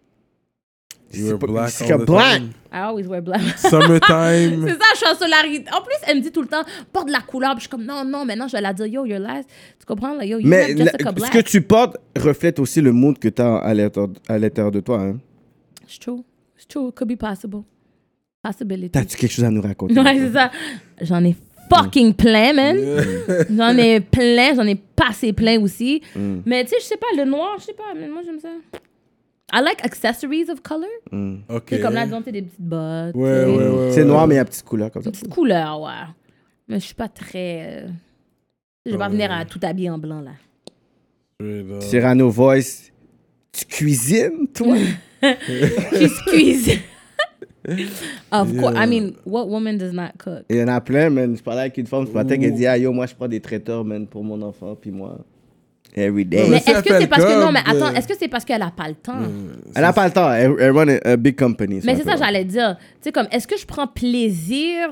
You were pas- black. c'est all que the black. time. I always wear (laughs) black. (laughs) (laughs) Summertime. C'est ça, je suis en solarité. En plus, elle me dit tout le temps, porte de la couleur. Puis je suis comme, non, non, maintenant, je vais la dire, yo, you're last. Tu comprends? Là, yo, you're Mais la- Jessica ce Black. que tu portes reflète aussi le mood que tu as à l'intérieur à l'intérieur de toi. hein. It's true. It's true. It could be possible. Possibility. T'as-tu quelque chose à nous raconter? (laughs) Ouais, c'est ça. J'en ai fucking plein, man. Mm. J'en ai plein, j'en ai passé plein aussi. Mais tu sais, je sais pas, le noir, je sais pas, mais moi j'aime ça. I like accessories of color. Ok. C'est comme là, disons, t'as des petites bottes. Ouais, t'sais, ouais, ouais. C'est noir, mais il y a une petite couleur comme ça. Des petites couleurs, ouais. Mais je suis pas très. euh, Je Ah, vais pas venir à tout habiller en blanc, là. ouais. Cyrano Voice, tu cuisines, toi? Just (laughs) cuisine. of course. I mean, what woman does not cook? Il y en a plein, man. Je parlais avec une femme ce matin qui a dit Ah yo, moi je prends des traiteurs, man, pour mon enfant, puis moi. Every day. Mais si est-ce elle que fait c'est le parce que. job, Non, mais attends, euh, est-ce que c'est parce qu'elle a pas le temps? elle a pas le temps. Elle, elle run a, a big company. Mais c'est un ça, peu. j'allais dire. Tu sais, comme, est-ce que je prends plaisir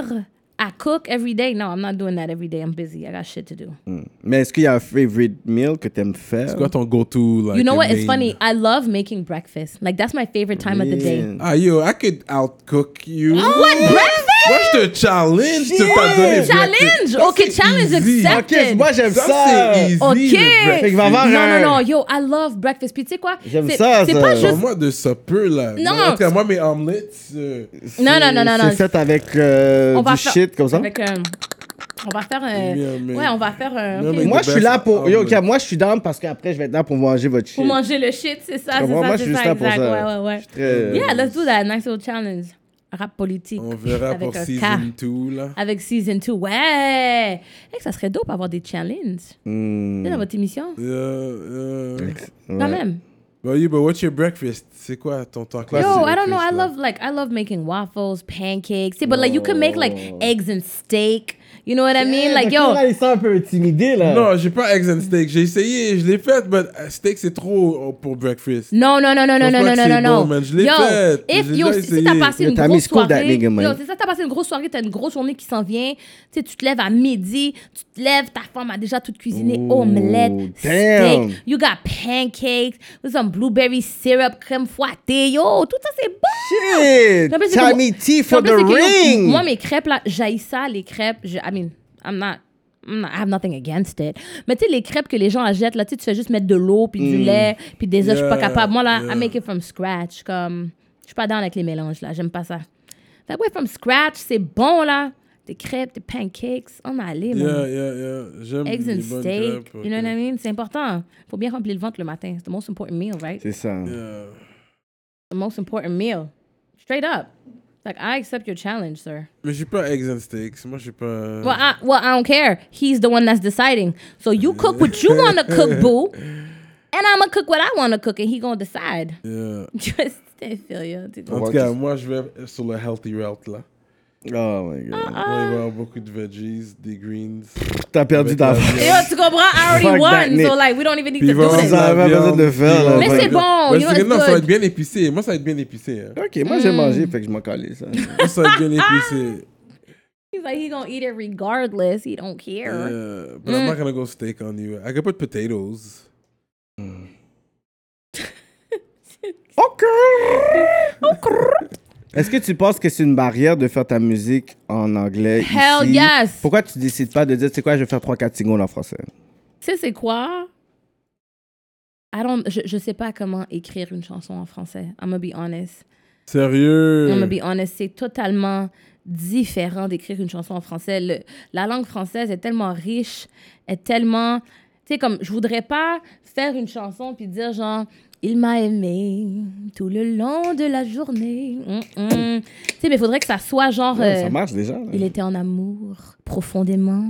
à cook every day? No, I'm not doing that every day. I'm busy. I got shit to do. Mm. Mais est-ce qu'il y a un favorite meal que t'aimes faire? C'est quoi ton go-to? Like, you know what? main? It's funny. I love making breakfast. Like, that's my favorite time of the day. Man. Ah, yo, I could outcook you. Oh, What? Breakfast? Moi, je te challenge de pas donner Challenge? OK, challenge accepté. Ok, accepted. moi j'aime ça. Ça, c'est easy. OK. le breakfast. Fait qu'il va avoir Non, un- non, non. Yo, I love breakfast. Puis tu sais quoi? J'aime C'est- ça, C'est ça. pas Pour juste... moi, de ça peu, là. Non. En tout cas, moi, mes omelettes. euh, Non, non, non, non, non. C'est fait avec euh, On va du faire- shit comme ça. Avec un... On va faire un. Yeah, man. ouais, on va faire un. Yeah, ok. man. Moi, the je suis best là pour. Yo, outlet. ok, moi, je suis down parce qu'après, je vais être là pour manger votre shit. Pour manger le shit, c'est ça, c'est ça, Moi, je suis c'est juste ça, là pour exact. ça. Ouais, ouais, ouais. Très- Yeah, let's do that. Nice little challenge. Rap politique. On verra avec pour un season 2, là. K. Avec season 2. Ouais. Hey, ça serait dope avoir des challenges. Hmm, Tu sais, Dans votre émission. Euh, euh, Quand ouais. même. But you, but what's your breakfast? C'est quoi ton temps Yo, classique? Yo, I don't breakfast, know. I là? love like I love making waffles, pancakes. See, but like you can make like eggs and steak. You know what I mean? Like Là, yo, il sent un peu intimidé, là. Non, j'ai pas eggs and steak. J'ai essayé, je l'ai fait, mais euh, steak, c'est trop euh, pour breakfast. no, no, no, no, no, pense no, pas no, que no, c'est no, bon, no. man. Je l'ai Yo, fait. if J'ai yo, déjà si t'as essayé. passé Yo, une t'as grosse mis school that soirée, nigga, man. yo, c'est ça, t'as passé une grosse soirée, t'as une grosse journée qui s'en vient. Tu sais, tu te lèves à midi, tu te lèves, ta femme a déjà tout cuisiné, Ooh, omelette, damn. steak. You got pancakes with some blueberry syrup, crème fouettée. Yo, tout ça c'est bon. Shit! Non, mais c'est que Tommy moi- T Puis en for the plus, c'est que, yo, ring! Moi, mes crêpes, là, j'haïs ça, les crêpes. Je, I mean, I'm not, I'm not- I have nothing against it. Mais tu sais, les crêpes que les gens achètent, là, tu sais, tu fais juste mettre de l'eau, puis du lait, puis des œufs, je suis pas Mm. Yeah, capable. Moi, là, yeah. I make it from scratch. Comme, je suis pas down avec les mélanges, là. J'aime pas ça. Fait que, ouais, from scratch, c'est bon, là. Des crêpes, des pancakes, on a allé, man. Yeah, yeah, yeah. J'aime Eggs les and bonnes steak, crêpes, you know ok. what I mean? C'est important. Faut bien remplir le ventre le matin. C'est the most important meal, right? C'est ça. Yeah. The most important meal. Straight up. Like, I accept your challenge, sir. Mais j'ai pas eggs and steaks. Moi, j'ai pas. Well, I, well, I don't care. He's the one that's deciding. So you cook what you want to cook, boo, and I'm gonna cook what I want to cook, and he gonna decide. (laughs) Yeah. Just I feel you. Dude. En tout cas, moi, je vais sur le healthy route, là. Oh my god. Ah. Moi, il va y avoir beaucoup de veggies, des greens. T'as perdu Avec ta la viande. Yo, tu comprends? I Fuck already that won, Nick. so like we don't even need Puis il to va do y avoir Vous this. de la avez pas besoin viande, de le puis faire, il va là. y Mais avoir c'est de- bon, Ouais, you c'est know, que non, it's ça va good. être bien épicé. Moi, ça va être bien épicé. hein. Ok, moi Mm. j'ai mangé, fait que je m'en calais ça. Moi, ça va être bien Ah. épicé. He's like he gonna eat it regardless. He don't care. Yeah, but Mm. I'm not gonna go steak on you. I could put potatoes. Ok! Oh, Est-ce que tu penses que c'est une barrière de faire ta musique en anglais Hell ici? yes. Pourquoi tu décides pas de dire, tu sais quoi, je vais faire 3-4 singles en français? Tu sais c'est quoi? I don't. Je, je sais pas comment écrire une chanson en français. I'm gonna be honest. Sérieux? I'm gonna be honest, c'est totalement différent d'écrire une chanson en français. Le- la langue française est tellement riche, est tellement... Tu sais, comme, je voudrais pas faire une chanson puis dire genre... Il m'a aimé tout le long de la journée. Mm, mm. Tu sais, mais il faudrait que ça soit genre... Ouais, ça euh, marche déjà. là. il était en amour profondément.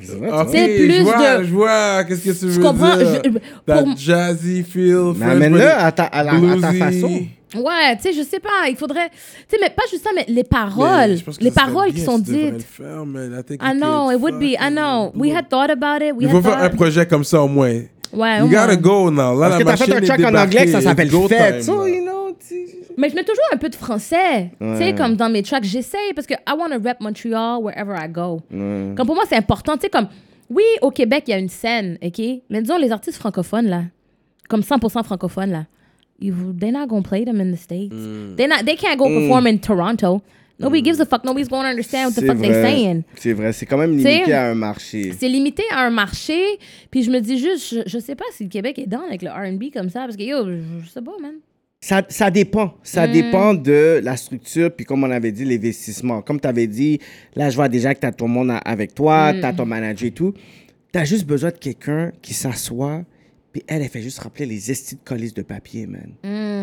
C'est vrai, Ah, tu vois. C'est ok, plus je vois, de- Je vois, qu'est-ce que tu veux Tu comprends? dire? Je- That pour- jazzy feel. Mais French, amène-le but it- à ta, à la- à ta bluesy. Ah, façon. Ouais, tu sais, je sais pas. Il faudrait... Tu sais, mais pas juste ça, mais les paroles. Mais je pense que les ça serait paroles qui bien sont si tu devrais dites. le faire, man. I think I you know, could it would be. I fucking know. do We it. had thought about it. We Il had faut faire un thought. projet comme ça au moins. Ouais, You au gotta moins. go now. Là, la Parce que t'as fait un machine est track en débarquée. anglais que ça It's s'appelle go Fête. time, So, là. you know, tu- Mais je mets toujours un peu de français. Tu Ouais. sais, comme dans mes tracks, j'essaye parce que I want to rep Montreal wherever I go. Comme pour moi, c'est important. Tu sais, comme, oui, au Québec, il y a une scène, OK? Mais disons, les artistes francophones, là, comme 100% francophones, là, you, they're not gonna play them in the States. Mm. They're not, they can't go perform in Toronto. Nobody gives a fuck. Nobody's gonna understand what the C'est fuck they're vrai. saying. C'est vrai, c'est quand même T'sais, limité à un marché. C'est limité à un marché. Puis je me dis juste, je, je sais pas si le Québec est dans avec le R&B comme ça. Parce que, yo, je, je sais pas, man. Ça, ça dépend. Ça Hmm. dépend de la structure, puis comme on avait dit, l'investissement. Comme tu avais dit, là, je vois déjà que tu as ton monde à- avec toi, Hmm. tu as ton manager et tout. Tu as juste besoin de quelqu'un qui s'assoit, puis elle, elle fait juste rappeler les estis de colis de papier, man.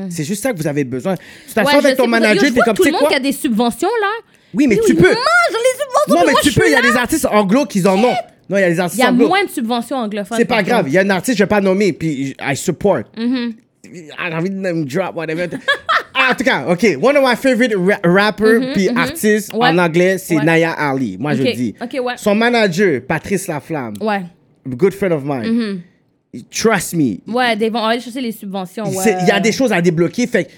C'est juste ça que vous avez besoin. Tu t'assois Hmm. Ouais, je avec ton sais, parce que, yo, manager, je t'es vois comme, tout tu sais le monde quoi? qui a des subventions, là. Oui, mais Yo, tu ils peux. mangent les subventions. Non, puis mais moi, tu je suis peux. Il y a là. des artistes anglo qui en ont. Non, il y a des Il artistes y a anglo. moins de subventions anglophones. C'est pas par grave. contre. Il y a un artiste, je vais pas nommer, puis je- I support. Mm-hmm. J'ai envie de name drop, whatever. (laughs) Ah, en tout cas, OK. One of my favorite ra- rappers puis artistes Mm-hmm, Ouais. en anglais, c'est Ouais. Naya Ali. Moi, je Ok. le dis. Ok, ouais. Son manager, Patrice Laflamme, Ouais. Mm-hmm. good friend of mine. Trust me. Ouais, des- on va aller chercher les subventions. Il ouais. sait- il y a des choses à débloquer. Fait que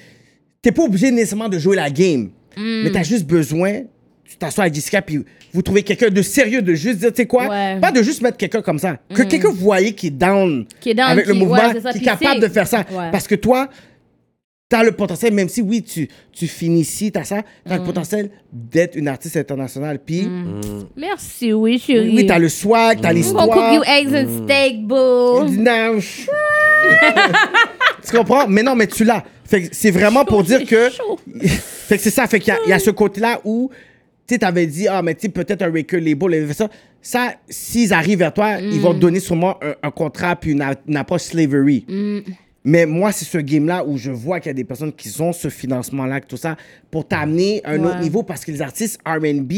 t'es pas obligé nécessairement de jouer la game. Hmm. Mais t'as juste besoin, tu t'assois à Jessica, puis vous trouvez quelqu'un de sérieux, de juste dire, tu sais quoi, Ouais. Hmm. pas de juste mettre quelqu'un comme ça. Que quelqu'un vous voyez qui est down, Qui est down, avec le qui- mouvement, ouais, c'est ça, qui est puis capable c'est- de faire ça. Ouais. Parce que toi, t'as le potentiel, même si oui, tu, tu finis ici, t'as ça, t'as Hmm. le potentiel d'être une artiste internationale. Puis Merci, oui, chérie. oui, t'as le swag, t'as I'm gonna cook l'histoire. you eggs and steak, boo. Non, je- tu comprends? Mais non, mais tu l'as. Fait que c'est vraiment pour Chaud, (laughs) dire que. c'est chaud. fait que c'est ça. Fait qu'il y a- il y, a ce côté-là où tu sais, t'avais dit, ah, mais tu sais, peut-être un record label, et ça. Ça, s'ils arrivent vers toi, ils Mm. vont te donner sûrement un, un contrat puis une, a- une approche slavery. Mm. Mais moi, c'est ce game-là où je vois qu'il y a des personnes qui ont ce financement-là, tout ça, pour t'amener à un Ouais. autre niveau parce que les artistes RB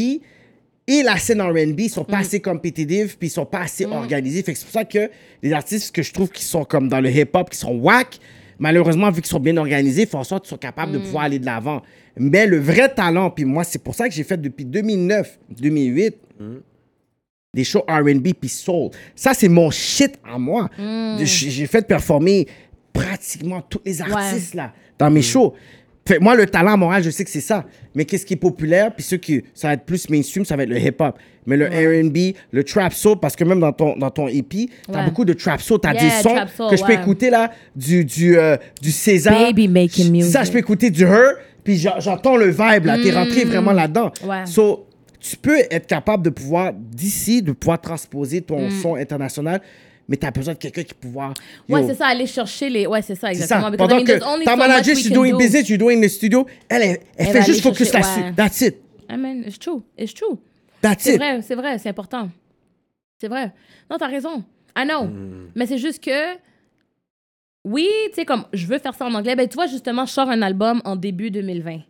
et la scène RB sont pas assez compétitifs puis ils sont pas assez organisés. Fait que c'est pour ça que les artistes que je trouve qui sont comme dans le hip-hop, qui sont whack, malheureusement, vu qu'ils sont bien organisés, font en sorte qu'ils sont capables de pouvoir aller de l'avant. Mais le vrai talent, puis moi, c'est pour ça que j'ai fait depuis 2009, 2008, des shows R&B puis soul. Ça, c'est mon shit à moi. De- J'ai j'ai fait performer pratiquement tous les artistes, là, dans Mm. mes shows. Fait, que moi, le talent à Montréal, je sais que c'est ça. Mais qu'est-ce qui est populaire? Puis ceux qui... Ça va être plus mainstream, ça va être le hip-hop. Mais le R&B, le trap soul, parce que même dans ton, dans ton EP, t'as Ouais. beaucoup de trap soul. T'as Yeah, des sons trap soul, que je peux ouais. écouter, là, du, du, euh, du César. Baby making Je- music. Ça, Mm. je peux écouter du Her, puis j'en- j'entends le vibe, là. T'es rentré vraiment là-dedans. Ouais. So, tu peux être capable de pouvoir, d'ici, de pouvoir transposer ton Mm. son international, mais tu as besoin de quelqu'un qui pouvoir. Ouais, yo, c'est ça, aller chercher les. Ouais, c'est ça, c'est ça. exactement. Because, I Pendant mean, que there's only ta so much manager, we she's can doing do. business, you're doing the studio, elle, elle, elle Elle fait va juste aller focus chercher, là-dessus. ouais. That's it. I mean, it's true. It's true. That's C'est it. vrai, c'est vrai, c'est important. C'est vrai. Non, t'as raison. Ah non. Hmm. Mais c'est juste que. Oui, tu sais, comme je veux faire ça en anglais. Ben, tu vois, justement, je sors un album en début 2020.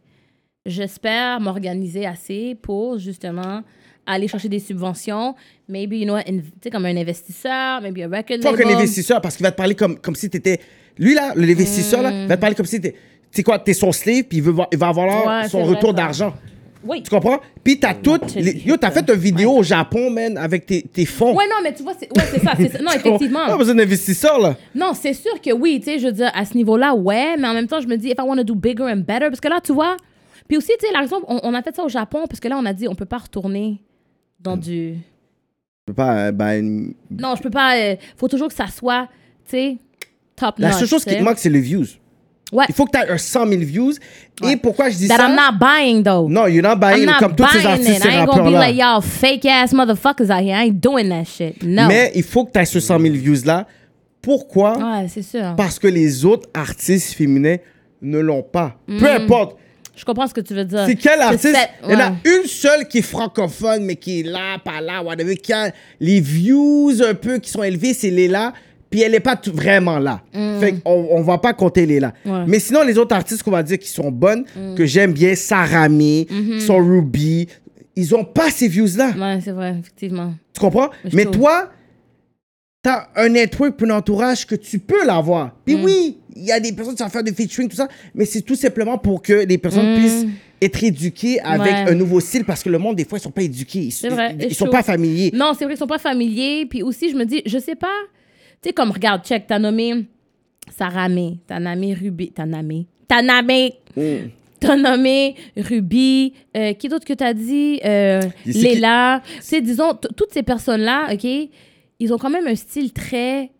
J'espère m'organiser assez pour, justement, aller chercher des subventions. Maybe, you know, in- tu sais, comme un investisseur, maybe a record Fuck label. un investisseur parce qu'il va te parler comme, comme si tu étais. Lui, là, l'investisseur, là, va te parler comme si tu étais. Tu sais quoi, t'es son slave, puis il, veut voir- il va avoir Ouais, son c'est vrai, retour ça. d'argent. Oui. Tu comprends? Puis t'as toutes. j'ai les- dit Yo, t'as ça. fait une vidéo au Japon, man, avec tes, tes fonds. Ouais, non, mais tu vois, c'est ouais, c'est ça, c'est ça. Non, (laughs) Tu comprends? effectivement. Pas besoin d'investisseur, là. Non, c'est sûr que oui, tu sais, je veux dire, à ce niveau-là, ouais, mais en même temps, je me dis, if I want to do bigger and better, parce que là, tu vois, puis aussi, tu sais, la raison, on, on a fait ça au Japon, parce que là, on a dit, on peut pas retourner dans du... Je peux pas, euh, ben, une- Non, je peux pas, euh, faut toujours que ça soit, tu sais, top La notch. seule chose tu qui te sais. manque, c'est les views. Ouais. Il faut que tu aies un 100 000 views. Et Ouais. pourquoi je dis That ça? I'm not buying, though. Non, you're not I'm buying not comme tous buying ces artistes, it. ces I ain't gonna be rappeurs-là. like, y'all fake ass motherfuckers out here. I ain't doing that shit. No. Mais il faut que tu aies ce 100 000 views-là. Pourquoi? Ouais, c'est sûr. Parce que les autres artistes féminins ne l'ont pas. Mm. Peu importe. Je comprends ce que tu veux dire. C'est quel artiste? cette- Il y en a ouais. une seule qui est francophone, mais qui est là, pas là, whatever. Qui a les views un peu qui sont élevées, c'est Léla. Puis elle n'est pas tout- vraiment là. Fait qu'on ne va pas compter Léla. Mm. Ouais. Mm. Mais sinon, les autres artistes qu'on va dire qui sont bonnes, que j'aime bien, Sarami, Mm-hmm. qui sont Ruby, ils ont pas ces views-là. Ouais, c'est vrai, effectivement. Tu comprends? je Mais trouve. toi, t'as un network pour un entourage que tu peux l'avoir. Puis Mm. oui, il y a des personnes qui savent faire du featuring, tout ça, mais c'est tout simplement pour que les personnes puissent être éduquées avec Mm. Ouais. un nouveau style parce que le monde, des fois, ils sont pas éduqués. Ils, C'est vrai, ils- ils je sont trouve. pas familiers. Non, c'est vrai qu'ils sont pas familiers. Puis aussi, je me dis, je sais pas. Tu sais, comme, regarde, check, t'as nommé Saramé, t'as nommé Ruby, t'as nommé, t'as nommé, Mm. t'as nommé Ruby, euh, qui d'autre que t'as dit? Euh, Et c'est qui- Léla. Tu sais, disons, t- toutes ces personnes-là, OK, ils ont quand même un style très,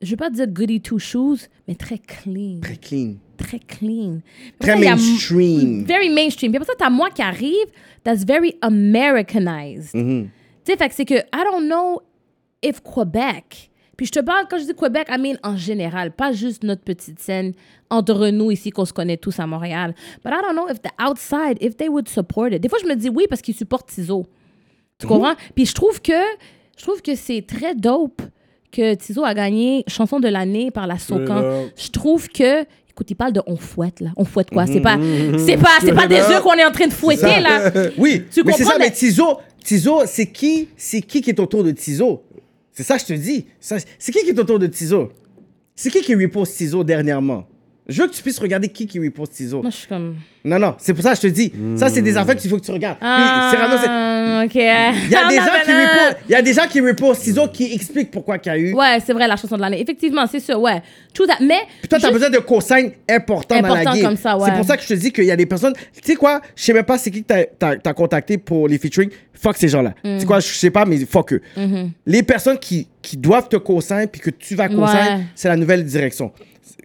je veux pas dire goody two shoes, mais très clean, Très clean. très clean. Après Très ça, il y a- mainstream. Very mainstream. Puis après ça, t'as moi qui arrive, that's very Americanized. Tu sais, fait que c'est que, I don't know if Quebec. Puis je te parle, quand je dis Québec, I mean en général, pas juste notre petite scène entre nous ici qu'on se connaît tous à Montréal. But I don't know if the outside, if they would support it. Des fois, je me dis oui parce qu'ils supportent Tizo. Tu comprends? Puis je trouve que, je trouve que c'est très dope que Tizo a gagné chanson de l'année par la Socan. up. Je trouve que, écoute, il parle de on fouette, là. On fouette quoi? C'est pas, Mm-hmm. c'est pas, c'est pas des Straight œufs up. qu'on est en train de fouetter, (laughs) là. Oui, Tu mais c'est comprends, ça, mais- mais Tizo, Tizo, c'est qui, c'est qui qui est autour de Tizo? C'est ça, je te dis. Ça, C'est qui qui est autour de Tizo? C'est qui qui repose Tizo dernièrement? Je veux que tu puisses regarder qui qui repose Tizo. Moi, je suis comme. Non, non, c'est pour ça que je te dis. Ça, c'est des affaires qu'il faut que tu regardes. Puis, Cyrano, c'est- Ah, OK. Il y a des gens qui reposent, il y a des gens qui reposent ciseaux qui expliquent pourquoi qu'il y a eu. Ouais, c'est vrai, la chanson de l'année. Effectivement, c'est sûr, ouais. True that. Mais. Puis toi, t'as juste- besoin de cosignes importants dans la Importants game. comme ça, ouais. C'est pour ça que je te dis qu'il y a des personnes. Tu sais quoi, je sais même pas c'est qui que t'as- t'as t'as contacté pour les featuring. Fuck ces gens-là. Tu Hmm. sais quoi, je sais pas, mais fuck eux. Les personnes qui, qui doivent te cosigner puis que tu vas cosigner, Ouais. c'est la nouvelle direction.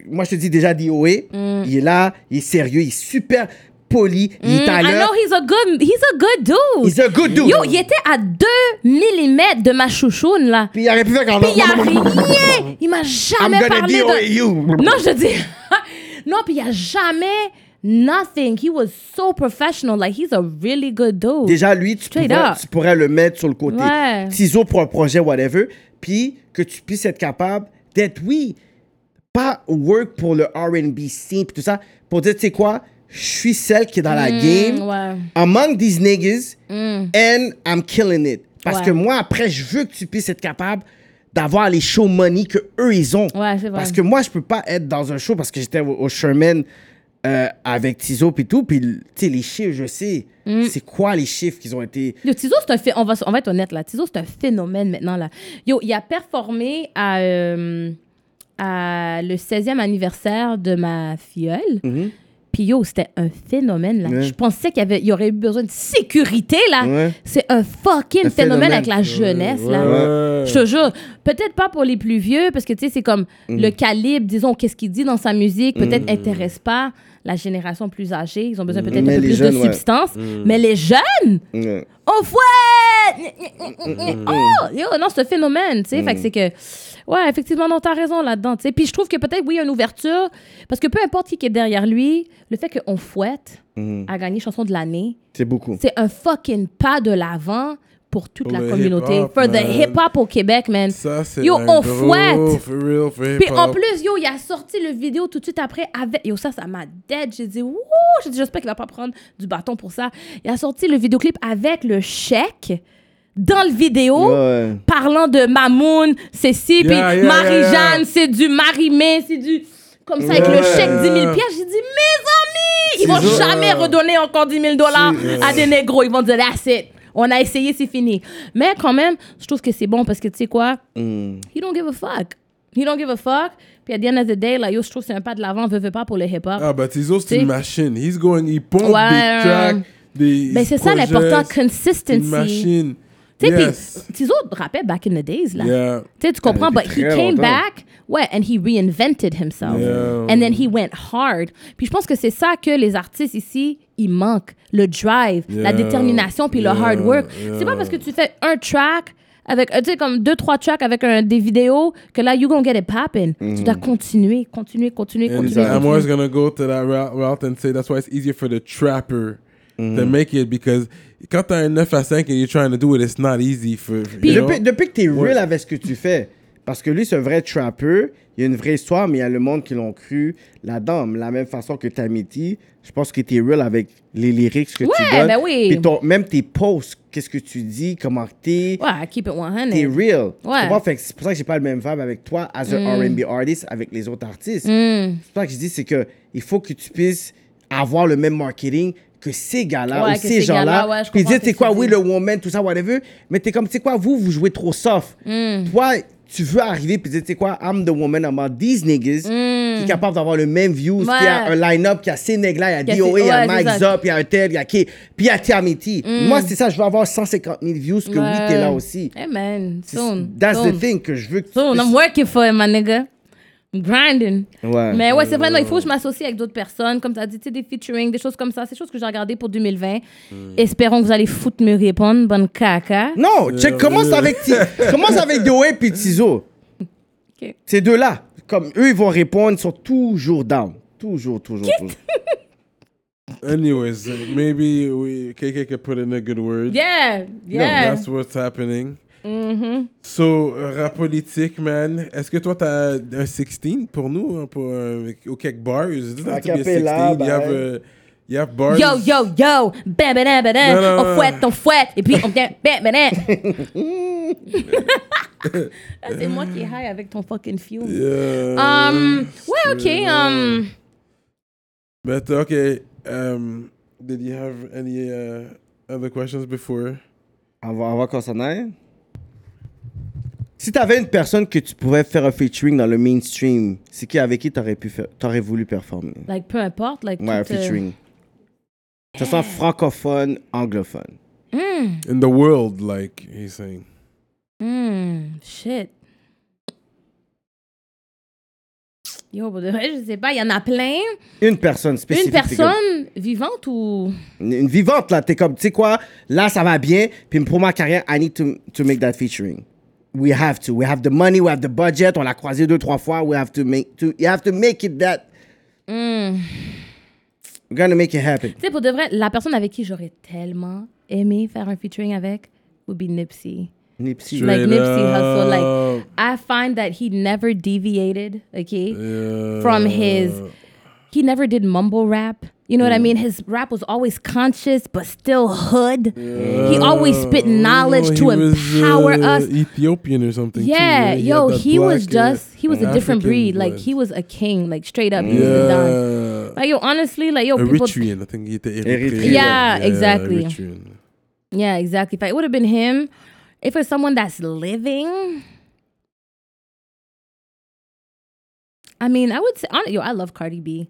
Moi, je te dis déjà, DOA, Hmm. il est là, il est sérieux, il est super poli, il est à Hmm. mm, I l'heure. know he's a good, he's a good dude. He's a good dude. Yo, il était à 2 mm de ma chouchoune, là. Puis il aurait pu faire quand Puis il a rien. Il m'a I'm jamais gonna parlé DOA de. you. (laughs) Non, je dis. non, puis il a jamais nothing. He was so professional. Like, he's a really good dude. (laughs) Déjà, lui, tu Straight pourrais, up. tu pourrais le mettre sur le côté. Ouais. Ciseaux pour un projet, whatever. Puis que tu puisses être capable d'être, oui, pas work pour le RB scene, puis tout ça, pour dire, tu sais quoi, je suis celle qui est dans la game. Hmm, Mm, ouais. Among these niggas, and I'm killing it. Parce Mm. Ouais. que moi, après, je veux que tu puisses être capable d'avoir les show money que eux ils ont. Ouais, c'est vrai. Parce que moi, je peux pas être dans un show parce que j'étais au, au Sherman euh, avec Tizo puis tout. Puis, tu sais, les chiffres, je sais. Mm. C'est quoi les chiffres qu'ils ont été. Yo, Tizo, c'est un phy- on va, s- on va être honnête là. Tizo, c'est un phénomène maintenant là. Yo, il a performé à, euh, à le 16e anniversaire de ma filleule. Puis yo, c'était un phénomène là. Mm-hmm. Ouais. Je pensais qu'il y, avait- il y aurait eu besoin de sécurité là. Ouais. C'est un fucking Un phénomène, phénomène. avec la jeunesse là. Ouais. Je te jure, peut-être pas pour les plus vieux, parce que tu sais, c'est comme Mm. le calibre, disons, qu'est-ce qu'il dit dans sa musique, peut-être intéresse pas la génération plus âgée. Ils ont besoin peut-être Mm. Mais un peu les plus jeunes, de ouais. Mm. substance. Mais les jeunes, Ouais. on fouette! Mm, Oh! Yo, non, c'est un phénomène, tu sais. Fait que c'est que. Ouais, effectivement, non, t'as raison là-dedans, tu sais. Puis je trouve que peut-être, oui, il y a une ouverture. Parce que peu importe qui qui est derrière lui, le fait qu'on fouette Mm. à gagner chanson de l'année, C'est beaucoup. c'est un fucking pas de l'avant pour toute Pour la le communauté. hip-hop, For man. the hip-hop au Québec, man. Ça, c'est Yo, un on gros fouette. for real, for Puis en hip-hop. plus, yo, il a sorti le vidéo tout de suite après avec. Yo, ça, ça m'a dead. J'ai dit, wouh! J'ai dit, j'espère qu'il va pas prendre du bâton pour ça. Il a sorti le vidéoclip avec le chèque dans le vidéo. Ouais. Parlant de Mamoun, c'est ci, puis Yeah, yeah, Marie-Jeanne, yeah, yeah. c'est du Marie-Mé, c'est du. Comme ça, avec Ouais. le chèque 10 000 piastres. J'ai dit, mes amis, ils vont ça. jamais redonner encore 10 000 dollars à des négros. Ils vont dire, that's it. On a essayé, c'est fini. Mais quand même, je trouve que c'est bon parce que tu sais quoi? Mm. he don't give a fuck. He don't give a fuck. Puis at the end of the day, là, yo, je trouve que c'est un pas de l'avant, veux, veux pas pour le hip-hop. Ah, bah, Tizo, c'est T'sais. une machine. He's going, il pompe Ouais, ouais, des tracks, ouais. des Mais Ben, c'est ça projets, l'important, c'est Une consistency. machine. Tu sais, Yes. puis Tizo rappelait back in the days, là. Yeah. Tu sais, tu comprends, but depuis he très came longtemps. back, ouais, and he reinvented himself. Yeah. And then he went hard. Puis je pense que c'est ça que les artistes ici, ils manquent. Le drive, Yeah. la détermination, puis Yeah. le hard work. C'est Yeah. pas parce que tu fais un track avec, euh, tu sais, comme deux, trois tracks avec un, des vidéos que là, you gonna get it poppin'. Tu dois continuer, continuer, continuer, Mm-hmm. And uh, continuer. I'm always gonna go to that route, route and say that's why it's easier for the trapper to make it because quand t'as un 9 à 5 and you're trying to do it, it's not easy for. Puis- you know? Depuis, depuis que t'es real avec ce que tu fais, parce que lui, c'est un vrai trapper, il y a une vraie histoire, mais il y a le monde qui l'ont cru là-dedans. Mais La même façon que Tamiti, je pense que t'es real avec les lyrics que tu Ouais, donnes. ben oui. Puis ton- même tes posts, qu'est-ce que tu dis, comment t'es. Ouais, keep it 100. T'es real. Tu Ouais. Mm. comprends? Fait que C'est pour ça que j'ai pas le même vibe avec toi, as an RB artist, avec les autres artistes. C'est pour ça que je dis, c'est que il faut que tu puisses avoir le même marketing que ces gars-là Ouais, ou que ces ces gens-là. gars-là, ouais, je puis comprends dire, ce c'est que quoi, tu oui, dis. le woman, tout ça, whatever. Mais t'es comme, tu sais quoi, vous, vous jouez trop soft. Mm. Toi, tu veux arriver puis dire, tu sais quoi, I'm the woman among these niggas qui est capable d'avoir le même views, qui a un Mm. Ouais. line-up, qui a ces nègres-là, il y Qui a a DOA, il y a ces- ouais, Mike c'est ça. Mm. Zop, il y a un tel, il y a qui. Puis il y a Tiamiti. Moi, c'est ça, je veux avoir 150 000 views, que oui, t'es là aussi. Hey man, C'est- soon. That's soon. the thing que je veux que tu Soon, puisses- I'm working for it, my nigga. I'm grinding. Ouais. Mais ouais, c'est vrai, non, il faut que je m'associe avec d'autres personnes. Comme tu as dit, tu sais, des featuring, des choses comme ça. C'est des choses que j'ai regardées pour 2020. Espérons que vous allez foutre me répondre. Bonne caca. Hmm. Non, check, commence avec, Ti- commence avec Doé puis Tizo. Ok. Ces deux-là, comme eux, ils vont répondre, ils sont toujours down. Toujours, toujours, toujours. Anyways, uh, maybe we KK could put in a good word. Yeah, yeah. That's what's happening. Mm-hmm. So, euh, rap politique, man. Est-ce que toi, t'as un 16 pour nous, hein, pour, euh, au quelques bars? It doesn't have to be a Acapella, 16. You have, ben. uh, you have bars. Yo, yo, yo, ben, ben, ben, ben, ben. Non, non, on non. fouette, on fouette, et puis on vient, ben, ben, (laughs) ben. Ah, c'est moi qui est high avec ton fucking fume. Yeah. Um, ouais, ok. Um, But okay, um, did you have any uh, other questions before? on, va, on va qu'on s'en aille. Si t'avais une personne que tu pouvais faire un featuring dans le mainstream, c'est qui avec qui t'aurais pu faire, t'aurais voulu performer? like, peu importe. Like, Ouais, un toute, Bah, euh, featuring. Que ce soit francophone, anglophone. In the world, like he's saying. Hmm, shit. Yo, pour de vrai, je sais pas, il y en a plein. Une personne Une spécifique. t'es comme- personne vivante ou. une, une vivante là. T'es comme, tu sais quoi, là ça va bien, puis pour ma carrière, I need to, to make that featuring. We have to. We have the money, we have the budget. On l'a Hmm. croisé deux trois fois. We have to make to. You have to make it that. We're gonna make it happen. Tu sais, pour de vrai, la personne avec qui j'aurais tellement aimé faire un featuring avec would be Nipsey. Nipsey. Like Straight Nipsey Hussle, up. like I find that he never deviated, okay, from his. Uh, He never did mumble rap. You know what I mean? His rap was always conscious, but still hood. He always spit knowledge Oh, to he was, empower uh, us. Ethiopian or something. too, Yeah, right? yo, had that he was black, uh, just he was a different African breed. Like blood. he was a king, like straight up. He was a don. yeah. Like yo, honestly, like yo, people. Eritrean, I think he était Eritrean. Eritrean. Yeah, exactly. Eritrean. Yeah, exactly. If I- it would have been him, if it's someone that's living, I mean, I would say, hon- yo, I love Cardi B.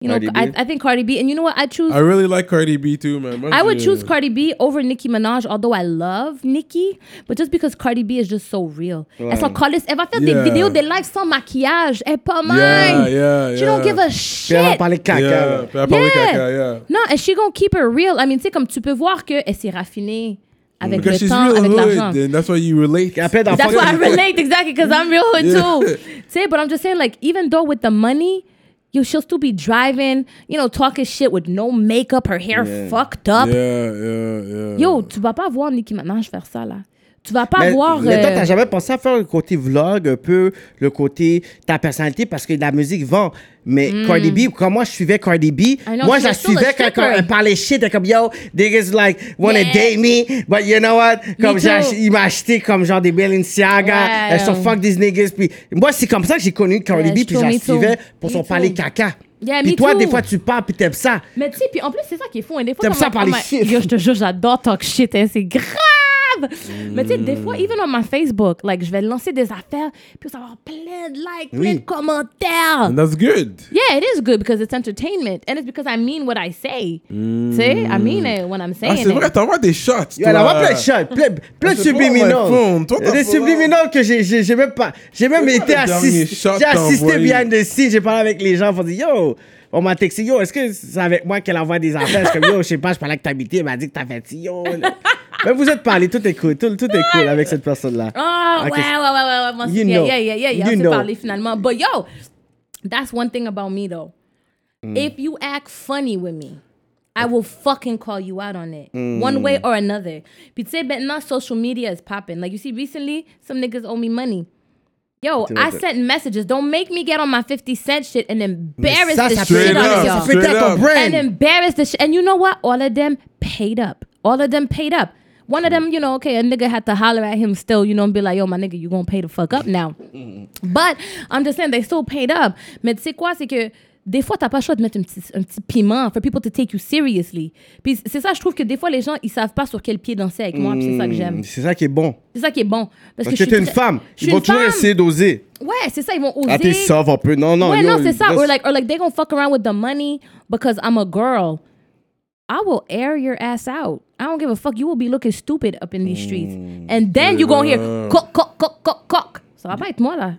You know, Cardi B? I, I think Cardi B, and you know what? I choose. I really like Cardi B too, man. Moi, I would je- choose Cardi B over Nicki Minaj, although I love Nicki, but just because Cardi B is just so real. Elle s'en calisse. Elle va faire Yeah. des vidéos, des lives sans maquillage. Elle est pas mine. Yeah, yeah, yeah. She don't give a Puis elle va shit. parler caca. Yeah, là. puis elle parlait Yeah. caca, yeah. Non, and she gonna keep it real. I mean, tu sais, comme tu peux voir qu'elle s'est raffinée avec Because le she's temps, real avec l'argent. hood, and that's why you relate. Après, dans That's fucking- why I relate exactly because I'm real hood too. Say, but I'm just saying, like, even though with the money, you she'll still be driving, you know, talking shit with no makeup, her hair fucked up. Yeah, yeah, yeah. Yo, tu vas pas voir Nicki Minaj faire ça là. Tu vas pas Mais, voir. mais toi, euh, t'as jamais pensé à faire le côté vlog, un peu le côté ta personnalité, parce que la musique vend. Mais Hmm. Cardi B, quand moi je suivais Cardi B, know, moi she je la was still a suivais quand, quand stripper. elle parlait shit, elle comme yo, niggas like wanna Yeah. date me, but you know what? Comme j'ai too. ach- il m'a acheté comme genre des Balenciaga, Ouais. elles sont fuck these niggas. Puis moi c'est comme ça que j'ai connu Cardi Yeah, B, she puis told je la me too. suivais pour son Me too. parler caca. Yeah, puis me toi, too. des fois tu parles puis t'aimes ça. Mais tu sais, puis en plus, c'est ça qui est fou. hein. Des fois, T'aimes comme ça on- parler on- shit. Yo, je te jure, j'adore talk shit. hein, c'est grave. Mais tu sais, des Mm. fois, even on my Facebook, like, je vais lancer des affaires, puis ça va avoir plein de likes, plein de commentaires. And that's good. Yeah, it is good because it's entertainment and it's because I mean what I say. See, I mean it when I'm saying Mm. Ah, c'est vrai, it. t'envoies des shots. Yo, elle toi. envoie plein de shots, plein, plein de c'est pas un subliminaux. iPhone. Toi, t'as Des pas- subliminaux que j'ai- j'ai j'ai même pas. J'ai même C'est quoi été le dernier assisté. shot J'ai t'as assisté envoyé? behind the scenes. J'ai parlé avec les gens. Ils m'ont dit Yo, on m'a texté Yo, est-ce que c'est avec moi qu'elle envoie des affaires Je suis comme Yo, je sais pas, je parlais avec ta bité. Elle m'a dit que t'as fait ci, Yo. là. Mais vous êtes parlé, tout est cool. Tout, tout est cool avec cette personne-là. Oh, Ok. wow, wow, wow, wow. Once, You yeah, know. yeah, yeah, yeah, yeah. You On s'est know. parlé finalement. But yo, that's one thing about me though. Mm. If you act funny with me, I will fucking call you out on it, Mm. one way or another. Puis tu sais, maintenant, social media is popping. Like you see, recently, some niggas owe me money. Yo, I that. sent messages. Don't make me get on my 50 cent shit and embarrass ça, the ça peut shit out Straight up, of y'all. ça peut straight être ton up. brand. and embarrass the shit. And you know what? All of them paid up. All of them paid up. One of them, you know, okay, a nigga had to holler at him still, you know, and be like, yo, my nigga, you gonna pay the fuck up now. But I'm just saying, they still paid up. Mais tu sais quoi, c'est que des fois, t'as pas le choix de mettre un petit, un petit piment for people to take you seriously. Puis c'est ça, je trouve que des fois, les gens, ils savent pas sur quel pied danser avec moi. puis c'est ça que j'aime. C'est ça qui est bon. C'est ça qui est bon. Parce, Mm. Parce je que suis t'es une très- femme. Je suis Ils vont une toujours femme. essayer d'oser. Ouais, c'est ça, ils vont oser. Ah, t'es soft un peu. Non, non, Ouais, yo, non, c'est ça. let's- Or like, or like, they gonna fuck around with the money because I'm a girl. I will air your ass out. I don't give a fuck. You will be looking stupid up in these streets. Mm, And then you gonna hear coq, coq, coq, coq, coq. Ça va pas être moi, là.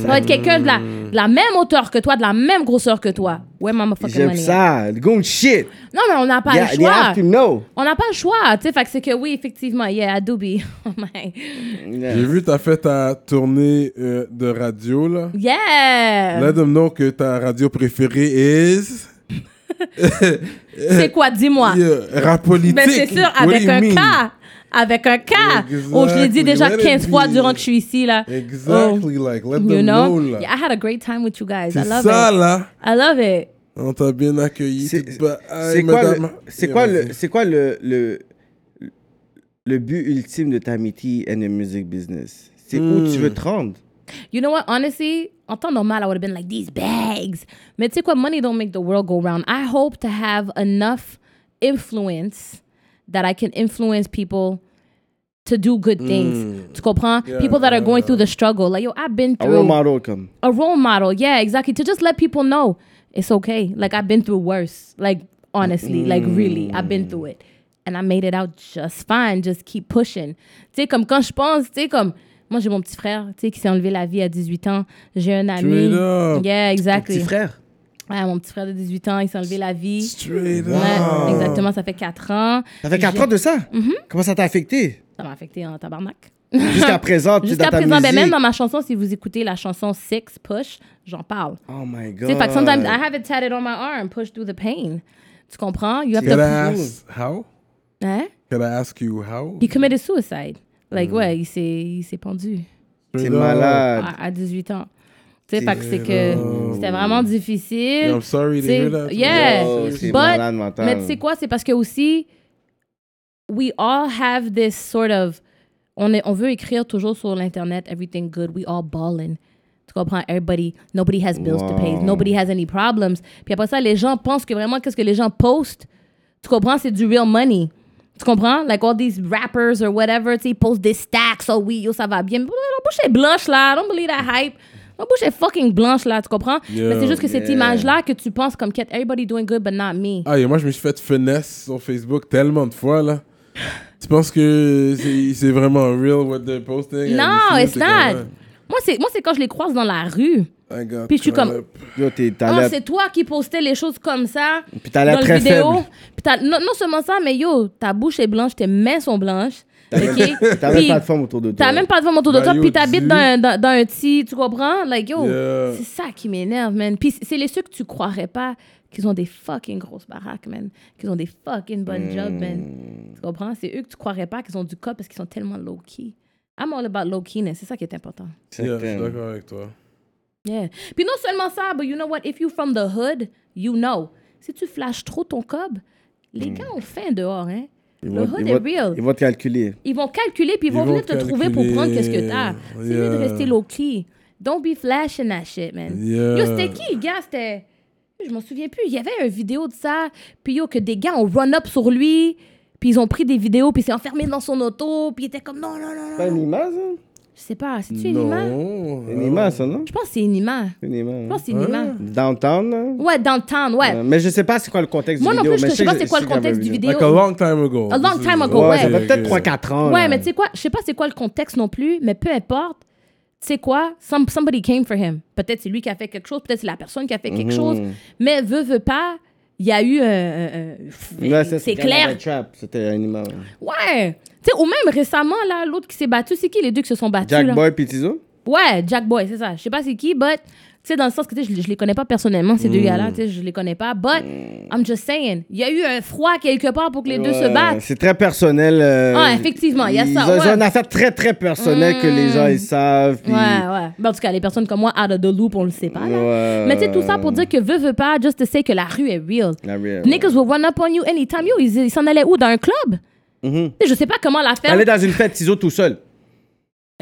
Ça va être quelqu'un de la, de la même hauteur que toi, de la même grosseur que toi. Where my motherfucking J'aime money? at? ça. Go shit. Non, mais on n'a pas Yeah, le They have choix. to know. On n'a pas le choix. Tu sais, fait que c'est que oui, effectivement. Yeah, I do be. (laughs) Oh my. Mm. J'ai vu, t'as fait ta tournée euh, de radio, là. Yeah. Let them know que ta radio préférée is... C'est quoi? Dis-moi. Yeah, rap politique. Ah. Mais c'est sûr, What do avec you un mean? cas. Avec un cas. Oh, je l'ai dit Exactly. déjà Let it 15 fois be. durant que je suis ici, là. Exactly, like, let Oh, them you know? know, là. Yeah, I had a great time with you guys. I C'est love ça, it. là. I love it. On t'a bien accueilli. C'est toute ba- Aïe, c'est quoi, le, madame. c'est Yeah, quoi, vas-y. le, c'est quoi le, le, le but ultime de ta métier and the music business? C'est où tu Hmm. veux te rendre? You know what? Honestly, en temps normal, I would have been like, these bags. Mais tu sais quoi? Money don't make the world go round. I hope to have enough influence that I can influence people to do good things. Mm. Tu comprends? people that are going through the struggle. Like, yo, I've been Un through... role model comme. a role model. Yeah, exactly. To just let people know it's okay. Like I've been through worse. Like honestly, like really, I've been through it, and I made it out just fine. Just keep pushing. Tu sais comme quand je pense, tu sais comme moi j'ai mon petit frère, tu sais qui s'est enlevé la vie à 18 ans. J'ai un ami. Straight up. Yeah, exactly. Petit frère. Ouais, mon petit frère de 18 ans, il s'est enlevé la vie. Straight Ouais, up. exactement. Ça fait 4 ans. Ça fait 4 J'ai- Mm-hmm. ans de ça? Comment ça t'a affecté? Ça m'a affecté en tabarnak. (laughs) Jusqu'à présent, tu es Jusqu'à dans ta présent, ben, musique. même dans ma chanson, si vous écoutez la chanson Six, Push, j'en parle. Oh my Tu sais, God. fait que sometimes, hein. I have it tatted on my arm, push through the pain. Tu comprends? You have Can I to... ask how? Hein? Can I ask you how? He committed suicide. Like, ouais, il s'est il s'est pendu T'es malade. à, à 18 ans. Tu sais, fait que c'est que c'était vraiment difficile. Yeah, I'm sorry to C'est- hear that. Yeah. Yo, c'est But- malade mental. Mais tu sais quoi, c'est parce que aussi, we all have this sort of. On, est, on veut écrire toujours sur l'Internet, everything good, we all ballin'. Tu comprends? Everybody, nobody has bills to pay, Wow. nobody has any problems. Puis après ça, les gens pensent que vraiment, qu'est-ce que les gens postent, tu comprends? C'est du real money. Tu comprends? Like all these rappers or whatever, tu sais, ils postent des stacks, oh oui, yo, ça va bien. Mais Leur bouche est blanche là, I don't believe that hype. Leur bouche est fucking blanche là, tu comprends? Yo, Mais c'est juste que cette yeah. image-là que tu penses comme, Kat, everybody doing good but not me. Ah, et moi, je me suis fait finesse sur Facebook tellement de fois, là. Tu penses que c'est c'est vraiment real what they're posting? Non, Et ici, it's c'est not. Moi, c'est moi, c'est quand je les croise dans la rue. comme, I got Puis je suis caught comme- up. Yo, t'es t'as Ah, l'air- c'est toi qui postais les choses comme ça. Puis t'as l'air dans le très vidéo. faible. Puis t'as- non, non seulement ça, mais yo, ta bouche est blanche, tes mains sont (laughs) blanches. OK? t'as même Puis pas de femme autour de toi. T'as même pas de femme autour de Bah, toi, yo, puis t'habites dis- dans, un- dans, dans un petit, tu comprends? Like, yo, Yeah. c'est ça qui m'énerve, man. Puis c'est les ceux que tu croirais pas qu'ils ont des fucking grosses baraques, man. Qu'ils ont des fucking bonnes Hmm. jobs, man. Tu comprends? C'est eux que tu croirais pas qu'ils ont du cop parce qu'ils sont tellement low-key. I'm all about low-keyness, c'est ça qui est important. Yeah, je suis Certain. d'accord avec toi. Yeah. Puis non seulement ça, but you know what? If you from the hood, you know. Si tu flashes trop ton cob, les gars ont faim dehors, hein? Le Hmm. vont- hood vont- est real. ils vont te calculer. Ah. Ils vont calculer puis ils Ils vont vont venir te trouver pour calculer. prendre qu'est-ce que t'as. C'est mieux de Yeah. rester low-key. Don't be flashing that shit, man. Yeah. Yo, c'était qui le gars? C'était. Je m'en souviens plus. Il y avait une vidéo de ça. Puis yo, que des gars ont run-up sur lui. Puis ils ont pris des vidéos. Puis il s'est enfermé dans son auto. Puis il était comme non, non, non. Pas non. une image, hein? Je sais pas. C'est-tu une image? Non. Une image, ça, non? Je pense que c'est une image. Une image. hein. Je pense que c'est une image. Downtown, hein. là? Ouais, dans le town, ouais. Euh, Mais je sais pas c'est quoi le contexte Moi du non vidéo. plus, je mais sais pas que- c'est quoi le que j'avais contexte vu du vidéo. ça. Like a long time ago. A long This is- time ago, Ouais, ça Ouais, fait peut-être 3-4 ans. Ouais, Oh là. mais tu sais quoi, je sais pas c'est quoi le contexte non plus, mais peu importe, tu sais quoi, some- somebody came for him. Peut-être c'est lui qui a fait quelque chose, peut-être c'est la personne qui a fait quelque Mhm. chose, mais veut, veut pas, il y a eu un. un- un- Ouais, ça, c'est quand même un clair. trap, C'était un image. Ouais! Tu sais, ou même récemment, là, l'autre qui s'est battu, c'est qui les deux qui se sont battus? Jack là? Boy puis Tizo? Ouais, Jack Boy, c'est ça. Je sais pas c'est qui, but, tu sais, dans le sens que tu sais, je, je les connais pas personnellement, ces deux Mm. gars-là, tu sais, je les connais pas, but, I'm just saying, il y a eu un froid quelque part pour que les deux se Ouais, battent. Euh, C'est très personnel. euh, Ah, effectivement, il y a ils ça, ont- ouais. Ils ont une affaire très, très personnelle que les gens, ils savent. puis- Ouais, ouais. Ben, en tout cas, les personnes comme moi, out of the loop, on le sait pas. Là. Ouais. Mais tu sais, tout ça pour dire que veut, veut pas, just to say que la rue est real. La real, Niggas will run up on you anytime. Yo, ils ils s'en allaient où? Dans un club? Tu sais, Je sais pas comment la faire. Aller Mm-hmm. dans une fête, Tizo tout seul.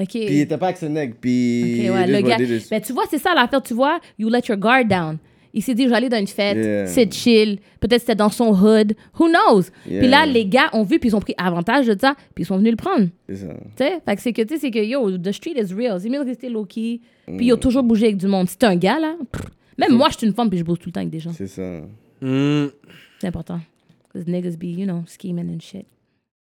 Ok. Puis il était pas avec ses nègres. Puis. Ok, ouais, les le deux gars. vont dire- Mais tu vois, c'est ça l'affaire, tu vois. You let your guard down. Il s'est dit, je vais aller dans une fête, Yeah. c'est chill. Peut-être c'était dans son hood. Who knows? Yeah. Puis là, les gars ont vu, puis ils ont pris avantage de ça, puis ils sont venus le prendre. C'est ça. Tu sais, fait que c'est que, tu sais, c'est que, yo, the street is real. C'est mieux de rester low-key. Puis, yo, toujours bouger avec du monde. Si t'es un gars, là, pff, même moi, je suis une femme, puis je bouge tout le temps avec des gens. C'est ça. Mm. C'est important. Because niggas be, you know, scheming and shit.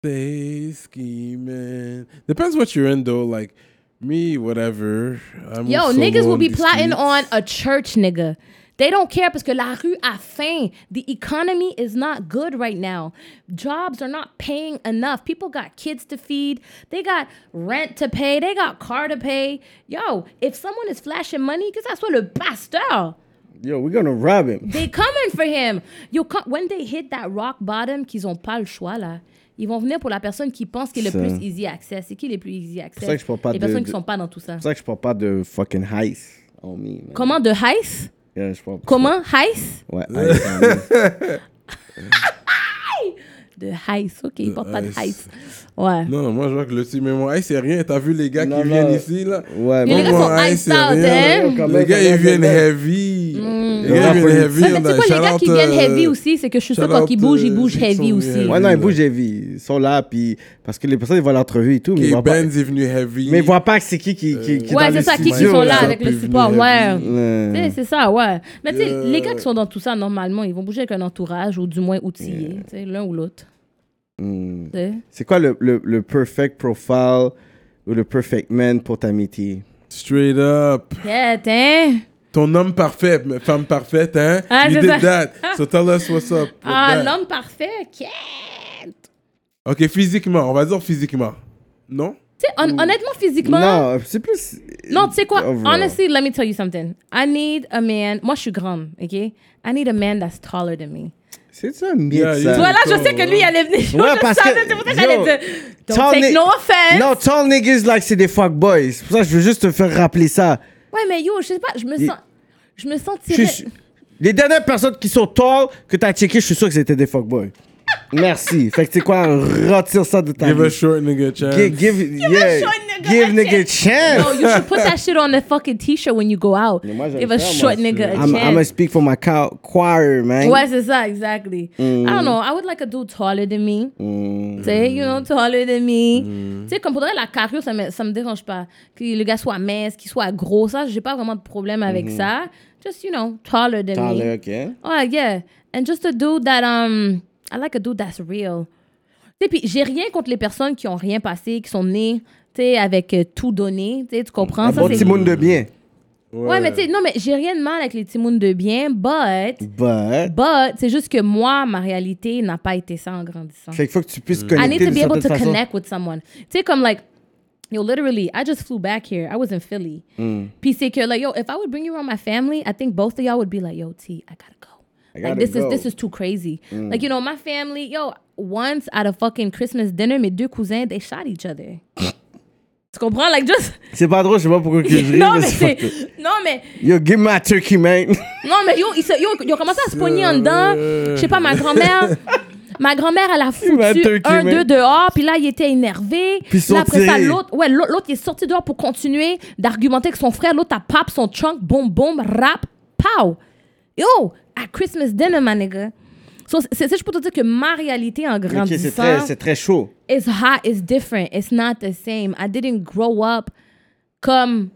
They scheming. Depends what you're in though. Like me, whatever. I'm Yo, solo niggas will on be the plotting streets. on a church nigga. They don't care parce que la rue a faim. The economy is not good right now. Jobs are not paying enough. People got kids to feed. They got rent to pay. They got car to pay. Yo, if someone is flashing money, que ça soit le pasteur. Yo, we're gonna rob him. They coming for him. Yo, quand- when they hit that rock bottom, qu'ils ont pas le choix là, ils vont venir pour la personne qui pense qu'il est Ça. le plus easy access. C'est qui les plus easy access ça que je parle pas Les de- personnes de- qui sont pas dans tout ça. C'est pour ça que je parle pas de fucking heist on me. man. Comment de heist Yeah, je parle pas- Comment heist Ouais, heist on me. De heist. Ok, ils portent pas de heist. heist. Ouais. Non, non, moi je vois que le team mais moi, hey, c'est rien. T'as vu les gars Non, qui non. viennent ici là Mais Ouais, mais les gars Moi, sont hey, iced c'est out, rien. hein? Comme Les gars, comme ils viennent comme- heavy. Les Ouais, gars, ils viennent mais heavy. Mais on c'est a- quoi les gars qui shout out, viennent euh, heavy aussi C'est que je suis sûre shout quand out, ils bougent, ils euh, bougent ceux qui sont heavy mis aussi. heavy. Ouais, non, ils là. bougent heavy. Ils sont là, puis. Parce que les personnes, ils voient l'entrevue et tout, mais ils Ok, voient pas. Benz est venu heavy. Mais ils voient pas que c'est qui qui, qui, qui est Ouais, dans c'est le ça, qui qui studio, sont là là. avec le Puis support. venir Ouais. heavy. Ouais. Tu sais, C'est ça, ouais. Mais tu sais, Euh, Yeah. les gars qui sont dans tout ça, normalement, ils vont bouger avec un entourage ou du moins outillé, tu sais, l'un ou l'autre. Mm. tu sais. C'est quoi le, le, le perfect profile ou le perfect man pour ta métier? Straight up. Yeah, t'es. Ton homme parfait, mais femme parfaite, hein? Ah, you c'est did ça. that. So tell us what's up. with Ah, that. ben. l'homme parfait, Kate! Ok, physiquement, on va dire physiquement. Non? Tu sais, hon- honnêtement, physiquement. Non, Oh, c'est plus. Non, tu sais quoi? Overall. Honestly, let me tell you something. I need a man. Moi, je suis grande, OK? I need a man that's taller than me. C'est ça, un mythe, Yeah, yeah. ça. Toi, là, je d'accord, sais que lui, il allait venir. Ouais, (laughs) je parce que- savais, C'est pour ça que yo, j'allais dire. Don't tall take ni- no offense. Non, tall niggas, like, c'est des fuckboys. C'est pour ça que je veux juste te faire rappeler ça. Ouais, mais yo, je sais pas, je me Il- sens. Je me Je sentirais. suis- Les dernières personnes qui sont tall que t'as checké, je suis sûr que c'était des fuckboys. Merci. Fait que tu sais quoi, retire ça de ta Give a liste. short nigga chance. Give, give, yeah. short nigga give a nigga a chance. No, you should put that shit on the fucking t-shirt when you go out. moi, j'aime Give a ça, moi, short c'est- nigga a I'm, I'm gonna chance. speak for my cow- choir, man. Ouais, c'est ça, exactly. I Mm. don't know, I would like a dude taller than me. Tu sais, you know, taller than me. Mm. Tu sais, comme pour de vrai, la carrure, ça me, ça me dérange pas. Que le gars soit mince, qu'il soit gros, ça, j'ai pas vraiment de problème avec ça. Just, you know, taller than me. Mm-hmm. Taller, ok. Ouais, yeah. And just a dude that, um, I like a dude that's real. Tu sais, puis j'ai rien contre les personnes qui ont rien passé, qui sont nées, tu sais, avec euh, tout donné. Tu sais, tu comprends? Un ça, bon c'est- petit monde de bien. Ouais, mais tu sais, non, mais j'ai rien de mal avec les timounes de bien, but, But. but, c'est juste que moi, ma réalité n'a pas été ça en grandissant. Fait qu'il faut que tu puisses I connecter need to d'une be able certaine to façon. connect with someone. Tu sais, comme, like, yo, literally, I just flew back here. I was in Philly. Hmm. Puis c'est que, like, yo, if I would bring you around my family, I think both of y'all would be like, yo, T, I gotta go. like, gotta this go. Hmm. is this is too crazy. Like, you know, my family, yo, once at a fucking Christmas dinner, mes deux cousins, they shot each (laughs) other. tu comprends? Like, just. C'est pas drôle, je sais pas pourquoi (laughs) que je ris, non, mais mais c'est c'est. fucked up. Non, mais. Yo, give me a turkey, man. Non, mais yo, ils, se- yo, ils ont commencé à se pogner en dedans. Je sais pas, ma grand-mère. Ma grand-mère, (laughs) elle a foutu m'a turqué, un, man. deux dehors, puis là, il était énervé. Puis ils sont là, après ça, tirés. l'autre, ouais, l'autre, l'autre, il est sorti dehors pour continuer d'argumenter avec son frère. L'autre, a pop son trunk, boum, boum, rap, pow. Yo, à Christmas dinner, ma nigga. So, c'est ça, je peux te dire que ma réalité en (laughs) Ok, grandissant, c'est très, c'est très chaud. it's hot, it's different, it's not the same. I didn't grow up comme,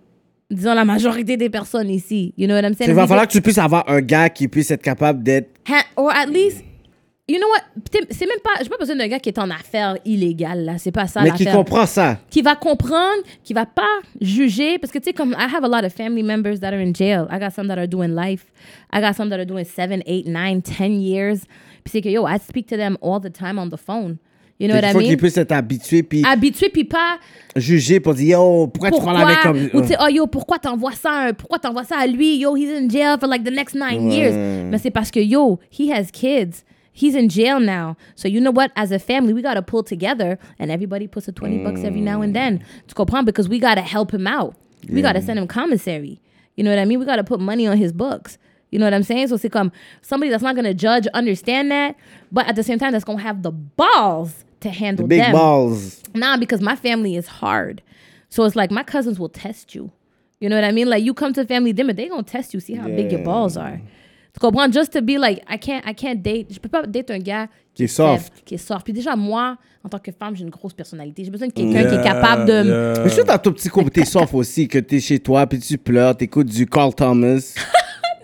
disons, la majorité des personnes ici. You know what I'm saying? Il va We falloir get- que tu puisses avoir un gars qui puisse être capable d'être Ha- or at least, you know what? T'es- C'est même pas, j'ai pas besoin d'un gars qui est en affaires illégales, là. C'est pas ça Mais qui l'affaire. comprend ça. Qui va comprendre, qui va pas juger. Parce que, tu sais, comme, I have a lot of family members that are in jail. I got some that are doing life. I got some that are doing 7, 8, 9, 10 years. Puis c'est que, yo, I speak to them all the time on the phone. You know Il what I faut qu'il mean? Ah. puisse être habitué puis Habitué, puis pas juger pour dire Yo, pourquoi, pourquoi, tu parles avec comme. euh, ou tu sais, oh yo, pourquoi t'envoies ça, à un- pourquoi t'envoies ça à lui, yo, he's in jail for like the next nine years. Mais c'est parce que yo, he has kids. He's in jail now. So you know what? As a family, we gotta pull together and everybody puts a 20 bucks every now and then. Tu comprends? Because we gotta help him out. We gotta send him commissary. You know what I mean? We gotta put money on his books. You know what I'm saying? So c'est comme somebody that's not gonna judge, understand that, but at the same time, that's gonna have the balls to handle Big them. balls. Nah, because my family is hard. So it's like my cousins will test you. You know what I mean? Like you come to family dinner, they gonna test you, see how big your Yeah. balls are. Tu comprends? Just to be like, I can't, I can't date. Je peux pas date un gars Qui est faible, soft. qui est soft. Puis déjà, moi, en tant que femme, j'ai une grosse personnalité. J'ai besoin de quelqu'un qui Yeah, est capable de. m- yeah. Mais je suis dans ton petit côté soft aussi, que t'es chez toi puis tu pleures, t'écoutes du Carl Thomas. (laughs)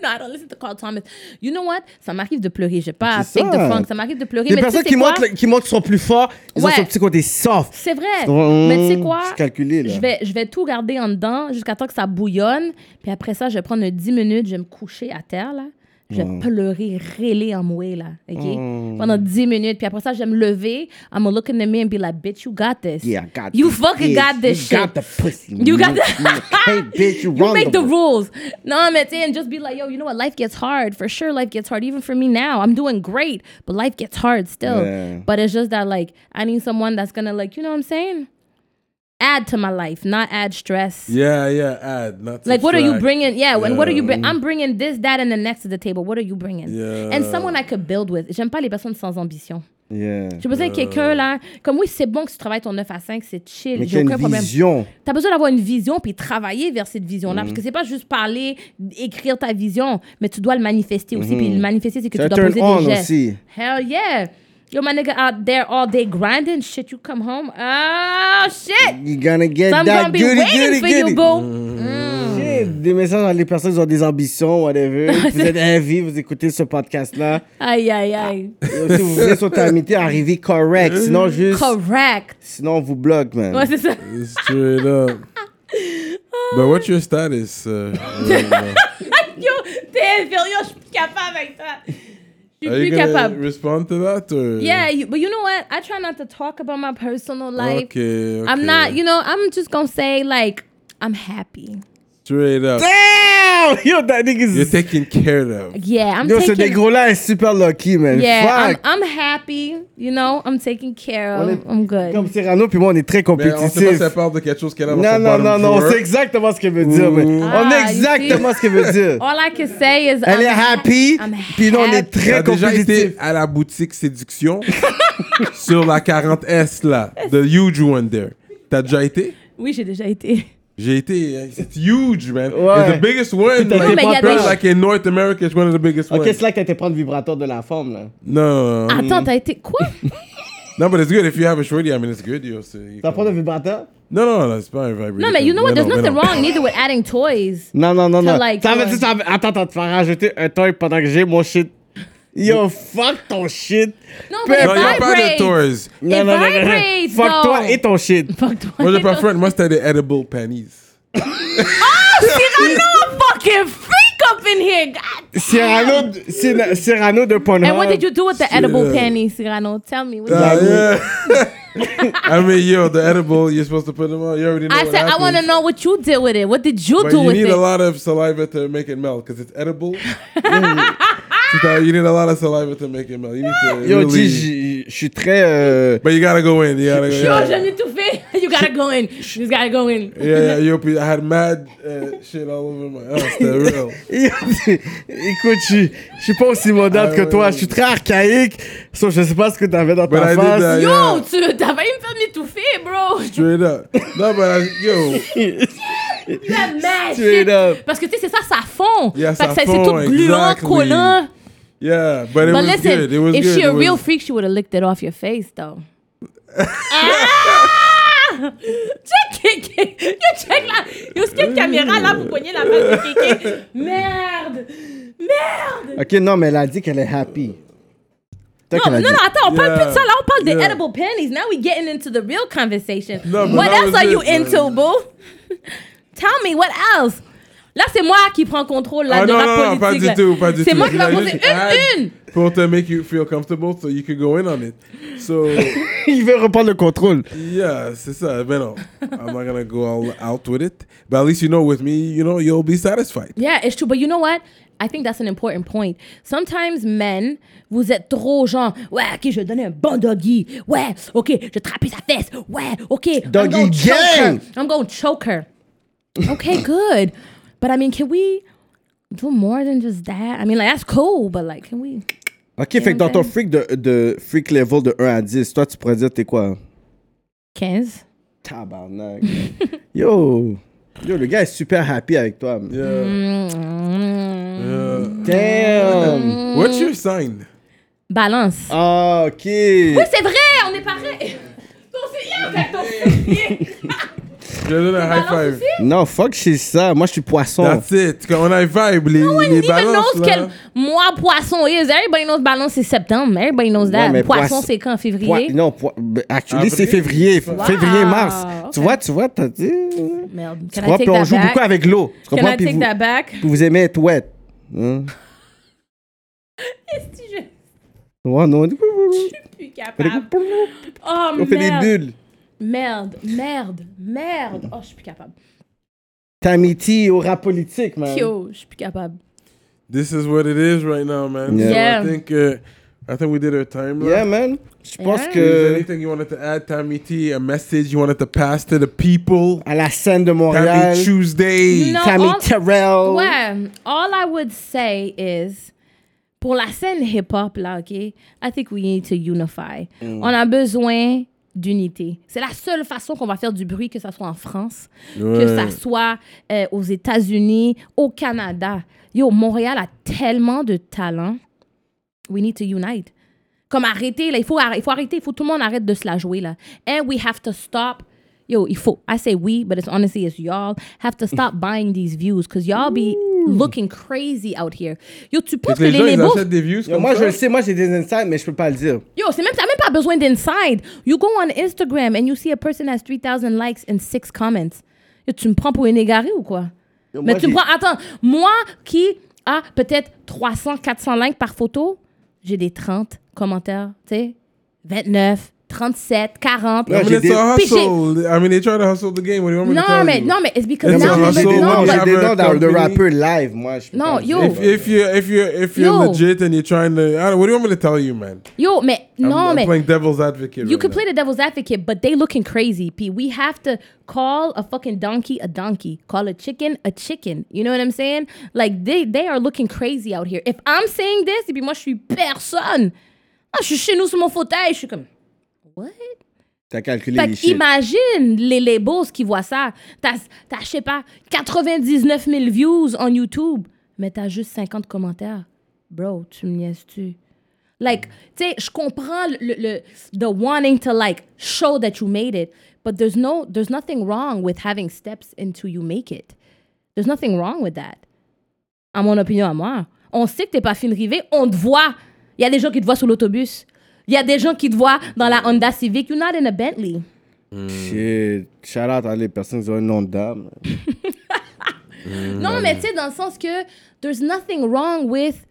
No, I don't listen to Carl Thomas. You know what? Ça m'arrive de pleurer. J'ai pas à C'est fake the ça. funk. Ça m'arrive de pleurer. Les mais tu sais personnes c'est qui quoi? montrent, le- qui montrent qu'ils sont plus forts, ils Ouais. ont son petit côté soft. C'est vrai. Mmh, mais tu sais quoi? c'est calculé, là. Je vais, je vais tout garder en dedans jusqu'à temps que ça bouillonne. Puis après ça, je vais prendre 10 minutes, je vais me coucher à terre, là. Je Hmm. vais pleurer, rêler en mouet, là. OK? Pendant 10 minutes. Puis après ça, je vais me lever. I'm gonna look in the mirror and be like, bitch, you got this. Yeah, I got You this. fucking Yeah, got this you shit. got the pussy. You got the- (laughs) Mm-hmm. Hey, bitch, you, You run make the the rules. No, man, and just be like, yo, you know what? Life gets hard. For sure, life gets hard. Even for me now, I'm doing great, but life gets hard still. Yeah. But it's just that, like, I need someone that's gonna, like, you know what I'm saying? Add to my life, not add stress. Yeah, yeah, add. Not Like, what are you subtract. bringing? Yeah, and what are you bringing? I'm bringing this, that, and the next to the table. What are you bringing? Yeah. And someone I could build with. J'aime pas les personnes sans ambition. Yeah. J'ai besoin de quelqu'un, là. Comme oui, c'est bon que tu travailles ton 9 à 5, c'est chill. Mais J'ai qu'il y a aucun une problème. vision. T'as besoin d'avoir une vision puis travailler vers cette vision-là. Mhm. Parce que c'est pas juste parler, écrire ta vision, mais tu dois le manifester aussi. Puis le manifester, c'est que Mhm. C'est tu un dois poser turn on des gestes. aussi. Hell yeah! Yo, my nigga out there all day grinding. Shit, you come home. Oh, shit! You gonna get I'm that gonna be goody, waiting goody, for you, goody. Mhm. boo! J'ai des messages à les personnes qui ont des ambitions, (laughs) whatever. vous êtes heavy, vous écoutez ce podcast-là. Aïe, aïe, aïe. Et Si vous voulez sur ta amitié, arrivez (laughs) correct. Sinon, juste. Correct! (laughs) Sinon, on vous bloque, man. Ouais, c'est ça. (laughs) Straight up. But what's your status? Uh, Yo, t'es Phil, yo, je suis plus capable avec toi. suis Are plus you gonna capable. respond to that? Or... Yeah, you, but you know what? I try not to talk about my personal life. Okay, okay. I'm not, you know, I'm just gonna say like I'm happy. Straight up. Damn! Yo, that nigga's. You're taken care of. Yeah, I'm Yo, ce taking. négro-là est super lucky, man. yeah, I'm, Fuck! I'm happy. You know, I'm taken care of. I'm good. Comme Cyrano, puis moi, on est très Mais on sait pas compétitifs. si elle parle de quelque chose qu'elle a dans Non, son non, bottom non, non, on drawer. sait exactement ce qu'elle veut dire, mais on Ah, sait exactement ici. ce qu'elle (laughs) veut dire. All I can say is Elle I'm est ha- happy, I'm puis nous, on est happy. T'as très déjà été compétitifs. à la boutique Séduction (laughs) sur la 40S, là. The huge one there. T'as déjà été? Oui, j'ai déjà été. J'ai été. euh, It's huge, man. Ouais. It's the biggest one. t'as Non, mais il y a Probably des- like in North America, it's one of the biggest Ok, ones. c'est là que t'as été prendre le vibrateur de la forme, là. No, no, no. Attends, t'as été quoi? No, but it's good. If you have a shorty, I mean, it's good. You'll see. T'as pris le vibrateur? No, no, no, it's not a vibrator. no, man, you know what? Mais There's non, mais nothing non. wrong neither with adding toys. Non, non, non, T'as non. like, Ça veut ouais. dire, ça veut- Attends, attends, te faire rajouter un toy pendant que j'ai mon shit. Yo, fuck ton shit. No, Peu but it Non, y a pas de vibrates. toys. It vibrates, Fuck though. toi et ton shit. Fuck toi. Moi, (laughs) j'ai pas friend. Moi, c'était des edible panties. Cyrano, a fucking freak up in here. God. Cyrano, de- Cyr- Cyrano de Pornhub. And what did you do with the edible Yeah. panties, Cyrano? Tell me. What you Ah, did. yeah. (laughs) I mean, yo, the edible, you're supposed to put them on. You already know I what said I happens. want to know what you did with it. What did you But do you with need it? a lot of saliva to make it melt because it's (laughs) edible. So you need a lot of saliva to make it melt. You need to Yo, really- G, j- je suis très. euh, But you gotta go in. You gotta go Yo, in. je need to fit. (laughs) You gotta go in. You just gotta go in. Yeah, yeah, yo, pe- I had mad uh, shit all over my ass. C'était real. (laughs) (laughs) Écoute, je suis- je suis pas aussi moderne Ah, que toi. ouais. Je suis très archaïque. Sauf je sais pas ce que t'avais dans But I ta did that, face. Yo, yeah. tu t'as failli me faire m'étouffer, bro. Straight up. No, but I, yo, Tu as mad Straight shit. up. Parce que tu sais, c'est ça, ça fond. Yeah, fait ça que ça, c'est fond, tout gluant, exactly. collant. yeah, but it But was listen, good. It was if good. she a It was- real freak, she would have licked it off your face, (laughs) though. Ah! Check Kéké! Yo, check là! Yo, c'est quelle caméra là pour poigner la face de Kéké? Merde! Merde! Ok, non, mais elle a dit qu'elle est happy. Toi Non, qu'elle a non, dit. non, attends, on parle Yeah. plus de ça. Là, on parle des Yeah. edible panties. Now we getting into the real conversation. No, but what that else was are you it, into, boo? (laughs) Tell me, what else? Là, c'est moi qui prends contrôle là, Ah, de non, la non, non, politique. pas du là. tout, pas du tout. C'est moi qui You vais know, poser just add une, une! Pour te make you feel comfortable so you could go in on it. (laughs) So, (laughs) Il veut reprendre le contrôle. yeah, c'est ça. Mais non, I'm not gonna go all out with it. But at least you know with me, you know, you'll be satisfied. Yeah, it's true. But you know what? I think that's an important point. Sometimes men, vous êtes trop genre, ouais, ok, je vais donner un bon doggy. Ouais, ok, je vais trapper sa fesse. Ouais, ok. Doggy I'm gonna choke her. gang. I'm going to choke her. Okay, (laughs) good. But I mean, can we do more than just that? I mean, like, that's cool, but like, can we? Ok, fait que dans ton freak de, de freak level de 1 à 10, toi, tu pourrais dire t'es quoi 15. (laughs) Tabarnak. Yo. Yo, le gars est super happy avec toi. man. Yeah. Mm. Yeah. Damn. What's your sign? Balance. Ah, ok. Oui, c'est vrai, on est pareil. (laughs) Ton signe, avec ton signe. Je donne un high Balance five. aussi? Non, fuck, c'est ça. Moi, je suis poisson. That's it. Quand on a un vibe, les, les Everybody balances, knows là. quel mois poisson is. Everybody knows balance c'est septembre. Everybody knows that. Ouais, mais poisson poisson- c'est quand février. Poi- non, poi- ben, actually, Avril. c'est février. Février-mars. ok. Tu vois, tu vois, t'as dit. Merde. Tu Can I vois, take puis on that joue back? beaucoup avec l'eau. Tu Can comprends? I Puis take vous, that (laughs) back? puis vous aimez être wet. Hein? Est-ce que je Ouais, non. On suis plus fait capable? des- Oh on fait des merde. bulles. Merde, merde, merde. Oh, je suis plus capable. Tamiti au rap politique, man. Yo, je suis plus capable. This is what it is right now, man. Yeah. So Yeah. I think uh, I think we did our time. là. Yeah, man. Je pense Yeah. Is there que anything you wanted to add, Tammy T? A message you wanted to pass to the people? à la scène de Montréal, Tammy Tuesday. No. Tammy all- Terrell. Ouais, all I would say is, pour la scène hip-hop, là, OK, I think we need to unify. On a besoin d'unité. C'est la seule façon qu'on va faire du bruit, que ça soit en France, que Ouais. ça soit euh, aux États-Unis, au Canada. Yo, Montréal a tellement de talent. We need to unite. Comme arrêter, là, il faut, arr- il faut arrêter, il faut que tout le monde arrête de se la jouer, là. And we have to stop. Yo, il faut. I say we, but it's honestly, it's y'all have to stop buying these views because y'all be looking crazy out here. Yo, tu penses que Les les gens, ils labels. achètent des views Yo, comme moi, ça? je le sais, moi, j'ai des insights, mais je peux pas le dire. Yo, c'est même, t'as même pas besoin d'inside. You go on Instagram and you see a person has 3000 likes and 6 comments. Yo, tu me prends pour une égarée ou quoi? Yo, Mais moi, tu me j'ai- prends. Attends, moi qui a peut-être 300, 400 likes par photo, j'ai des 30 commentaires, tu sais, 29, 37, 40. I Ouais, mean, j'ai it's des- a Puis j'ai- hustle. I mean, they try to hustle the game. What do you want me to Non, tell mais, you? non, mais it's because It's now, a mais hustle. non, Moi, but- j'ai- des dents dans le company. rappeur live, moi. je peux pas Non, dire. yo. If, if you if you if you're Yo. legit and you're trying to, I don't, what do you want me to tell you, man? yo, mais, I'm- non, I'm, mais, playing devil's advocate. You right could now. play the devil's advocate, but they looking crazy, P. We have to call a fucking donkey a donkey, call a chicken a chicken. You know what I'm saying? Like they they are looking crazy out here. If I'm saying this, et puis moi je suis personne. Ah, je suis chez nous sur mon fauteuil, je suis comme what? T'as calculé Fait les que shit. imagine les labels qui voient ça. T'as, t'as, je sais pas, 99 000 views en YouTube, mais t'as juste 50 commentaires. Bro, tu me niaises-tu? Like, tu sais, je comprends le, le- le- the wanting to like show that you made it, but there's no, there's nothing wrong with having steps until you make it. There's nothing wrong with that. À mon opinion, à moi. On sait que t'es pas fin de rivée, on te voit. Il y a des gens qui te voient sur l'autobus. Il y a des gens qui te voient dans la Honda Civic. You're not in a Bentley. Shit. Shout out à les personnes qui ont un nom de dame. Non, mais tu sais, dans le sens que there's nothing wrong with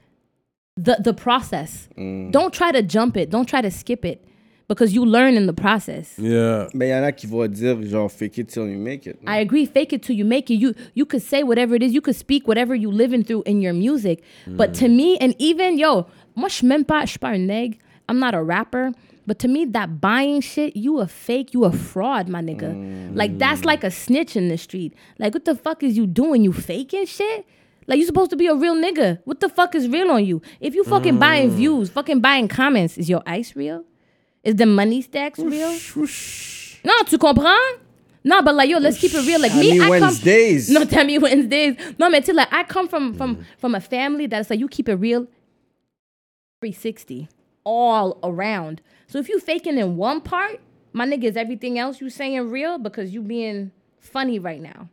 the, the process. Don't try to jump it. Don't try to skip it. Because you learn in the process. Yeah. Mais il y en a qui vont dire, genre, fake it till you make it. I agree. Fake it till you make it. You you could say whatever it is. You could speak whatever you living through in your music. But to me, and even yo, moi je suis même pas, je suis pas un neg. I'm not a rapper. But to me, that buying shit, you a fake, you a fraud, my nigga. Like that's like a snitch in the street. Like what the fuck is you doing? You faking shit? Like you supposed to be a real nigga. What the fuck is real on you? If you fucking buying views, fucking buying comments, is your ice real? Is the money stacks real? Non, tu comprends? Non, but like, yo, let's keep it real. Like, me, Tammy I Wednesdays. Mm. come... (laughs) No, Tammy Wednesdays. No, man, too, like, I come from, from, from a family that's like, you keep it real 360 all around. So if you faking in one part, my nigga, is everything else you saying real? Because you being funny right now.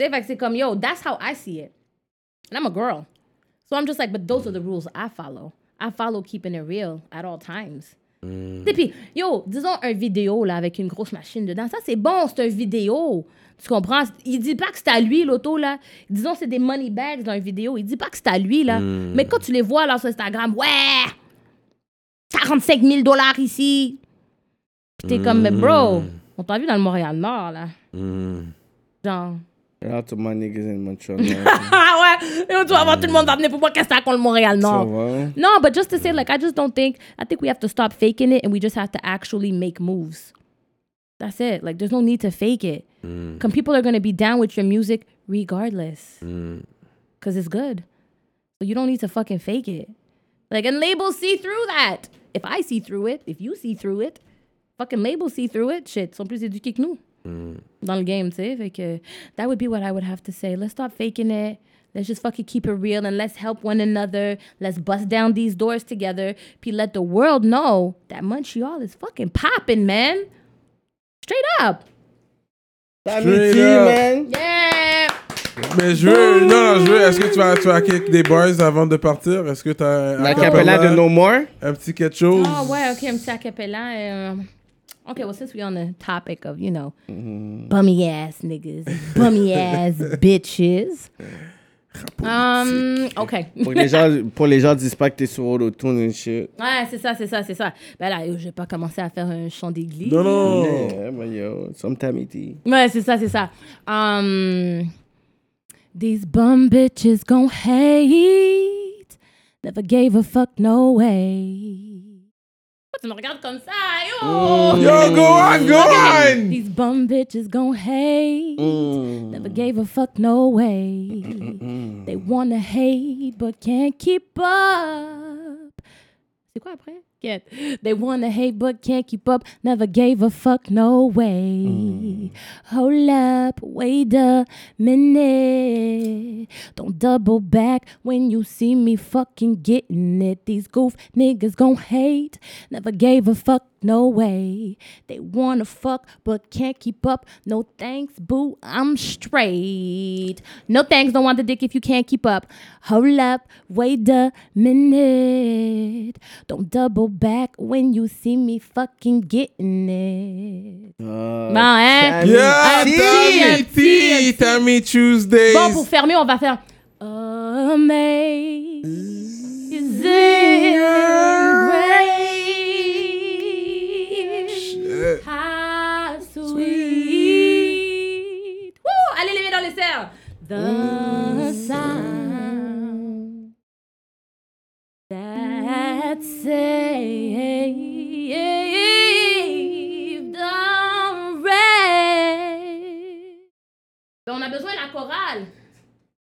They actually come, yo, that's how I see it. And I'm a girl. So I'm just like, but those are the rules I follow. I follow keeping it real at all times. Et puis, yo, disons un vidéo là avec une grosse machine dedans. Ça, c'est bon, c'est un vidéo. Tu comprends? Il dit pas que c'est à lui l'auto là. Disons c'est des money bags dans une vidéo. Il dit pas que c'est à lui là. Mais quand tu les vois là sur Instagram, ouais, 45 000 dollars ici. Puis t'es comme, mais bro, on t'a vu dans le Montréal Nord là. Genre. Shout out to my niggas in Montreal. man. (laughs) Ah ouais, et on doit avoir tout le monde va venir pour moi qu'est-ce que ça contre le Montréal Ça Nord. va? No, but just to say, like, I just don't think, I think we have to stop faking it and we just have to actually make moves. That's it. Like, there's no need to fake it. Because people are going to be down with your music regardless. Because it's good. So you don't need to fucking fake it. Like, and labels see through that. If I see through it, if you see through it, fucking labels see through it. Shit, ils sont plus éduqués que nous dans le game, tu sais. Fait que, that would be what I would have to say. Let's stop faking it. Let's just fucking keep it real and let's help one another. Let's bust down these doors together. Puis let the world know that Montreal is fucking popping, man. Straight up. Tammy T, up. man. Yeah. Mais je veux, non, non, je veux. Est-ce que tu vas, tu vas kick des bars avant de partir? Est-ce que t'as un La acapella, capella de No More. un petit quelque chose? Oh, ouais, ok, un petit acapella. et, um, Okay, well, since we're on the topic of, you know, bummy ass niggas, bummy ass bitches. Um, okay. Pour que les gens, pour les gens disent pas que t'es sur Auto-Tune et shit. Ouais, c'est ça, c'est ça, c'est ça. Ben là, je vais pas commencer à faire un chant d'église. Non, Oh. non. Yeah, but yo, some Tammy T. Ouais, c'est ça, c'est ça. Um, these bum bitches gon' hate. Never gave a fuck no way. Pourquoi tu me regardes comme ça, yo? Yo, go on, go on. These bum bitches gon' hate. Never gave a fuck no way. They wanna hate but can't keep up. C'est quoi après? Get. They wanna hate but can't keep up. Never gave a fuck no way. Hold up, wait a minute. Don't double back when you see me fucking getting it. These goof niggas gon' hate. Never gave a fuck no way. They wanna fuck but can't keep up. No thanks, boo. I'm straight. No thanks, don't want the dick if you can't keep up. Hold up, wait a minute. Don't double back when you see me fucking getting it. Ah, Bon, hein? Tammy Yeah, T. Tammy T, Tammy Tuesdays. Bon, pour fermer, on va faire Amazing. the sound that saved the rain. Ben, on a besoin de la chorale.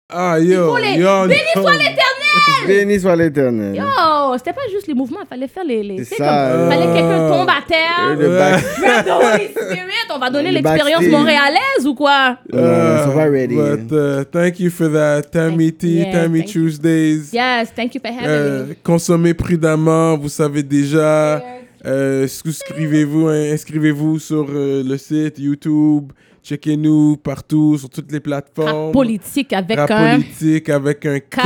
Ah, yo, Faut les- yo, Béni no. soit l'éternel! Béni soit l'éternel. Yo, c'était pas juste les mouvements, il fallait faire les. les C'est tu sais, ça, comme- euh, fallait que quelqu'un tombe à terre. Le back. Grab the Holy Spirit, on va (laughs) donner Le l'expérience backstage. montréalaise ou quoi? Euh, so we're ready. But uh, thank you for that, Tammy Thank- T, yeah, Tammy thank you. Tuesdays. Yes, thank you for having Euh, me. consommez prudemment, vous savez déjà. Euh, souscrivez-vous, hein, inscrivez-vous sur euh, le site YouTube. Checkez-nous partout, sur toutes les plateformes. Rap politique avec Rap un. politique avec un K. K.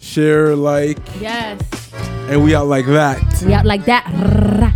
Share, like, Yes. and we are like that. We are like that.